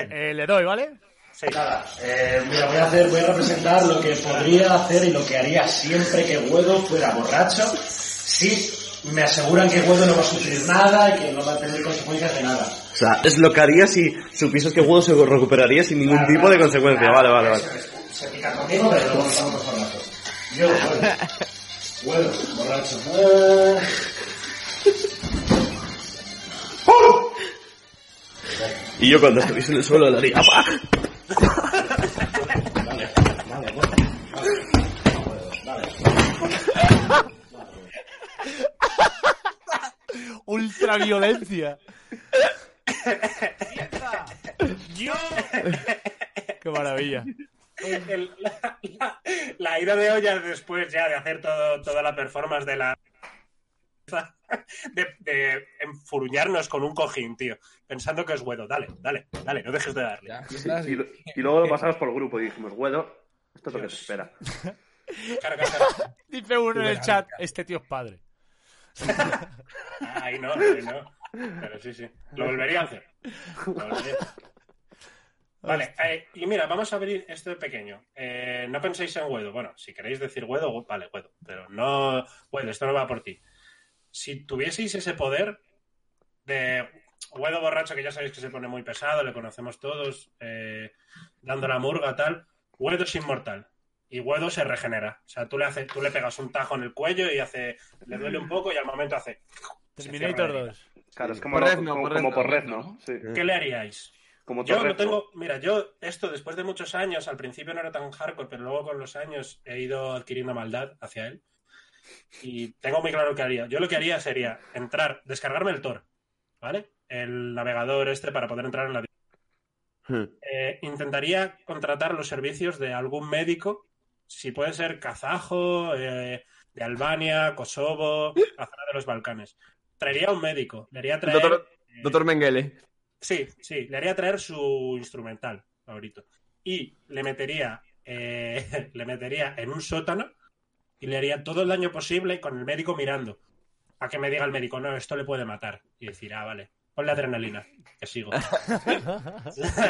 Speaker 4: Eh, le doy, ¿vale?
Speaker 3: Sí.
Speaker 2: Nada, eh, mira, voy a, hacer, voy a representar lo que podría hacer y lo que haría siempre que Guedo fuera borracho. Sí, me aseguran que Guedo no va a sufrir nada y que no va a tener consecuencias de nada.
Speaker 9: O sea, es lo que haría si supieses que Gudo se recuperaría sin ningún
Speaker 2: Claro,
Speaker 9: tipo de
Speaker 2: claro,
Speaker 9: consecuencia.
Speaker 2: claro,
Speaker 9: Vale, vale, vale.
Speaker 2: Se, se pica conmigo, pero luego nos damos los abrazos. Yo, Guedo, Guedo, borracho. Eh,
Speaker 9: ¡Ah! Y yo cuando estuviese en el suelo le haría... ¡pa!
Speaker 4: Ultraviolencia. Qué maravilla.
Speaker 3: El- la, la- la ida de olla después ya de hacer todo, toda la performance de la. De, de enfuruñarnos con un cojín, tío. Pensando que es Guedo. Dale, dale, dale, no dejes de darle.
Speaker 5: Ya,
Speaker 6: Y, lo- y luego lo pasamos por el grupo y dijimos, Guedo, esto es lo que se espera.
Speaker 3: Claro, claro, claro.
Speaker 4: Dice uno en el chat, este tío es padre.
Speaker 3: Ay, no, ay, no. Pero sí, sí. Lo volvería a hacer. Lo volvería a hacer. Vale, eh, y mira, vamos a abrir esto de pequeño. Eh, no penséis en Guedo. Bueno, si queréis decir Guedo, gu- vale, Guedo. Pero no, Guedo, esto no va por ti. Si tuvieseis ese poder de Guedo borracho, que ya sabéis que se pone muy pesado, le conocemos todos, eh, dando la murga, tal. Guedo es inmortal. y Guedo se regenera. O sea, tú le, haces, tú le pegas un tajo en el cuello y hace, le duele un poco y al momento hace... se cierra
Speaker 4: Terminator
Speaker 3: la herida.
Speaker 4: 2.
Speaker 6: Claro, es
Speaker 5: Sí.
Speaker 6: como,
Speaker 5: Por
Speaker 6: lo-
Speaker 5: Rezno,
Speaker 6: como,
Speaker 5: por
Speaker 6: como
Speaker 5: Rezno,
Speaker 6: por red,
Speaker 5: Rezno,
Speaker 6: ¿no? Sí.
Speaker 3: ¿Qué le haríais?
Speaker 6: Como
Speaker 3: Yo
Speaker 6: Torrezno.
Speaker 3: no tengo, mira, yo esto después de muchos años, al principio no era tan hardcore, pero luego con los años he ido adquiriendo maldad hacia él. Y tengo muy claro lo que haría. Yo lo que haría sería entrar, descargarme el Tor, ¿vale? El navegador este para poder entrar en la... Eh, intentaría contratar los servicios de algún médico, si puede ser kazajo, eh, de Albania, Kosovo, la zona de los Balcanes. Traería un médico, le haría traer...
Speaker 1: Doctor,
Speaker 3: eh,
Speaker 1: doctor Mengele.
Speaker 3: Sí, sí, le haría traer su instrumental favorito. Y le metería, eh, le metería en un sótano y le haría todo el daño posible con el médico mirando. A que me diga el médico, no, esto le puede matar. Y decir, ah, vale, pon la adrenalina, que sigo.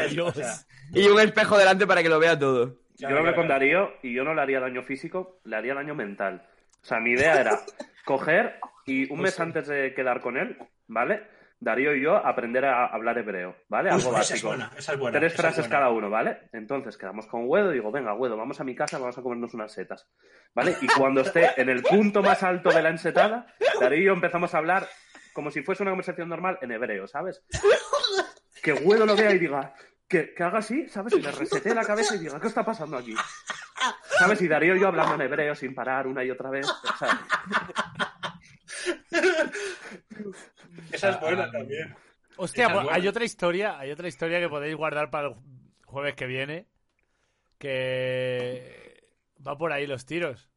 Speaker 4: Dios.
Speaker 1: Y un espejo delante para que lo vea todo.
Speaker 6: Yo lo hablé con Darío y yo no le haría daño físico, le haría daño mental. O sea, mi idea era coger y un
Speaker 3: Pues
Speaker 6: mes antes de quedar con él, ¿vale? Darío y yo aprender a hablar hebreo, ¿vale? Algo
Speaker 3: Uf, esa es
Speaker 6: básico.
Speaker 3: buena, esa es buena.
Speaker 6: Tres
Speaker 3: esa es
Speaker 6: frases
Speaker 3: buena.
Speaker 6: cada uno, ¿vale? Entonces quedamos con Guedo y digo, venga, Guedo, vamos a mi casa, vamos a comernos unas setas, ¿vale? Y cuando esté en el punto más alto de la ensetada, Darío y yo empezamos a hablar como si fuese una conversación normal en hebreo, ¿sabes? Que Guedo lo vea y diga, que, que haga así, ¿sabes? Y le resetee la cabeza y diga, ¿qué está pasando aquí? ¿Sabes? Y Darío y yo hablando en hebreo sin parar una y otra vez, ¿sabes?
Speaker 3: Esa es buena
Speaker 5: Ah,
Speaker 3: también.
Speaker 4: Hostia,
Speaker 3: Esa es
Speaker 4: pues,
Speaker 3: buena.
Speaker 4: hay otra historia, hay otra historia que podéis guardar para el ju- jueves que viene, que va por ahí los tiros.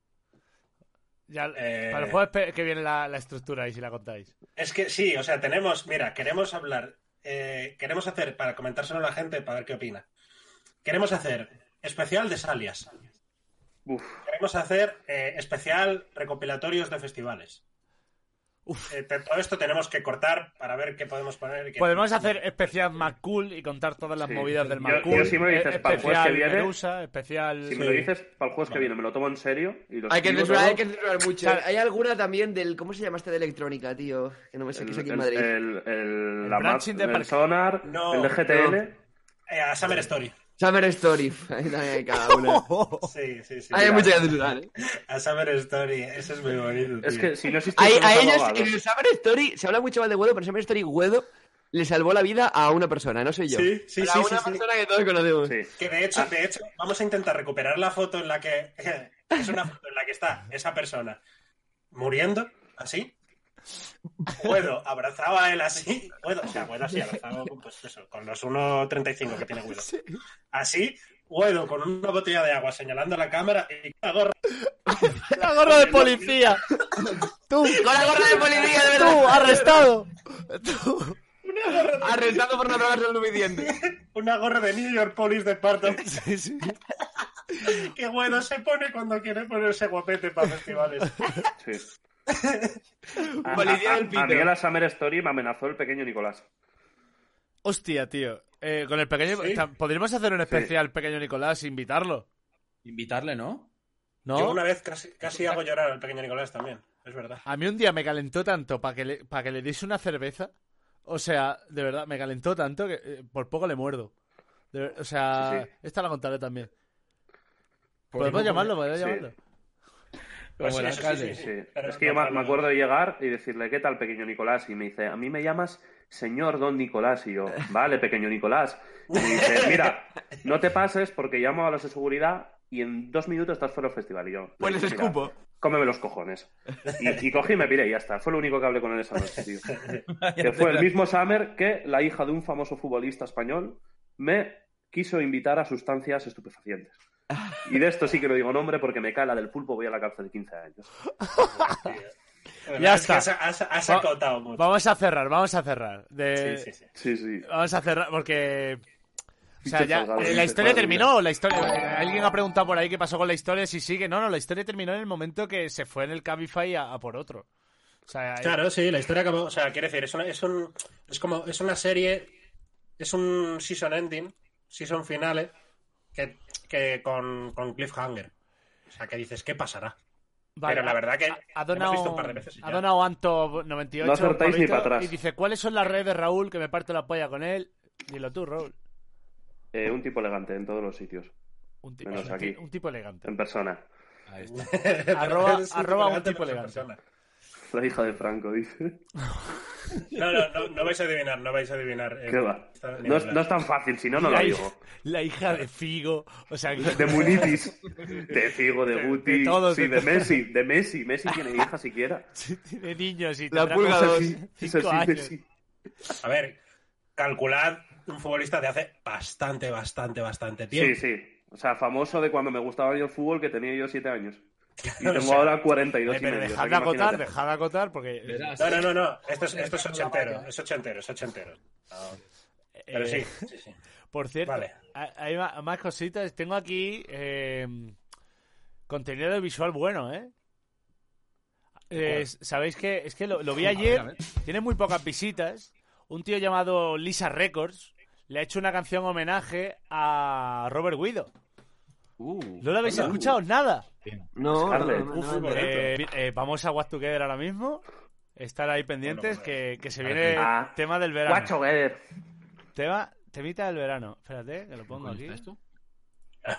Speaker 4: Ya,
Speaker 3: Eh.
Speaker 4: Para el jueves pe- que viene la, la estructura y si la contáis.
Speaker 3: Es que sí, o sea, tenemos, mira, queremos hablar, eh, queremos hacer, para comentárselo a la gente, para ver qué opina. Queremos hacer especial de Salias.
Speaker 6: Uf.
Speaker 3: Queremos hacer eh, especial recopilatorios de festivales. Eh, te- todo esto tenemos que cortar para ver qué podemos poner. y qué-
Speaker 4: Podemos hacer especial McCool y contar todas las
Speaker 6: Sí.
Speaker 4: movidas del
Speaker 6: Yo-
Speaker 4: McCool.
Speaker 6: yo si me dices para el jueves que
Speaker 4: especial
Speaker 6: viene-
Speaker 4: Medusa, especial...
Speaker 6: Si me lo dices, para el jueves que viene me lo tomo en serio y lo
Speaker 1: Hay que
Speaker 6: escribo
Speaker 1: censurar,
Speaker 6: todo.
Speaker 1: hay que censurar mucho. Hay alguna también del. ¿Cómo se llama este de electrónica, tío? Que no me sé que es aquí en
Speaker 6: el, eh,
Speaker 1: Madrid.
Speaker 6: el- el- la
Speaker 4: branching
Speaker 6: map-
Speaker 4: de
Speaker 6: el
Speaker 4: parque.
Speaker 6: sonar,
Speaker 3: No,
Speaker 6: el de GTL.
Speaker 3: Eh, a Summer Story.
Speaker 1: Summer Story. Ahí también hay cada una.
Speaker 3: Sí, sí, sí.
Speaker 1: Hay
Speaker 3: mira,
Speaker 1: mucho que censurar, ¿eh?
Speaker 3: A Summer Story. Eso es muy bonito.
Speaker 6: Es
Speaker 3: tío.
Speaker 6: que si no existe
Speaker 1: Hay,
Speaker 6: eso, no
Speaker 1: a
Speaker 6: se lo
Speaker 1: ellos,
Speaker 6: hagas.
Speaker 1: en el Summer Story, se habla mucho mal de Guedo, pero en Summer Story Guedo le salvó la vida a una persona, no soy yo.
Speaker 3: Sí, sí,
Speaker 1: Pero
Speaker 3: sí,
Speaker 1: a
Speaker 3: sí,
Speaker 1: una
Speaker 3: sí.
Speaker 1: persona que todos conocemos.
Speaker 6: Sí.
Speaker 3: Que de
Speaker 4: Ah.
Speaker 3: hecho, de hecho, vamos a intentar recuperar la foto en la que es una foto en la que está esa persona muriendo, así. Puedo, abrazaba a él así. Puedo, o sea, Guedo así, abrazado pues eso, con los 1.35 que tiene Guedo. Así, Guedo con una botella de agua señalando la cámara y la gorra.
Speaker 4: ¡La gorra de policía! ¡Tú!
Speaker 1: Con la gorra de policía, de
Speaker 4: ¡Tú!
Speaker 1: verdad.
Speaker 4: ¡Arrestado! ¡Tú!
Speaker 1: Arrestado por no tragarse lo suficiente.
Speaker 3: Una gorra de New York Police Department.
Speaker 4: Sí, sí.
Speaker 3: Que Guedo se pone cuando quiere ponerse guapete para festivales.
Speaker 6: Sí. A,
Speaker 1: Policía del
Speaker 6: a- a- a mí
Speaker 1: pito.
Speaker 6: en la Summer Story me amenazó el pequeño Nicolás.
Speaker 4: Hostia, tío. Eh, con el pequeño...
Speaker 3: Sí.
Speaker 4: tam- ¿Podríamos hacer un especial pequeño Nicolás e invitarlo?
Speaker 5: Invitarle, ¿no?
Speaker 4: ¿No?
Speaker 3: Yo una vez casi, casi hago llorar al pequeño Nicolás también, es verdad.
Speaker 4: A mí un día me calentó tanto para que, le- pa' que le diese una cerveza. O sea, de verdad, me calentó tanto que eh, por poco le muerdo. De ver- o sea,
Speaker 6: Sí, sí.
Speaker 4: esta la contaré también.
Speaker 5: Por
Speaker 4: Podemos
Speaker 5: poco-
Speaker 4: llamarlo, podemos
Speaker 6: sí.
Speaker 4: llamarlo.
Speaker 5: Como
Speaker 3: Pues
Speaker 5: el
Speaker 3: eso sí,
Speaker 5: alcalde.
Speaker 3: sí,
Speaker 6: Sí.
Speaker 3: pero
Speaker 6: es que yo
Speaker 3: no,
Speaker 6: me,
Speaker 3: no, no.
Speaker 6: me acuerdo de llegar y decirle, ¿qué tal, pequeño Nicolás? Y me dice, a mí me llamas señor don Nicolás. Y yo, vale, pequeño Nicolás. Y me dice, mira, no te pases porque llamo a los de seguridad y en dos minutos estás fuera del festival. Y yo,
Speaker 1: Pues les
Speaker 6: mira,
Speaker 1: escupo.
Speaker 6: cómeme los cojones. Y, y cogí y me piré y ya está. Fue lo único que hablé con él esa noche, tío. que fue el mismo Summer que la hija de un famoso futbolista español me quiso invitar a sustancias estupefacientes. Y de esto sí que no digo nombre porque me cala del pulpo, voy a la cárcel de 15 años.
Speaker 3: Bueno,
Speaker 4: Ya
Speaker 3: es que
Speaker 4: está.
Speaker 3: Has, has- has acotado mucho.
Speaker 4: Vamos a cerrar, vamos a cerrar. De-
Speaker 3: Sí, sí, sí.
Speaker 6: Sí, sí.
Speaker 4: Vamos a cerrar porque... O sea,
Speaker 6: Pinche
Speaker 4: ya,
Speaker 6: salgado,
Speaker 4: eh, la
Speaker 6: pinche
Speaker 4: historia
Speaker 6: madre
Speaker 4: terminó, la historia... eh, Alguien ha preguntado por ahí qué pasó con la historia, si sigue. No, no, la historia terminó en el momento que se fue en el Cabify a, a por otro. O sea,
Speaker 3: Claro, sí, la historia acabó. O sea, quiere decir, es una, es un, es como, es una serie, es un season ending, season finale, que, que con, con cliffhanger. O sea, que dices, ¿qué pasará?
Speaker 4: Vale,
Speaker 3: Pero la
Speaker 4: ha-
Speaker 3: verdad que
Speaker 4: ha, ha
Speaker 3: hemos
Speaker 4: donado,
Speaker 3: visto un par de veces y
Speaker 4: ha
Speaker 3: ya.
Speaker 4: donado Anto 98
Speaker 6: No acertáis ni
Speaker 4: Pablito,
Speaker 6: pa' atrás.
Speaker 4: y dice, ¿cuáles son las redes de Raúl que me parto la polla con él? Dilo tú, Raúl.
Speaker 6: Eh, un tipo elegante en todos los sitios.
Speaker 4: Un tipo,
Speaker 6: Menos
Speaker 4: un
Speaker 6: aquí.
Speaker 4: ti- un tipo elegante.
Speaker 6: En persona.
Speaker 5: Ahí está.
Speaker 4: Arroba,
Speaker 3: Es un
Speaker 4: arroba un
Speaker 3: elegante,
Speaker 4: tipo
Speaker 3: pero
Speaker 4: elegante.
Speaker 3: persona.
Speaker 6: La hija de Franco, dice.
Speaker 3: No, no, no, no vais a adivinar, no vais a adivinar. eh,
Speaker 6: ¿Qué va?
Speaker 3: esta- ni
Speaker 6: No es,
Speaker 3: hablar.
Speaker 6: no es tan fácil, si no, no
Speaker 4: la,
Speaker 6: lo
Speaker 4: hija,
Speaker 6: digo.
Speaker 4: la hija de Figo. O sea,
Speaker 6: De Munitis, de Figo, de
Speaker 4: De-
Speaker 6: Guti,
Speaker 4: de todos,
Speaker 6: sí,
Speaker 4: de
Speaker 6: de
Speaker 4: todos.
Speaker 6: Messi, de Messi. Messi tiene hija siquiera.
Speaker 4: de niños y
Speaker 1: La
Speaker 4: tendrá
Speaker 1: pulga
Speaker 4: como
Speaker 1: dos.
Speaker 6: Sí,
Speaker 4: cinco
Speaker 6: sí,
Speaker 4: años.
Speaker 6: Messi.
Speaker 3: A ver, calculad un futbolista de hace bastante, bastante, bastante
Speaker 6: Sí,
Speaker 3: tiempo.
Speaker 6: sí. O sea, famoso de cuando me gustaba yo el fútbol, que tenía yo siete años. Y
Speaker 3: O
Speaker 6: tengo
Speaker 3: sea,
Speaker 6: ahora 42 y
Speaker 4: eh, Pero
Speaker 6: medio.
Speaker 4: dejad
Speaker 6: así
Speaker 4: de
Speaker 6: que
Speaker 4: acotar,
Speaker 6: imagínate.
Speaker 4: dejad de acotar, porque.
Speaker 5: Verás.
Speaker 3: No, no, no, no. Esto es, esto es ochentero, es ochentero, es ochentero.
Speaker 4: eh,
Speaker 3: Pero sí, sí, sí.
Speaker 4: Por cierto,
Speaker 3: Vale.
Speaker 4: ha- Ah, hay ma- más cositas. Tengo aquí eh, contenido visual bueno, ¿eh? Eh, Sabéis que es que lo, lo vi
Speaker 5: A ver,
Speaker 4: ayer.
Speaker 5: a ver.
Speaker 4: Tiene muy pocas visitas. Un tío llamado Lisa Records le ha hecho una canción homenaje a Robert Guido.
Speaker 1: Uh,
Speaker 4: ¿No lo habéis
Speaker 6: Anda.
Speaker 4: escuchado? Nada.
Speaker 1: no, no,
Speaker 6: Scarlett.
Speaker 1: no,
Speaker 3: Uf,
Speaker 1: no, no.
Speaker 3: correcto.
Speaker 4: Eh, eh, vamos a What Together ahora mismo. Estar ahí pendientes
Speaker 3: Bueno,
Speaker 4: que, que se viene
Speaker 6: Ah.
Speaker 4: tema del verano.
Speaker 6: Guacho eh, Gueder.
Speaker 4: Tema, temita del verano. Espérate, que lo pongo
Speaker 5: ¿Dónde
Speaker 4: aquí.
Speaker 5: está esto?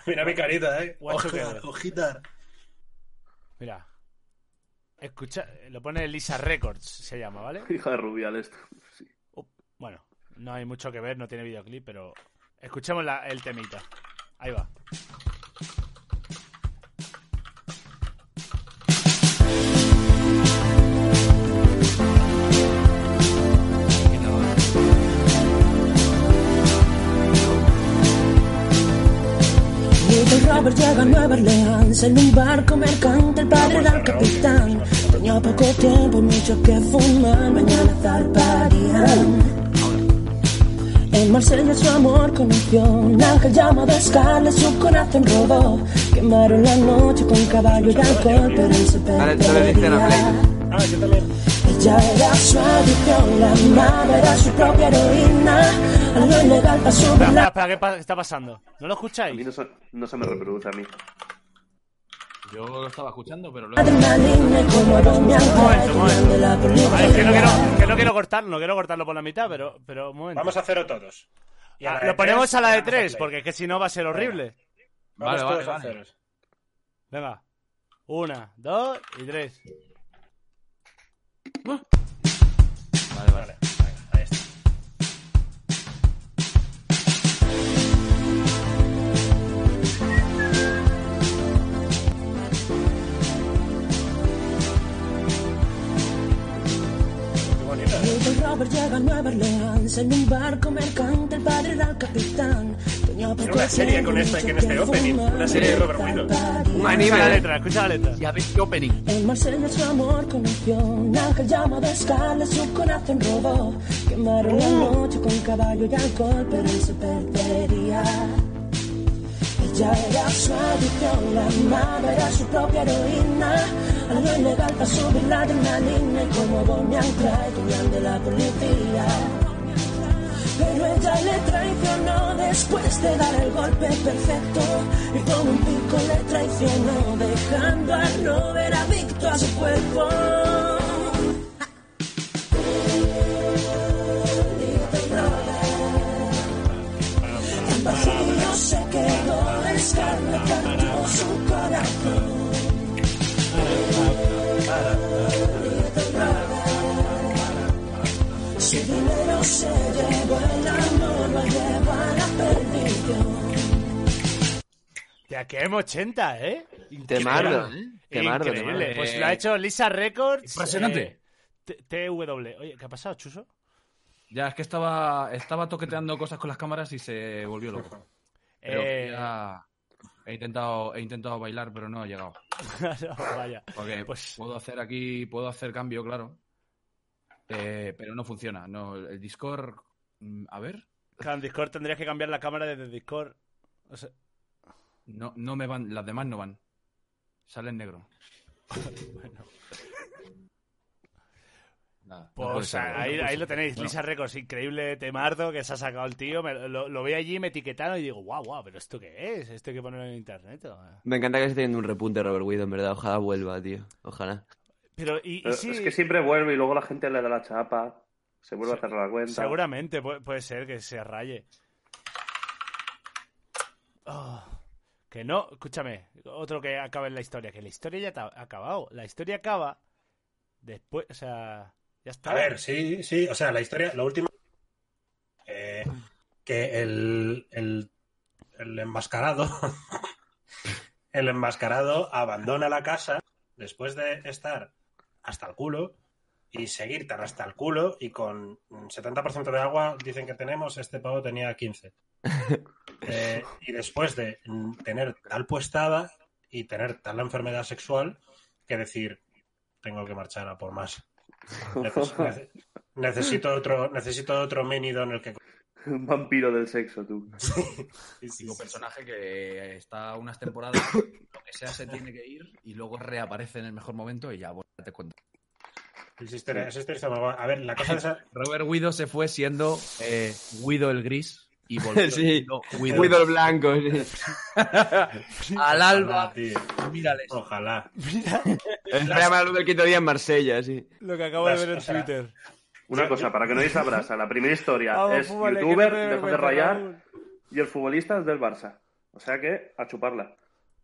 Speaker 3: Mira mi carita, eh.
Speaker 4: Guacho
Speaker 3: Ojita,
Speaker 4: que-
Speaker 3: ojita.
Speaker 4: Mira. Escucha, lo pone Lisa Records, se llama, ¿vale?
Speaker 6: Hija de Rubial esto. Sí.
Speaker 4: Bueno, no hay mucho que ver, no tiene videoclip, pero escuchemos la- el temita. Ahí va.
Speaker 11: Little Robert llega a Nueva Orleans en un barco mercante, el padre del capitán. Tenía poco tiempo y mucho que fumar, mañana zarparían. En Marsella su amor conoció un ángel llamado Scarlett, su corazón robó. Quemaron la noche con caballo y alcohol, pero él se
Speaker 1: Dale- dale dice a
Speaker 11: perdería.
Speaker 1: la play.
Speaker 3: Ah, yo también.
Speaker 11: Ella era su adicción, la madre era su propia heroína. A lo ilegal pasó
Speaker 4: Espera,
Speaker 11: de
Speaker 4: espera,
Speaker 11: la...
Speaker 4: espera, ¿qué pa- está pasando? ¿No lo
Speaker 6: A mí
Speaker 4: escucháis?
Speaker 6: no se, no se me reproduce a mí.
Speaker 5: Yo lo estaba escuchando, pero luego.
Speaker 11: Adrenalina y como doña
Speaker 4: Un momento, un
Speaker 11: Alfred,
Speaker 4: momento.
Speaker 11: de la
Speaker 4: Vale, es que no
Speaker 11: película.
Speaker 4: quiero, que no quiero cortarlo, no quiero cortarlo por la mitad, pero, pero un momento.
Speaker 3: Vamos a hacerlo todos. Y a
Speaker 4: Ah,
Speaker 3: la de
Speaker 4: lo ponemos
Speaker 3: tres,
Speaker 4: a la de
Speaker 3: vamos
Speaker 4: tres,
Speaker 3: play.
Speaker 4: porque es que si no va a ser horrible.
Speaker 3: Vamos
Speaker 5: Vale, vale,
Speaker 3: todos a
Speaker 5: vale.
Speaker 3: ceros.
Speaker 4: Venga. Una, dos y tres.
Speaker 5: Vale, vale.
Speaker 3: Vale, venga, ahí está. Qué bonito, ¿eh?
Speaker 11: Little Robert llega a Nueva Orleans en un barco mercante, el padre era el capitán. Tenía poco
Speaker 3: una serie
Speaker 11: tiempo,
Speaker 3: con esta-
Speaker 11: mucho
Speaker 3: con este
Speaker 11: que
Speaker 3: opening,
Speaker 11: fumar,
Speaker 3: una serie de Robert Guido.
Speaker 11: París.
Speaker 1: Un
Speaker 4: Escucha la
Speaker 1: anime. ¿eh?
Speaker 4: letra, escucha la letra.
Speaker 5: Ya veis qué opening.
Speaker 11: En Marsella su amor conoció un ángel llamado Scarlett, su corazón robó. Quemaron la
Speaker 3: Uh.
Speaker 11: noche con caballo y alcohol, pero él se perdería. Ella era su adicción, la amaba, era su propia heroína. A lo ilegal para subir la adrenalina, y como Bonnie and Clyde, huían de la policía. Pero ella le traicionó después de dar el golpe perfecto y con un pico le traicionó dejando a Robert adicto a su cuerpo. Little Robert. Tan vacío se quedó, Scarlett cantó su corazón. Little Robert. Su dinero se llevó, el amor lo llevó a la perdición.
Speaker 4: Ya que M80, ¿eh?
Speaker 1: Te mardo, ¿eh? Te mardo, te
Speaker 4: Increíble.
Speaker 1: mardo.
Speaker 4: Pues lo ha hecho Lisa Records.
Speaker 5: Impresionante.
Speaker 4: eh, T- TW. Oye, ¿qué ha pasado, Chuso?
Speaker 5: Ya, es que estaba, estaba toqueteando cosas con las cámaras y se volvió loco. Pero
Speaker 4: Eh,
Speaker 5: ya he intentado, he intentado bailar, pero no he llegado.
Speaker 4: claro, vaya.
Speaker 5: Porque
Speaker 4: Pues-
Speaker 5: puedo hacer aquí, puedo hacer cambio, claro. Eh, pero no funciona. No, el Discord. mm, A ver.
Speaker 4: Claro, en Discord tendrías que cambiar la cámara desde Discord. O sea,
Speaker 5: No, no me van. Las demás no van. Sale en negro. Nada, no
Speaker 4: pues,
Speaker 5: puede ser, no
Speaker 4: ahí,
Speaker 5: puede
Speaker 4: ahí
Speaker 5: ser.
Speaker 4: lo tenéis,
Speaker 5: Bueno,
Speaker 4: Lisa Records, increíble temardo que se ha sacado el tío. Me- lo, lo vi allí, me etiquetaron y digo, guau, guau, pero ¿esto qué es? Esto hay que ponerlo en internet. o-
Speaker 1: Me encanta que esté teniendo un repunte Robert Guido, en verdad. Ojalá vuelva, tío. Ojalá.
Speaker 4: Pero, y, y
Speaker 6: Pero
Speaker 4: si-
Speaker 6: Eh, Es que siempre vuelve y luego la gente le da la chapa. Se vuelve a cerrar la cuenta.
Speaker 4: Seguramente pu- puede, ser que se raye. Oh, Que no, escúchame, otro que acaba en la historia, que la historia ya ta- ha acabado. La historia acaba después, o sea, ya está.
Speaker 3: A ver, sí, sí, o sea, la historia, lo último. eh, que el, el, el enmascarado. el enmascarado abandona la casa después de estar hasta el culo y seguir tan hasta el culo y con mm, 70% de agua dicen que tenemos, este pavo tenía 15. Eh, y después de mm, tener tal puestada y tener tal enfermedad sexual que decir, tengo que marchar a por más. Neces- nece- necesito otro, necesito otro menido en el que.
Speaker 6: Un vampiro del sexo, tú.
Speaker 5: Típico personaje que eh, está unas temporadas, lo que sea, se tiene que ir y luego reaparece en el mejor momento y ya, bueno, ya te cuento.
Speaker 3: Esa historia- esa historia está muy guay. A ver, la cosa de esa-
Speaker 5: Robert Guido se fue siendo eh, Guido el gris y volvió
Speaker 1: Sí.
Speaker 5: siendo
Speaker 1: Guido el blanco,
Speaker 5: Al alba.
Speaker 3: Ojalá, tío.
Speaker 5: Mírales.
Speaker 3: Ojalá.
Speaker 1: Espera la luz del quinto día en Marsella, sí.
Speaker 4: Lo que acabo
Speaker 3: Las-
Speaker 4: de ver en
Speaker 3: o sea,
Speaker 4: Twitter.
Speaker 6: Una cosa, para que no deis brasa, la primera historia
Speaker 4: Vamos,
Speaker 6: es
Speaker 4: fútbol, que
Speaker 6: youtuber,
Speaker 4: no te dé
Speaker 6: dejó de
Speaker 4: vergüenza,
Speaker 6: rayar,
Speaker 4: Raúl.
Speaker 6: y el futbolista es del Barça. O sea que, a chuparla.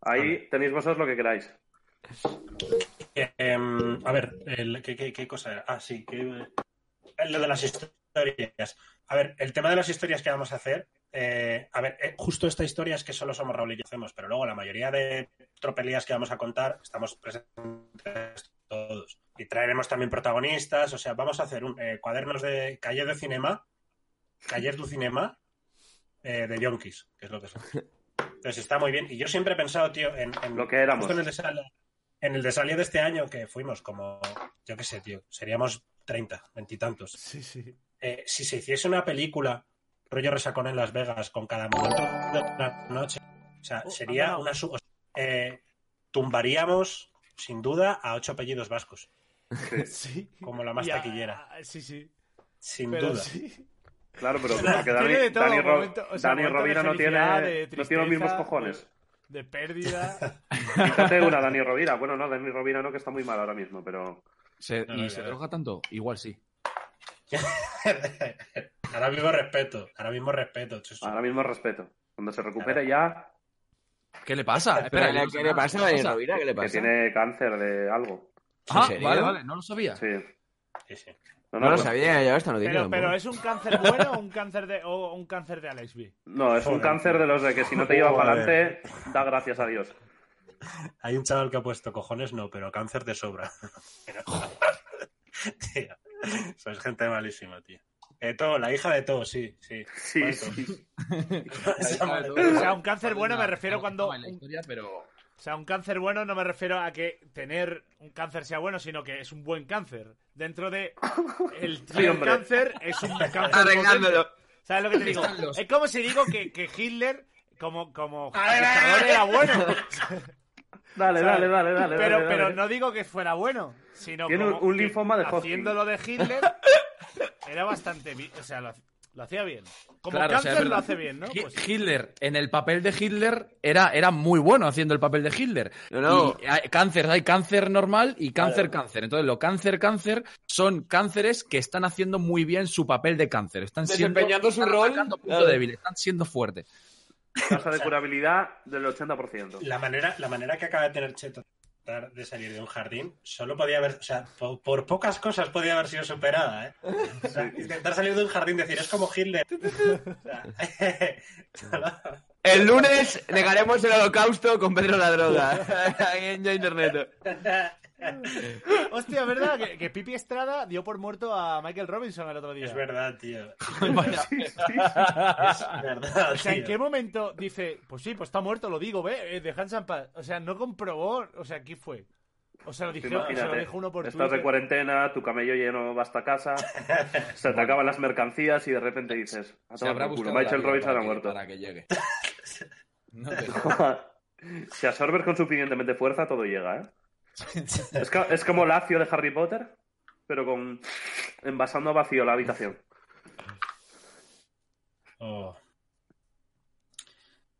Speaker 6: Ahí tenéis vosotros lo que queráis.
Speaker 3: Eh, em, a ver, el- ¿qué, qué, qué cosa era? Ah, sí, que, eh, lo de las historias. A ver, el tema de las historias que vamos a hacer. eh, a ver, eh, justo esta historia es que solo somos Raúl y yo hacemos, pero luego la mayoría de tropelías que vamos a contar estamos presentes todos. Y traeremos también protagonistas, o sea, vamos a hacer un eh, cuadernos de Calle de Cinema, Calle du Cinema, eh, de Yonkis, que es lo que son. Entonces está muy bien. Y yo siempre he pensado, tío, en, en-
Speaker 6: Lo que éramos.
Speaker 3: justo En el, de Sal- en el de Salia de este año, que fuimos como, yo qué sé, tío, seríamos 30, veintitantos.
Speaker 4: Sí, sí.
Speaker 3: Eh, si se hiciese una película, rollo resacón en Las Vegas, con cada momento de la noche, o sea,
Speaker 4: Oh,
Speaker 3: sería
Speaker 4: anda.
Speaker 3: una. su- o sea, eh, tumbaríamos, sin duda, a ocho apellidos vascos,
Speaker 4: Sí.
Speaker 3: como la más
Speaker 4: Y a-
Speaker 3: taquillera.
Speaker 4: a- Sí, sí.
Speaker 3: Sin
Speaker 4: Pero
Speaker 3: duda.
Speaker 4: sí.
Speaker 6: Claro, pero porque Dani,
Speaker 4: Tiene de todo,
Speaker 6: Dani, Ro-
Speaker 4: momento- o sea,
Speaker 6: Dani
Speaker 4: momento de
Speaker 6: Rovira no tiene,
Speaker 4: felicidad, de
Speaker 6: no tiene los mismos
Speaker 4: tristeza,
Speaker 6: cojones.
Speaker 4: De pérdida.
Speaker 6: Quítate una, Dani Rovira. Bueno, no, Dani Rovira no, que está muy mal ahora mismo, pero...
Speaker 5: Se-
Speaker 3: No, no,
Speaker 5: ¿Y
Speaker 3: no,
Speaker 5: se
Speaker 3: no.
Speaker 5: droga tanto? Igual sí.
Speaker 3: ahora mismo respeto, ahora mismo respeto. chuchu.
Speaker 4: Ah.
Speaker 6: Ahora mismo respeto. Cuando se recupere ya,
Speaker 5: ¿Qué le pasa? Espera,
Speaker 1: Pero,
Speaker 5: yo no sé
Speaker 1: ¿Qué le
Speaker 5: nada.
Speaker 1: pasa a
Speaker 5: ¿Qué
Speaker 1: Dani
Speaker 5: pasa?
Speaker 1: Rovira? ¿Qué le
Speaker 6: que
Speaker 1: pasa?
Speaker 6: tiene cáncer de algo.
Speaker 5: Ah,
Speaker 1: serio?
Speaker 5: vale, vale, no lo sabía.
Speaker 6: Sí.
Speaker 3: Sí, sí.
Speaker 6: No, pues,
Speaker 1: No lo
Speaker 6: no,
Speaker 1: sabía, yo esta noticia.
Speaker 4: pero, pero
Speaker 1: tampoco.
Speaker 4: ¿es un cáncer bueno o un cáncer de, o un cáncer de Alex B?
Speaker 6: no, es un
Speaker 3: Joder.
Speaker 6: cáncer de los de que si no te lleva para
Speaker 3: Joder.
Speaker 6: adelante, da gracias a Dios.
Speaker 3: Hay un chaval que ha puesto cojones, no, pero cáncer de sobra. tío, sois gente malísima, tío. Eh, todo, la hija de todo, sí, sí.
Speaker 6: Sí,
Speaker 3: Vale,
Speaker 6: sí.
Speaker 3: todo. Esa madre.
Speaker 4: O sea, un cáncer bueno me refiero
Speaker 5: No,
Speaker 4: cuando-
Speaker 5: en la historia, pero...
Speaker 4: O sea, un cáncer bueno no me refiero a que tener un cáncer sea bueno, sino que es un buen cáncer. Dentro de el
Speaker 6: Sí,
Speaker 4: tío
Speaker 6: hombre.
Speaker 4: cáncer es un cáncer.
Speaker 1: Arreglándolo.
Speaker 4: potente. ¿Sabes lo que te digo?
Speaker 5: Están los-
Speaker 4: Es como si digo que, que Hitler como como
Speaker 3: Ay, ay,
Speaker 4: dictador
Speaker 3: ay.
Speaker 4: era bueno.
Speaker 6: Dale, dale, dale, dale.
Speaker 4: Pero
Speaker 6: dale,
Speaker 4: pero
Speaker 6: dale.
Speaker 4: no digo que fuera bueno, sino
Speaker 6: Tiene
Speaker 4: como
Speaker 6: un- un
Speaker 4: que
Speaker 6: linfoma de Hodgkin.
Speaker 4: haciéndolo de Hitler era bastante, bi- o sea, lo, lo hacía bien. Como
Speaker 5: Claro, o sea,
Speaker 4: cáncer
Speaker 5: es verdad.
Speaker 4: lo hace bien, ¿no?
Speaker 5: Hi-
Speaker 4: Pues-
Speaker 5: Hitler, en el papel de Hitler, era, era muy bueno haciendo el papel de Hitler.
Speaker 1: No, no.
Speaker 5: Y hay cáncer, hay cáncer normal y cáncer, cáncer. Entonces, lo cáncer, cáncer son cánceres que están haciendo muy bien su papel de cáncer. Están siendo-
Speaker 1: Desempeñando su
Speaker 5: están
Speaker 1: rol.
Speaker 5: atacando punto
Speaker 1: Claro.
Speaker 5: débil, están siendo fuertes.
Speaker 6: Tasa de curabilidad del 80%.
Speaker 3: La manera, la manera que acaba de tener Cheto de salir de un jardín, solo podía haber, o sea, po- por, pocas cosas podía haber sido superada, ¿eh? O sea, intentar salir de un jardín, decir, es como Hitler. O sea, solo-
Speaker 1: El lunes negaremos el holocausto con Pedro la droga. en ya internet.
Speaker 4: Hostia, ¿verdad? Que, que Pipi Estrada dio por muerto a Michael Robinson el otro día.
Speaker 3: es verdad, tío.
Speaker 5: Vaya.
Speaker 3: Es verdad,
Speaker 4: O sea, ¿en
Speaker 3: tío.
Speaker 4: qué momento dice, pues sí, pues está muerto, lo digo, ve, eh, de Hans Paz? O sea, no comprobó, o sea, ¿qué fue? O sea, lo,
Speaker 6: Tú
Speaker 4: dijeron- se lo
Speaker 6: Imagínate,
Speaker 4: dijo uno por
Speaker 6: estás de
Speaker 4: Twitter.
Speaker 6: cuarentena, tu camello lleno va hasta casa, se te acaban las mercancías y de repente dices, a
Speaker 5: Se
Speaker 6: tomar
Speaker 5: habrá
Speaker 6: por culo,
Speaker 5: buscado la
Speaker 6: Michael
Speaker 5: vida
Speaker 6: Robinson
Speaker 5: para
Speaker 6: ha
Speaker 5: que-
Speaker 6: muerto.
Speaker 5: Para que llegue. No te jodas.
Speaker 6: si absorbes con suficientemente fuerza, todo llega, ¿eh? es, ca- es como Lacio de Harry Potter, pero con envasando a vacío la habitación.
Speaker 3: Oh.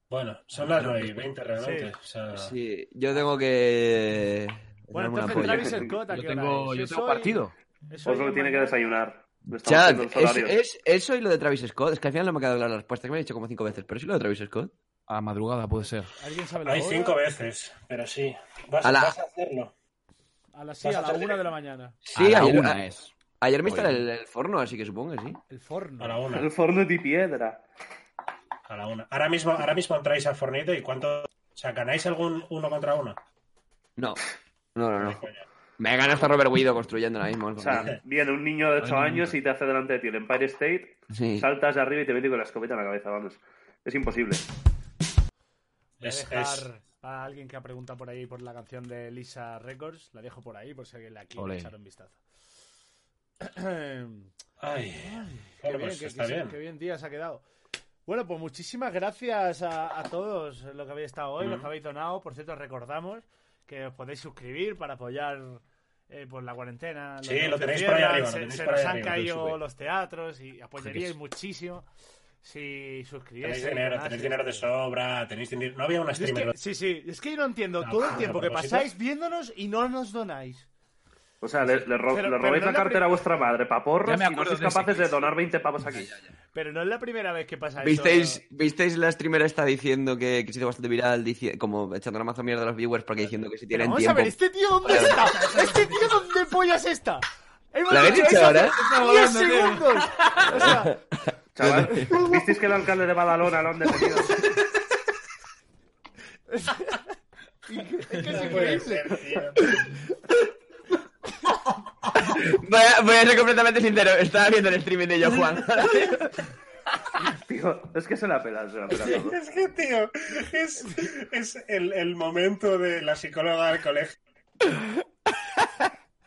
Speaker 3: Bueno, son las 9 y 20 realmente. O sea,
Speaker 1: Sí, yo tengo que.
Speaker 4: Bueno,
Speaker 1: darme una
Speaker 4: entonces
Speaker 1: polla.
Speaker 4: Travis Scott, ¿a
Speaker 5: Yo
Speaker 4: qué hora
Speaker 5: tengo,
Speaker 4: es?
Speaker 5: yo
Speaker 4: ¿Es
Speaker 5: tengo
Speaker 4: hoy?
Speaker 5: partido.
Speaker 4: ¿Es hoy
Speaker 6: Otro que
Speaker 4: o
Speaker 6: tiene que
Speaker 4: mañana?
Speaker 6: desayunar. Le estamos
Speaker 1: Chat,
Speaker 6: haciendo el
Speaker 1: es,
Speaker 6: horario.
Speaker 1: es- eso y lo de Travis Scott. Es que al final no me ha quedado clara la respuesta que me ha dicho como cinco veces, pero sí lo de Travis Scott.
Speaker 5: A madrugada puede ser.
Speaker 4: ¿Alguien sabe la
Speaker 3: Hay
Speaker 4: hora?
Speaker 3: cinco veces, pero sí. Vas,
Speaker 5: Ala.
Speaker 3: vas a hacerlo.
Speaker 4: A las sí, a la una de la mañana.
Speaker 1: Sí,
Speaker 5: A la
Speaker 1: ayer,
Speaker 5: una
Speaker 1: a-
Speaker 5: es.
Speaker 1: ayer me instalé
Speaker 5: Hoy.
Speaker 1: el, el forno, así que supongo que sí.
Speaker 4: El forno.
Speaker 3: A la una.
Speaker 6: El forno de piedra.
Speaker 3: A la una. Ahora mismo, ahora mismo entráis al fornito y cuánto. O sea, ¿ganáis algún uno contra uno?
Speaker 1: No, no, no. no. Me gana hasta Robert Guido construyendo ahora mismo. el
Speaker 6: O
Speaker 1: forno.
Speaker 6: sea, viene un niño de 8 años y te hace delante de ti el Empire State,
Speaker 1: Sí.
Speaker 6: saltas de arriba y te mete con la escopeta en la cabeza, vamos. Es imposible.
Speaker 4: Voy a
Speaker 3: Es-
Speaker 4: dejar
Speaker 3: es-
Speaker 4: a alguien que ha preguntado por ahí por la canción de Lisa Records. La dejo por ahí por si alguien la quiere
Speaker 5: Ole.
Speaker 4: echar un vistazo. Ay,
Speaker 3: Ay.
Speaker 4: qué,
Speaker 3: Bueno,
Speaker 4: bien,
Speaker 3: pues
Speaker 4: qué-
Speaker 3: está
Speaker 4: qué-
Speaker 3: bien.
Speaker 4: qué bien día se ha quedado. Bueno, pues muchísimas gracias a, a todos los que habéis estado hoy,
Speaker 3: Mm.
Speaker 4: los que habéis donado. Por cierto, recordamos que os podéis suscribir para apoyar eh, por la cuarentena.
Speaker 3: Sí,
Speaker 4: que
Speaker 3: lo
Speaker 4: nos
Speaker 3: tenéis por ahí
Speaker 4: encierran,
Speaker 3: arriba, lo
Speaker 4: Se,
Speaker 3: tenéis
Speaker 4: se
Speaker 3: por
Speaker 4: nos
Speaker 3: ahí
Speaker 4: han
Speaker 3: arriba,
Speaker 4: caído
Speaker 3: sube.
Speaker 4: los teatros y
Speaker 5: Joder, que
Speaker 4: apoyaríais
Speaker 5: es-
Speaker 4: muchísimo si suscribierais.
Speaker 3: Tenéis dinero, tenéis dinero de sobra, tenéis dinero. No había una
Speaker 4: Yo es
Speaker 3: streamer.
Speaker 4: que- sí, sí, es que yo no entiendo
Speaker 3: Ah,
Speaker 4: todo el
Speaker 3: joder,
Speaker 4: tiempo que
Speaker 3: ¿a propósito?
Speaker 4: pasáis viéndonos y no nos donáis.
Speaker 6: O sea, le, le ro-
Speaker 4: Pero-
Speaker 6: le
Speaker 4: pero
Speaker 6: robáis
Speaker 4: no
Speaker 6: la
Speaker 4: la
Speaker 6: cartera
Speaker 4: pri-
Speaker 6: a vuestra madre,
Speaker 5: Ya
Speaker 6: paporros,
Speaker 5: me
Speaker 6: y no
Speaker 5: acuerdo
Speaker 6: sois
Speaker 5: de ese
Speaker 6: capaces de
Speaker 5: case.
Speaker 6: donar 20 pavos aquí.
Speaker 4: Pero no es la primera vez que pasa
Speaker 1: ¿Visteis,
Speaker 4: eso.
Speaker 1: ¿Visteis la streamer esta diciendo que, que se hizo bastante viral, dici- como echando la mazo mierda a los viewers porque diciendo que si
Speaker 4: Pero
Speaker 1: tienen
Speaker 4: vamos a
Speaker 1: tiempo...
Speaker 4: ver, ¿este tío dónde está? ¿Este tío dónde pollas está? Hemos
Speaker 1: ¿La habéis
Speaker 4: dicho
Speaker 1: dicho
Speaker 4: eso
Speaker 1: ahora?
Speaker 4: hace 10 segundos. O sea,
Speaker 6: Chaval, ¿visteis que el alcalde de Badalona lo han detenido?
Speaker 4: es que es
Speaker 3: No puede
Speaker 4: increíble.
Speaker 3: ser, tío.
Speaker 1: Voy a, voy a ser completamente sincero, estaba viendo el streaming de yo, Juan.
Speaker 6: Tío, es que se la pela, se la pela todo.
Speaker 3: Es que, tío, es, es el, el momento de la psicóloga del colegio.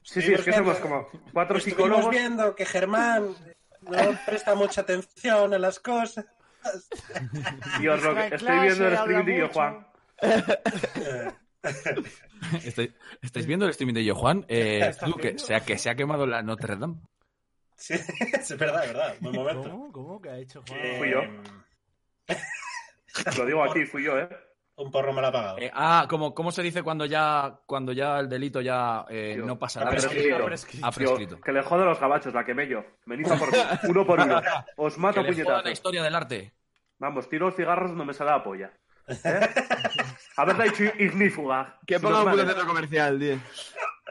Speaker 6: Sí, sí, es que somos como cuatro
Speaker 3: Estuvimos
Speaker 6: psicólogos.
Speaker 3: viendo que Germán no presta mucha atención a las cosas.
Speaker 6: Y os lo que
Speaker 4: Nuestra
Speaker 6: estoy viendo el
Speaker 4: clase habla
Speaker 6: streaming de yo,
Speaker 4: mucho.
Speaker 6: Juan.
Speaker 5: Estáis, estáis viendo el streaming de yo, Juan. Eh, tú, que, se ha, que se ha quemado la Notre Dame.
Speaker 3: Sí, es verdad, es verdad. Buen momento.
Speaker 4: ¿Cómo? ¿Cómo que ha hecho Juan?
Speaker 3: Que,
Speaker 6: Fui yo.
Speaker 3: mm,
Speaker 6: Lo digo aquí, fui yo, ¿eh?
Speaker 3: Un porro me lo ha pagado.
Speaker 5: Eh, ah, ¿cómo, ¿cómo se dice cuando ya, cuando ya el delito ya eh,
Speaker 6: Tío,
Speaker 5: no pasa
Speaker 3: ha
Speaker 5: nada?
Speaker 3: prescrito.
Speaker 5: Ha
Speaker 6: Ha
Speaker 5: prescrito.
Speaker 4: prescrito.
Speaker 6: Yo, que le jodo a los gabachos, la quemé yo. Venid a por mí, uno por uno. Os mato
Speaker 5: Que le joda la
Speaker 6: puñetazos.
Speaker 5: historia del arte.
Speaker 6: Vamos, tiro los cigarros donde me sale la polla. ¿Eh? Haberla hecho ignífuga.
Speaker 1: que ponga un
Speaker 6: Normales.
Speaker 1: puto centro comercial, tío.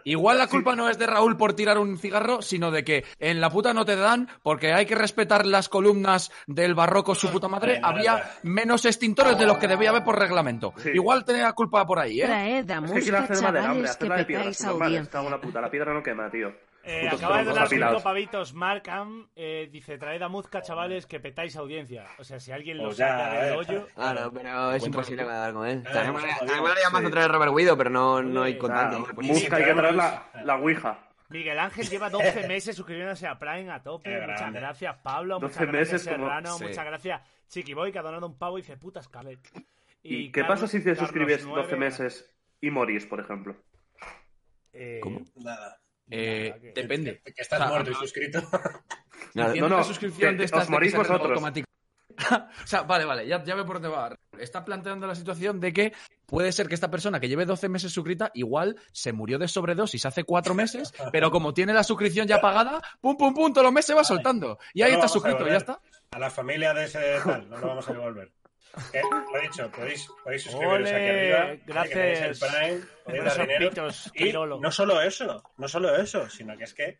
Speaker 5: Igual la culpa no es de Raúl por tirar un cigarro, sino de que en la puta no te dan, porque hay que respetar las columnas del barroco su puta madre,
Speaker 3: Venga,
Speaker 5: había
Speaker 3: venga.
Speaker 5: menos extintores de los que debía haber por reglamento.
Speaker 6: Sí.
Speaker 5: Igual tenía la culpa por ahí, ¿eh?
Speaker 10: Traed a
Speaker 6: Es que quiero
Speaker 10: música,
Speaker 6: hacer más del hambre,
Speaker 10: chavales, que
Speaker 6: hacerla de piedra.
Speaker 10: petáis
Speaker 6: Es normal,
Speaker 10: audiencia.
Speaker 6: está una puta, la piedra no quema, tío.
Speaker 4: Eh,
Speaker 6: Putos
Speaker 4: acaba de
Speaker 6: troncos
Speaker 4: donar cinco
Speaker 6: apilados.
Speaker 4: pavitos Markham. eh, dice, traed a Muzca, chavales, que petáis audiencia. O sea, si alguien lo
Speaker 3: Pues ya,
Speaker 4: saca
Speaker 3: a
Speaker 4: del
Speaker 3: ver,
Speaker 4: hoyo...
Speaker 1: Claro, pero es imposible quedar con
Speaker 4: Eh,
Speaker 1: él.
Speaker 3: Ah,
Speaker 1: Además,
Speaker 3: hemos jodido.
Speaker 1: además le llamas otra vez Robert Guido, pero no, no hay
Speaker 6: Ah,
Speaker 1: contacto. ¿no? Pues-
Speaker 6: Busca, hay que traer la, la ouija.
Speaker 4: Miguel Ángel lleva 12 meses suscribiéndose a Prime a tope.
Speaker 3: Qué
Speaker 4: muchas
Speaker 3: grande.
Speaker 4: gracias, Pablo.
Speaker 6: 12
Speaker 4: Muchas gracias,
Speaker 6: meses como-
Speaker 4: Serrano.
Speaker 5: Sí.
Speaker 4: Muchas gracias, Chiquiboy, que ha donado un pavo y dice, puta Scarlett.
Speaker 6: ¿Y, qué
Speaker 4: Carlos-
Speaker 6: pasa si te
Speaker 4: Carlos
Speaker 6: suscribes
Speaker 4: nueve,
Speaker 6: 12 meses y morís, por ejemplo?
Speaker 4: eh,
Speaker 5: ¿Cómo?
Speaker 3: Nada.
Speaker 5: Eh,
Speaker 4: que-
Speaker 5: depende.
Speaker 3: Que estás
Speaker 5: O sea,
Speaker 3: muerto y suscrito.
Speaker 1: Nada.
Speaker 5: Haciendo
Speaker 6: No, no,
Speaker 5: una suscripción
Speaker 6: que
Speaker 5: de estas
Speaker 6: os
Speaker 5: de que
Speaker 6: morís
Speaker 5: se renueva
Speaker 6: vosotros.
Speaker 5: automáticamente. o sea, vale, vale, ya, ya veo por dónde va. Está planteando la situación de que puede ser que esta persona que lleve 12 meses suscrita igual se murió de sobredosis hace 4 meses, pero como tiene la suscripción ya pagada, pum, pum, pum, todos los meses va soltando. Y ahí
Speaker 3: No lo vamos
Speaker 5: está
Speaker 3: a
Speaker 5: suscrito,
Speaker 3: devolver.
Speaker 5: ya está.
Speaker 3: A la familia de ese tal, no lo vamos a devolver. Eh, lo he dicho, podéis, podéis suscribiros
Speaker 4: Ole,
Speaker 3: aquí arriba. eh,
Speaker 4: gracias.
Speaker 3: que tenéis el Prime, podéis
Speaker 4: Esos
Speaker 3: dar dinero.
Speaker 4: pitos,
Speaker 3: Y
Speaker 4: Quirolo.
Speaker 3: no solo eso, no solo eso, sino que es que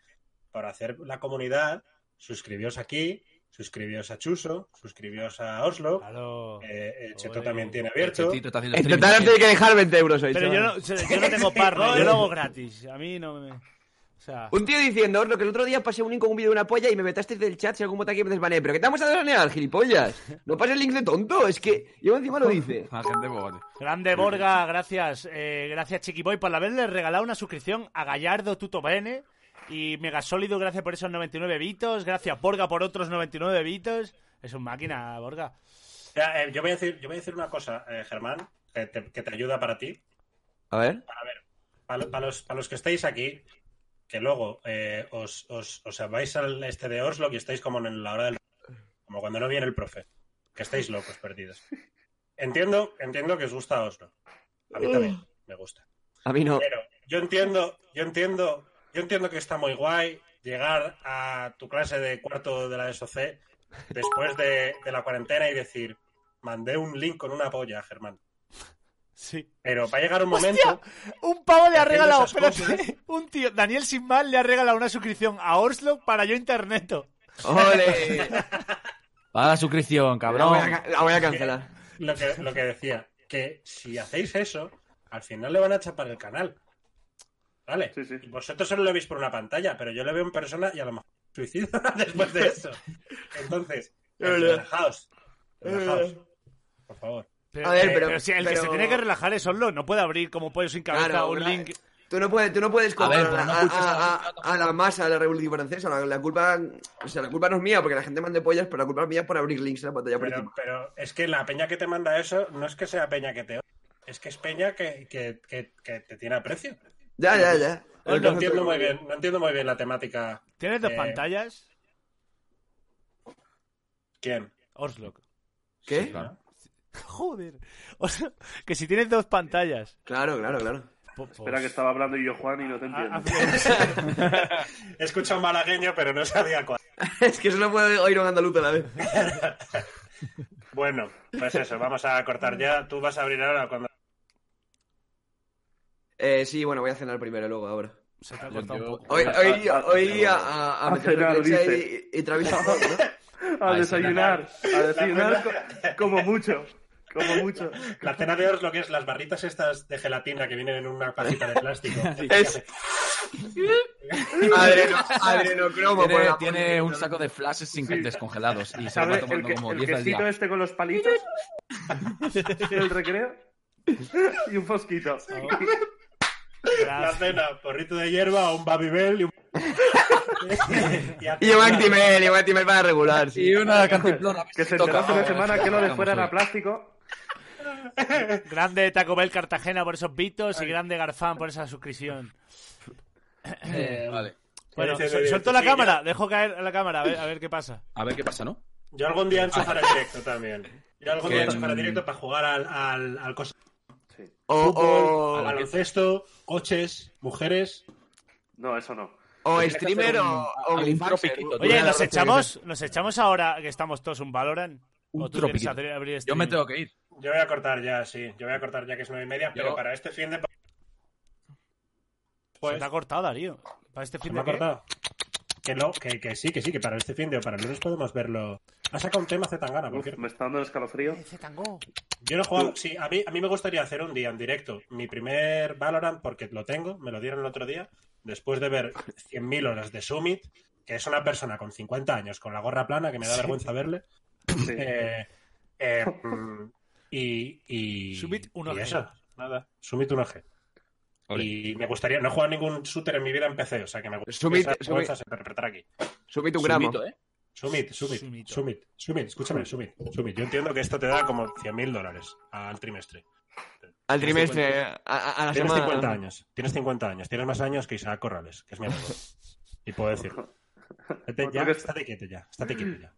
Speaker 3: para hacer la comunidad, suscribíos aquí, suscribíos a Chuso, suscribíos a Oslo.
Speaker 4: Claro.
Speaker 3: eh, el Cheto
Speaker 4: Ole.
Speaker 3: también tiene abierto.
Speaker 5: Chetito está haciendo
Speaker 1: En
Speaker 5: streaming.
Speaker 1: total os tiene que dejar 20 euros hoy.
Speaker 4: Pero yo
Speaker 1: chaval.
Speaker 4: no, yo no tengo parro, yo lo hago gratis. A mí no me... O sea,
Speaker 1: Un tío diciendo, lo que el otro día pasé un link con un vídeo de una polla y me metaste del chat si algún botón aquí me desvaneé. ¿Pero qué te vamos a desvanear, gilipollas? No pases el link de tonto, es que... Yo encima lo dice.
Speaker 5: Ah, gente, pues, vale.
Speaker 4: grande Borga, gracias. Eh, gracias, Chiquiboy, por haberle regalado una suscripción a Gallardo Tuto Bene. Y Megasólido, gracias por esos 99 bitos. Gracias, Borga, por otros 99 bitos. Es un máquina, Borga.
Speaker 3: Ya, eh, yo, voy a decir, yo voy a decir una cosa, eh, Germán, que te- que te ayuda para ti.
Speaker 1: A ver.
Speaker 3: Para, los, pa los que estáis aquí, que luego eh, os, os, os vais al este de Oslo y estáis como en la hora del... Como cuando no viene el profe. Que estáis locos, perdidos. Entiendo, entiendo que os gusta Oslo. A mí también me gusta.
Speaker 1: A mí no.
Speaker 3: Pero yo entiendo, yo entiendo, yo entiendo que está muy guay llegar a tu clase de cuarto de la SOC después de, de la cuarentena y decir, mandé un link con una polla, Germán.
Speaker 4: Sí.
Speaker 3: Pero va a llegar un
Speaker 4: Hostia,
Speaker 3: momento.
Speaker 4: Un pavo le ha
Speaker 3: Haciendo
Speaker 4: regalado,
Speaker 3: esas cosas. ¿eh?
Speaker 4: espérate, un tío, Daniel Sinmal le ha regalado una suscripción a Orslo para yo interneto.
Speaker 1: ¡Ole!
Speaker 5: Paga la suscripción,
Speaker 1: La
Speaker 5: cabrón.
Speaker 1: voy a ca- la voy a cancelar.
Speaker 3: lo que, lo que decía, que si hacéis eso, al final le van a chapar el canal. ¿Vale? Y Vosotros solo lo veis por una pantalla, pero yo lo veo en persona y a lo mejor me suicido después de eso. Entonces,
Speaker 4: Es verdad.
Speaker 3: relajaos. Relajaos. Por favor.
Speaker 4: Pero,
Speaker 1: A ver,
Speaker 4: eh,
Speaker 1: pero-
Speaker 4: si el que
Speaker 1: pero-
Speaker 4: se tiene que relajar es Orslo, no puede abrir como pollo sin cabeza
Speaker 1: Claro,
Speaker 4: un
Speaker 1: claro.
Speaker 4: link.
Speaker 1: Tú no puedes, tú no puedes
Speaker 5: A ver,
Speaker 1: culpar a,
Speaker 5: pero no
Speaker 1: a-
Speaker 5: escuches
Speaker 1: a- a- a la masa de la República Francesa. La, la culpa, o sea, la culpa no es mía porque la gente mande pollas, pero la culpa es mía por abrir links en la pantalla por
Speaker 3: Pero,
Speaker 1: encima.
Speaker 3: pero es que la peña que te manda eso no es que sea peña que te odia, es que es peña que, que- que- que te tiene aprecio.
Speaker 1: Ya, ya, ya.
Speaker 3: No,
Speaker 1: El concepto
Speaker 3: entiendo
Speaker 1: de-
Speaker 3: muy bien, no entiendo muy bien la temática.
Speaker 4: ¿Tienes dos
Speaker 3: Eh,
Speaker 4: pantallas?
Speaker 3: ¿Quién?
Speaker 4: Orslo.
Speaker 1: ¿Qué?
Speaker 5: claro.
Speaker 4: Joder. O sea, que si tienes dos pantallas.
Speaker 1: Claro, claro, claro.
Speaker 4: po- pues-
Speaker 6: Espera que estaba hablando yo, Juan, y no te
Speaker 4: Ah,
Speaker 6: entiendo.
Speaker 3: He escuchado malagueño, pero no sabía cuál.
Speaker 1: es que eso no puede oír un andaluz a la vez.
Speaker 3: Bueno, pues eso, vamos a cortar ya. Tú vas a abrir ahora cuando.
Speaker 1: Eh, sí, bueno, voy a cenar primero, luego, ahora.
Speaker 4: Se te ha cortado un poco.
Speaker 1: Hoy, hoy, hoy a, a, a
Speaker 6: A
Speaker 1: meter
Speaker 6: cenar,
Speaker 1: leche
Speaker 6: dice.
Speaker 1: y, y Travis Scott, ¿no?
Speaker 6: A desayunar, a desayunar
Speaker 3: La-
Speaker 6: co- como mucho, como mucho.
Speaker 3: La cena de Ors lo que es las barritas estas de gelatina que vienen en una pajita de plástico.
Speaker 1: Es- Adreno, adrenocromo, por
Speaker 5: Tiene,
Speaker 1: la
Speaker 5: tiene un saco de flashes sin descongelados y se lo va
Speaker 6: pues, ¿Sabe el,
Speaker 5: tomando
Speaker 6: que-
Speaker 5: como
Speaker 6: el
Speaker 5: 10 al
Speaker 6: quesito
Speaker 5: día.
Speaker 6: este con los palitos? ¿El recreo? Y un fosquito. Ah,
Speaker 3: La
Speaker 4: Gracias.
Speaker 3: cena, porrito de hierba, un babybel y un. y a-
Speaker 1: Y un Actimel, y un Actimel para regular, sí.
Speaker 5: Y una cantimplora.
Speaker 6: Que se enteró hace una semana que no le fueran a
Speaker 5: plata.
Speaker 6: plástico.
Speaker 4: Grande Taco Bell Cartagena por esos bitos y grande Garzán por esa suscripción.
Speaker 5: Eh, Vale. Este
Speaker 4: Bueno,
Speaker 3: Sí, sí,
Speaker 4: su-
Speaker 3: sí,
Speaker 4: suelto
Speaker 3: sí,
Speaker 4: la
Speaker 3: sí,
Speaker 4: cámara, dejo caer la cámara, a ver, a ver qué pasa.
Speaker 5: A ver qué pasa, ¿no?
Speaker 3: Yo algún día enchufaré directo también. Yo algún
Speaker 5: Que-
Speaker 3: día enchufaré directo para jugar al, al, al cosa-
Speaker 1: O,
Speaker 3: al
Speaker 1: o,
Speaker 3: baloncesto, coches, mujeres.
Speaker 6: No, eso no.
Speaker 1: o streamer o, o
Speaker 5: un
Speaker 1: un faxer.
Speaker 5: tropiquito, tú.
Speaker 4: Oye,
Speaker 5: Una
Speaker 4: ¿nos
Speaker 5: gracia
Speaker 4: echamos, ¿nos echamos ahora que estamos todos un Valorant? ¿O
Speaker 5: Un
Speaker 4: tú quieres
Speaker 5: tropiquito.
Speaker 4: hacer- abrir este
Speaker 5: Yo me
Speaker 4: streaming?
Speaker 5: tengo que ir.
Speaker 3: Yo voy a cortar ya, sí. Yo voy a cortar ya que es nueve y media, pero para este fin de.
Speaker 4: Se te ha cortado, Darío. Para este
Speaker 3: ¿Se
Speaker 4: fin
Speaker 3: me
Speaker 4: de
Speaker 3: ha cortado? Que no, que, que sí, que sí, que para este fin de o para el lunes podemos verlo. Ha sacado un tema Zetangana, por
Speaker 6: Uf,
Speaker 3: cierto.
Speaker 6: me está dando el escalofrío.
Speaker 3: Yo no he jugado. Sí, a mí, a mí me gustaría hacer un día en directo mi primer Valorant, porque lo tengo, me lo dieron el otro día, después de ver 100.000 horas de Summit, que es una persona con 50 años, con la gorra plana, que me da vergüenza verle.
Speaker 6: Sí.
Speaker 3: Eh, eh, mm, y, y.
Speaker 4: Summit 1G.
Speaker 3: y eso, nada. Summit 1G.
Speaker 5: Ole.
Speaker 3: Y me gustaría. No he jugado ningún shooter en mi vida en PC, o sea que me gustaría.
Speaker 1: Summit-
Speaker 3: esas
Speaker 1: Summit-
Speaker 3: vergüenzas interpretar aquí.
Speaker 1: Subite un gramo.
Speaker 5: Sumito, ¿eh?
Speaker 3: Summit, Summit,
Speaker 4: Sumito.
Speaker 3: Summit, Summit, escúchame, Summit, Summit. Yo entiendo que esto te da como 100.000 dólares al trimestre.
Speaker 1: Al trimestre, a, a- a la
Speaker 3: Tienes
Speaker 1: semana.
Speaker 3: 50 años, tienes 50 años, tienes más años que Isaac Corrales, que es mi amigo. Y puedo decirlo. Vete ya,
Speaker 6: Porque-
Speaker 3: estate quieto ya, estate quieto ya.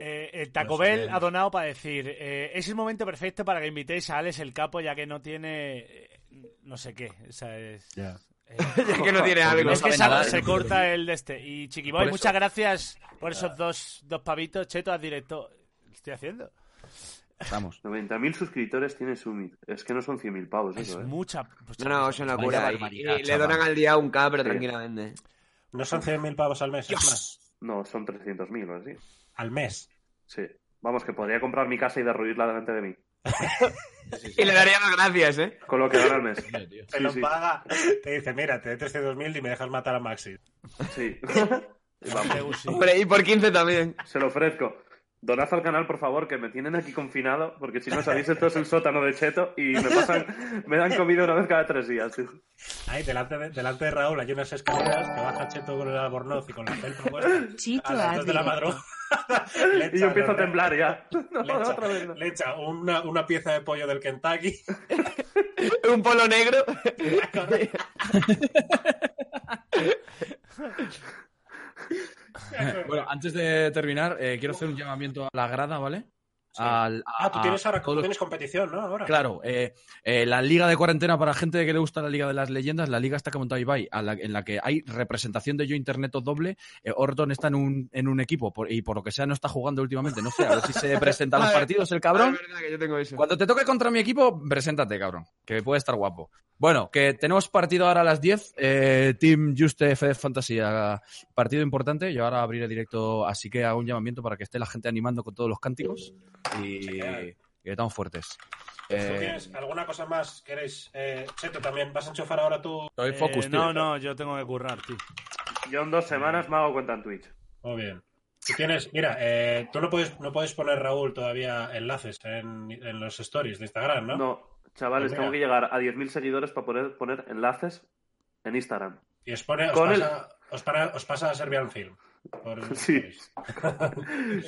Speaker 4: Eh, el Taco
Speaker 3: Pues bien.
Speaker 4: Bell ha donado para decir, eh, es el momento perfecto para que invitéis a Alex el Capo ya que no tiene eh, no sé qué. O sea, es,
Speaker 3: Ya.
Speaker 4: eh,
Speaker 1: Ya que no tiene
Speaker 5: Porque
Speaker 1: algo.
Speaker 5: no
Speaker 4: es que
Speaker 5: sabe
Speaker 4: se-
Speaker 5: nada,
Speaker 4: se
Speaker 5: ¿eh?
Speaker 4: corta el de este. Y Chiquiboy,
Speaker 5: Por eso.
Speaker 4: muchas gracias por esos dos, dos pavitos. Cheto, al directo. ¿Qué estoy haciendo?
Speaker 5: Vamos.
Speaker 6: 90.000 suscriptores tiene Summit. Es que no son 100.000 pavos
Speaker 4: Es
Speaker 6: eso, ¿eh?
Speaker 4: mucha...
Speaker 1: No, no, es una
Speaker 5: Vaya
Speaker 1: locura. Y,
Speaker 5: barbaridad,
Speaker 1: y le
Speaker 5: chaval.
Speaker 1: donan al día un K, pero
Speaker 6: Sí.
Speaker 1: tranquilamente.
Speaker 3: No son 100.000 pavos al mes, es más.
Speaker 6: No, son 300.000 o así.
Speaker 3: Al mes.
Speaker 6: Sí. Vamos, que podría comprar mi casa y derruirla delante de mí.
Speaker 1: Y le daría las gracias, ¿eh?
Speaker 6: Con lo que gana al mes.
Speaker 5: Hombre, tío.
Speaker 3: Te
Speaker 6: Sí,
Speaker 3: lo
Speaker 6: sí.
Speaker 3: paga, te dice, mira, te doy 300.000 y me dejas matar a Maxi.
Speaker 6: Sí.
Speaker 1: Hombre, y por 15 también.
Speaker 6: Se lo ofrezco. Donad al canal, por favor, que me tienen aquí confinado, porque si no sabéis, esto es el sótano de Cheto y me pasan, me dan comida una vez cada tres días. tío.
Speaker 3: Ahí, delante de, delante de Raúl hay unas escaleras que baja Cheto con el albornoz y con la celda puesta.
Speaker 10: Chito
Speaker 3: A las 2 de la
Speaker 10: Adri.
Speaker 3: madrugada.
Speaker 6: Y yo empiezo a temblar ya. No,
Speaker 3: Le echa,
Speaker 6: otra vez no.
Speaker 3: le echa una, una pieza de pollo del Kentucky.
Speaker 1: Un polo negro.
Speaker 5: Bueno, antes de terminar, eh, quiero hacer un llamamiento a la grada, ¿vale? al- a-
Speaker 3: Ah, tú tienes
Speaker 5: a
Speaker 3: ahora tú
Speaker 5: todos-
Speaker 3: tienes competición, ¿no? Ahora.
Speaker 5: Claro, eh, eh, la liga de cuarentena para gente que le gusta la liga de las leyendas, la liga está que montó Ibai, a la- en la que hay representación de Yo Interneto doble. eh, Orton está en un, en un equipo por- y por lo que sea no está jugando últimamente. No sé, a ver si se presenta a los
Speaker 1: Vale.
Speaker 5: partidos el cabrón.
Speaker 1: Ah, Es verdad que yo tengo eso.
Speaker 5: Cuando te toque contra mi equipo, preséntate, cabrón, que puede estar guapo. Bueno, que tenemos partido ahora a las 10. eh, Team Juste FF Fantasía, ah, partido importante. Yo ahora abriré directo, así que hago un llamamiento para que esté la gente animando con todos los cánticos y que estamos fuertes.
Speaker 3: ¿Tú
Speaker 5: Eh,
Speaker 3: tienes alguna cosa más queréis? Eh, Cheto, también vas a enchufar ahora tú.
Speaker 5: Estoy focus,
Speaker 4: Eh, no, no, yo tengo que currar, tío.
Speaker 6: Yo en dos semanas me hago cuenta en Twitch.
Speaker 3: Muy bien. Tú tienes, mira, eh, tú no puedes, no puedes poner Raúl todavía enlaces en, en los stories de Instagram, ¿no?
Speaker 6: No,
Speaker 3: Pues
Speaker 6: chavales,
Speaker 3: mira.
Speaker 6: tengo que llegar a 10.000 seguidores para poder poner enlaces en Instagram.
Speaker 3: Y os pone, os
Speaker 6: Con
Speaker 3: pasa, os, para- os pasa a Serbian Film. Por-
Speaker 6: Sí.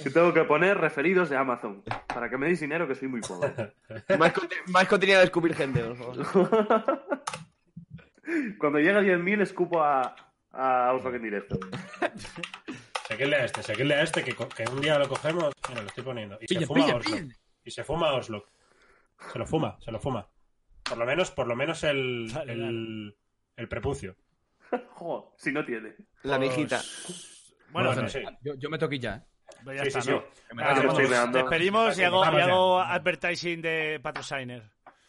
Speaker 6: Que tengo que poner referidos de Amazon para que me deis dinero que soy muy pobre.
Speaker 1: Más, conte- más contenido de escupir gente, por favor.
Speaker 6: Cuando llegue a 10.000 escupo a, a Outlook en directo.
Speaker 3: Seguidle a este, seguidle a este, que, co- que un día lo cogemos. Mira, lo estoy poniendo. Y se
Speaker 5: Pilla,
Speaker 3: fuma
Speaker 5: pilla,
Speaker 3: Oslo.
Speaker 5: pilla.
Speaker 3: Y se fuma Oslo. Se lo fuma, se lo fuma. Por lo menos, por lo menos el,
Speaker 4: Dale,
Speaker 3: el, el prepucio.
Speaker 6: Joder, si no tiene.
Speaker 1: La mijita.
Speaker 4: Bueno,
Speaker 3: Bueno,
Speaker 4: no,
Speaker 3: sí.
Speaker 5: Yo, yo me toqué ya, ¿eh?
Speaker 4: pues ya
Speaker 3: Sí,
Speaker 4: está,
Speaker 3: sí, Ah,
Speaker 4: ¿no?
Speaker 3: sí.
Speaker 5: Que me
Speaker 4: Nada,
Speaker 5: da
Speaker 6: que
Speaker 4: vamos,
Speaker 6: estoy meando.
Speaker 4: despedimos y hago,
Speaker 3: Vamos
Speaker 4: y
Speaker 3: ya.
Speaker 4: hago advertising de patrociner.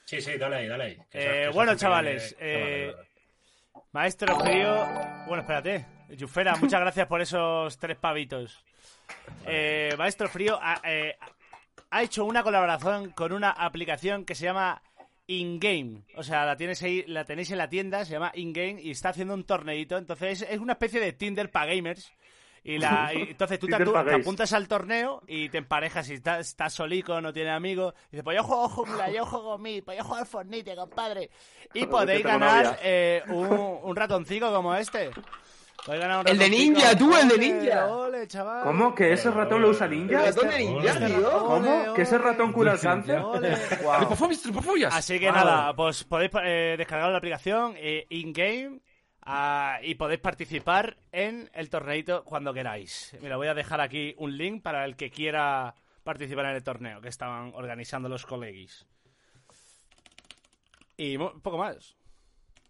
Speaker 3: Sí, sí, dale ahí, dale ahí. Que
Speaker 4: Eh,
Speaker 3: eso- que
Speaker 4: bueno,
Speaker 3: eso siempre
Speaker 4: chavales,
Speaker 3: viene-
Speaker 4: eh, Maestro Frío. Bueno, espérate. Yufera, muchas gracias por esos tres pavitos. Eh, Maestro Frío ha, eh, ha hecho una colaboración con una aplicación que se llama InGame. O sea, la, tienes ahí, la tenéis en la tienda, se llama InGame y está haciendo un torneito. Entonces es una especie de Tinder para gamers. Y, la, y entonces tú te,
Speaker 6: Tinder pa'
Speaker 4: te
Speaker 6: gays.
Speaker 4: apuntas al torneo y te emparejas y estás, estás solico, no tienes amigos. Y dices, pues yo juego jungla, yo juego mid, pues yo juego al Fortnite, compadre. Y
Speaker 6: Joder,
Speaker 4: podéis
Speaker 6: que tengo
Speaker 4: ganar
Speaker 6: novia.
Speaker 4: eh, un, un ratoncito como este. Podéis ganar un
Speaker 1: El de
Speaker 4: ratoncito.
Speaker 1: ninja, tú, el de
Speaker 4: Ole,
Speaker 1: ninja.
Speaker 4: Ole, chaval.
Speaker 6: ¿Cómo? ¿Que ese ratón lo usa ninja?
Speaker 1: El ratón de ninja,
Speaker 3: Hola.
Speaker 1: tío.
Speaker 6: ¿Cómo? ¿Que ese ratón cura el cáncer?
Speaker 4: Ole.
Speaker 6: Guau.
Speaker 5: Hipofobias, hipofobias.
Speaker 4: Así que nada, pues podéis eh, descargar la aplicación eh, in-game ah, y podéis participar en el torneito cuando queráis. Mira, voy a dejar aquí un link para el que quiera participar en el torneo que estaban organizando los colegis. Y un poco más.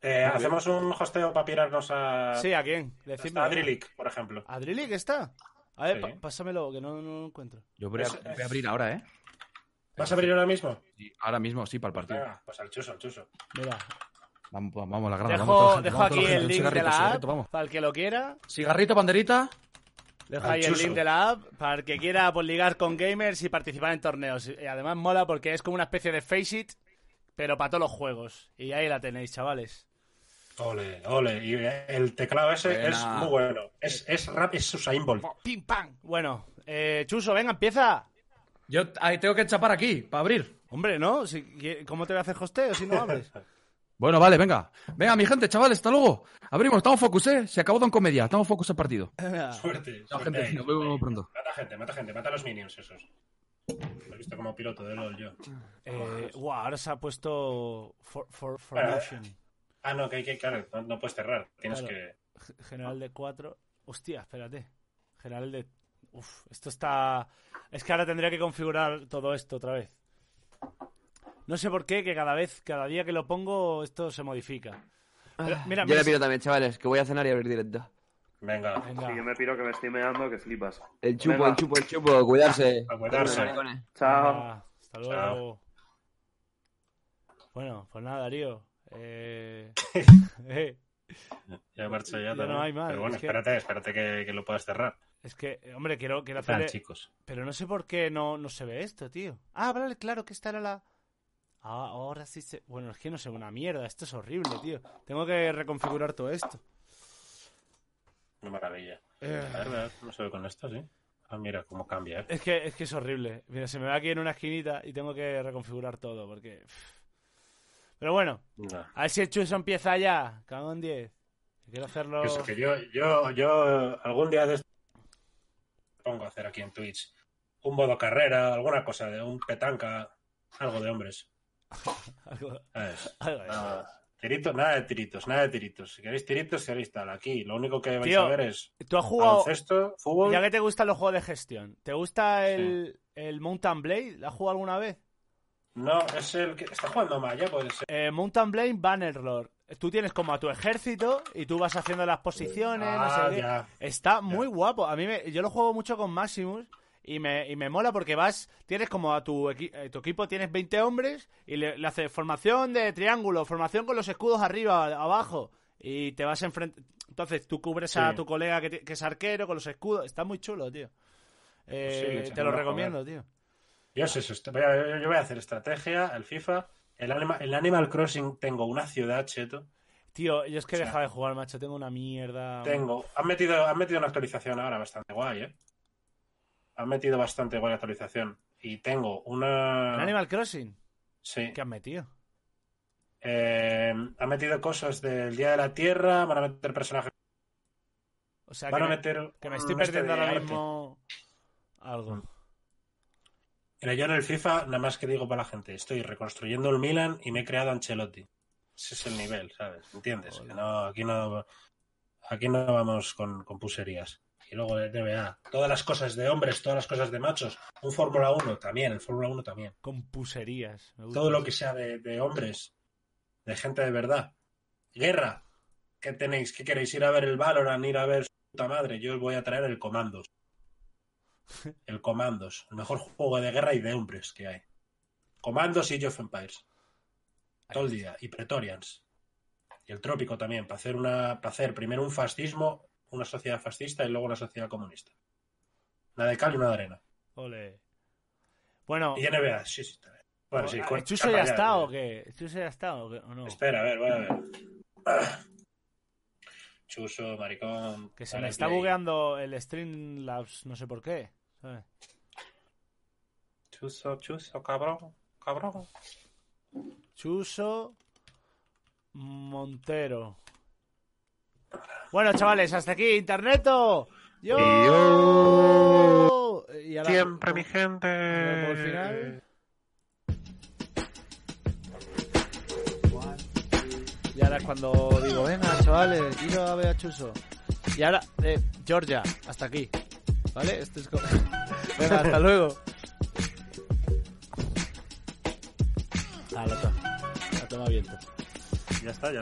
Speaker 3: Eh, hacemos un hosteo para pirarnos a.
Speaker 4: Sí, Ah, ¿a quién? Decidme.
Speaker 3: hasta a Drilic, por ejemplo.
Speaker 4: ¿A Drilic está? A ver,
Speaker 3: Sí.
Speaker 4: pa- pásamelo, que no, no lo encuentro.
Speaker 5: Yo voy a,
Speaker 3: Eso es.
Speaker 5: voy a abrir ahora, ¿eh?
Speaker 3: ¿Vas a abrir ahora mismo?
Speaker 5: Sí, ahora mismo, sí, para el partido.
Speaker 3: Venga, pues al chuso, al chuso.
Speaker 4: Mira,
Speaker 5: Vamos, vamos, vamos, la grada. vamos, toda la
Speaker 4: dejo,
Speaker 5: gente,
Speaker 4: dejo
Speaker 5: vamos, toda
Speaker 4: aquí
Speaker 5: la gente.
Speaker 4: el
Speaker 5: Un
Speaker 4: link de
Speaker 5: cigarrito,
Speaker 4: la app
Speaker 5: cigarrito, vamos.
Speaker 4: para el que lo quiera.
Speaker 5: Cigarrito, banderita.
Speaker 4: Dejo ahí el
Speaker 3: Chuso.
Speaker 4: link de la app para el que quiera pues, ligar con gamers y participar en torneos. Y además mola porque es como una especie de Face It, pero para todos los juegos. Y ahí la tenéis, chavales.
Speaker 3: Ole, ole. Y eh, el teclado ese
Speaker 5: Buena.
Speaker 3: es muy bueno. Es, es rap, es Usain Bolt.
Speaker 4: ¡Pim, pam! Bueno, eh, Chuso, venga, empieza.
Speaker 5: Yo ahí tengo que chapar aquí, para abrir.
Speaker 4: Hombre, ¿no? Si qui- ¿Cómo te voy a hacer hosteo si no abres?
Speaker 5: Bueno, vale, venga. Venga, mi gente, chavales, hasta luego. Abrimos, estamos focus, ¿eh? Se acabó Don Comedia, estamos focus el partido.
Speaker 3: Suerte,
Speaker 5: Chao,
Speaker 3: suerte
Speaker 5: gente,
Speaker 3: ahí.
Speaker 5: nos vemos pronto.
Speaker 3: Mata gente, mata gente, mata a los minions esos. Lo he visto como piloto de LOL yo.
Speaker 4: Eh, guau, ahora se ha puesto for, for, for
Speaker 3: Bueno,
Speaker 4: motion.
Speaker 3: Ah, no, que hay que, claro, no, no puedes cerrar. Tienes
Speaker 4: Claro.
Speaker 3: que.
Speaker 4: G- General de 4. Hostia, espérate. General de. Uf, esto está. Es que ahora tendría que configurar todo esto otra vez. No sé por qué, que cada vez, cada día que lo pongo, esto se modifica. Pero, mira,
Speaker 1: Yo
Speaker 4: mira,
Speaker 1: la pido también, chavales, que voy a cenar y abrir directo.
Speaker 3: Venga.
Speaker 4: Venga.
Speaker 6: Sí, yo me piro que me estoy meando que flipas.
Speaker 1: El chupo,
Speaker 6: Venga.
Speaker 1: el chupo, el chupo, cuidarse.
Speaker 3: A cuidarse.
Speaker 1: Maricones.
Speaker 6: Chao.
Speaker 4: Venga, hasta luego. Bueno, pues nada, Darío. Eh... eh,
Speaker 3: Ya marcho ya.
Speaker 4: Ya
Speaker 3: también.
Speaker 4: no hay más,
Speaker 3: Pero bueno,
Speaker 4: es que-
Speaker 3: espérate, espérate que, que lo puedas cerrar.
Speaker 4: Es que, eh, hombre, quiero, quiero
Speaker 3: Están,
Speaker 4: hacerle...
Speaker 3: chicos.
Speaker 4: Pero no sé por qué no, no se ve esto, tío. Ah, vale, claro que esta era la. Ah, ahora sí se. Bueno, es que no sé, una mierda. Esto es horrible, tío. Tengo que reconfigurar todo esto.
Speaker 3: Una maravilla.
Speaker 4: Eh.
Speaker 3: A ver, a ver cómo se ve con esto, sí. Ah, mira cómo cambia, eh.
Speaker 4: Es que es, que es horrible. Mira, se me va aquí en una esquinita y tengo que reconfigurar todo porque. pff. Pero bueno,
Speaker 3: No.
Speaker 4: a ver si el chuso empieza ya. Cago en 10. Quiero hacerlo.
Speaker 3: Eso, Pues que yo, yo, yo algún día de esto pongo a hacer aquí en Twitch un modo carrera, alguna cosa de un petanca, algo de hombres.
Speaker 4: Algo-
Speaker 3: ¿sabes?
Speaker 4: algo de eso.
Speaker 3: Nada. Tiritos, nada de tiritos, nada de tiritos. Si queréis tiritos, se tal. Aquí lo único que vais
Speaker 4: Tío,
Speaker 3: a ver es
Speaker 4: Tú has jugado.
Speaker 3: baloncesto, fútbol.
Speaker 4: Ya que te gustan los juegos de gestión, ¿te gusta el, ¿El Mountain Blade? ¿La has jugado alguna vez?
Speaker 3: No, es el que está jugando Maya, puede ser.
Speaker 4: Eh, Mountain Blade Bannerlord. Tú tienes como a tu ejército y tú vas haciendo las posiciones.
Speaker 3: Ah,
Speaker 4: no sé qué.
Speaker 3: ya.
Speaker 4: Está muy guapo. A mí me- yo lo juego mucho con Maximus y me, y me mola porque vas, tienes como a tu, equi- eh, tu equipo, tienes 20 hombres y le, le haces formación de triángulo, formación con los escudos arriba, a- abajo y te vas enfrente. Entonces tú cubres
Speaker 3: Sí.
Speaker 4: a tu colega que, ti- que es arquero con los escudos. Está muy chulo, tío. Eh,
Speaker 3: Pues Sí,
Speaker 4: te
Speaker 3: lo
Speaker 4: lo
Speaker 3: voy a
Speaker 4: recomiendo, tío.
Speaker 3: Yo sé, eso, esto- voy a- yo voy a hacer estrategia, el FIFA. El, Anima- el Animal Crossing tengo una ciudad, cheto.
Speaker 4: Tío, yo es que
Speaker 3: O
Speaker 4: he
Speaker 3: sea,
Speaker 4: dejado de jugar, macho. Tengo una mierda.
Speaker 3: Tengo. Han metido, han metido una actualización ahora bastante guay, ¿eh? Han metido bastante guay la actualización. Y tengo
Speaker 4: ¿En
Speaker 3: una.
Speaker 4: Animal Crossing?
Speaker 3: Sí.
Speaker 4: ¿Qué han metido?
Speaker 3: Eh, han metido cosas del Día de la Tierra, van a meter personajes.
Speaker 4: O sea,
Speaker 3: van
Speaker 4: que
Speaker 3: a
Speaker 4: me-
Speaker 3: meter.
Speaker 4: Que me estoy
Speaker 3: un este
Speaker 4: perdiendo
Speaker 3: de
Speaker 4: ahora
Speaker 3: arte.
Speaker 4: mismo algo.
Speaker 3: Mira, yo en el FIFA, nada más que digo para la gente, estoy reconstruyendo el Milan y me he creado a Ancelotti. Ese es el nivel, ¿sabes? ¿Entiendes? Que no, aquí no. Aquí no vamos con, con puserías. Y luego de NBA, todas las cosas de hombres, todas las cosas de machos. Un Fórmula 1 también, el Fórmula 1 también.
Speaker 4: Con puserías. me gusta
Speaker 3: todo lo
Speaker 4: eso.
Speaker 3: que sea de, de hombres, de gente de verdad. Guerra. ¿Qué tenéis? ¿Qué queréis? ¿Ir a ver el Valorant? ¿Ir a ver su puta madre? Yo os voy a traer el Comandos. El Comandos. El mejor juego de guerra y de hombres que hay. Comandos y Age of Empires. Todo el día. Y Pretorians. Y el Trópico también. Para hacer, una, para hacer primero un fascismo, una sociedad fascista y luego una sociedad comunista. Una de cal y una de arena.
Speaker 4: Ole. Bueno,
Speaker 3: Y NBA. Sí, sí. también. Bueno, sí.
Speaker 4: ah,
Speaker 3: con-
Speaker 4: ¿Chuso ya
Speaker 3: ya, eh.
Speaker 4: está o qué? ¿Chuso ya está o, qué? ¿O no?
Speaker 3: Espera, a ver, voy a ver. Ah. Chuso, maricón.
Speaker 4: Que se
Speaker 3: dale
Speaker 4: me está
Speaker 3: play.
Speaker 4: bugueando el Streamlabs, no sé por qué. ¿sabes?
Speaker 3: Chuso, chuso, cabrón. Cabrón.
Speaker 4: Chuso Montero. Bueno, chavales, hasta aquí, Interneto. Yo. Y ahora-
Speaker 3: Siempre mi gente.
Speaker 4: Por el final. Y ahora es cuando digo, venga, chavales, quiero a ver a Chuso. Y ahora, eh, Georgia, hasta aquí. ¿Vale? Esto es co- venga, hasta luego. Ah, la toma. La toma viento.
Speaker 3: Ya está, ya.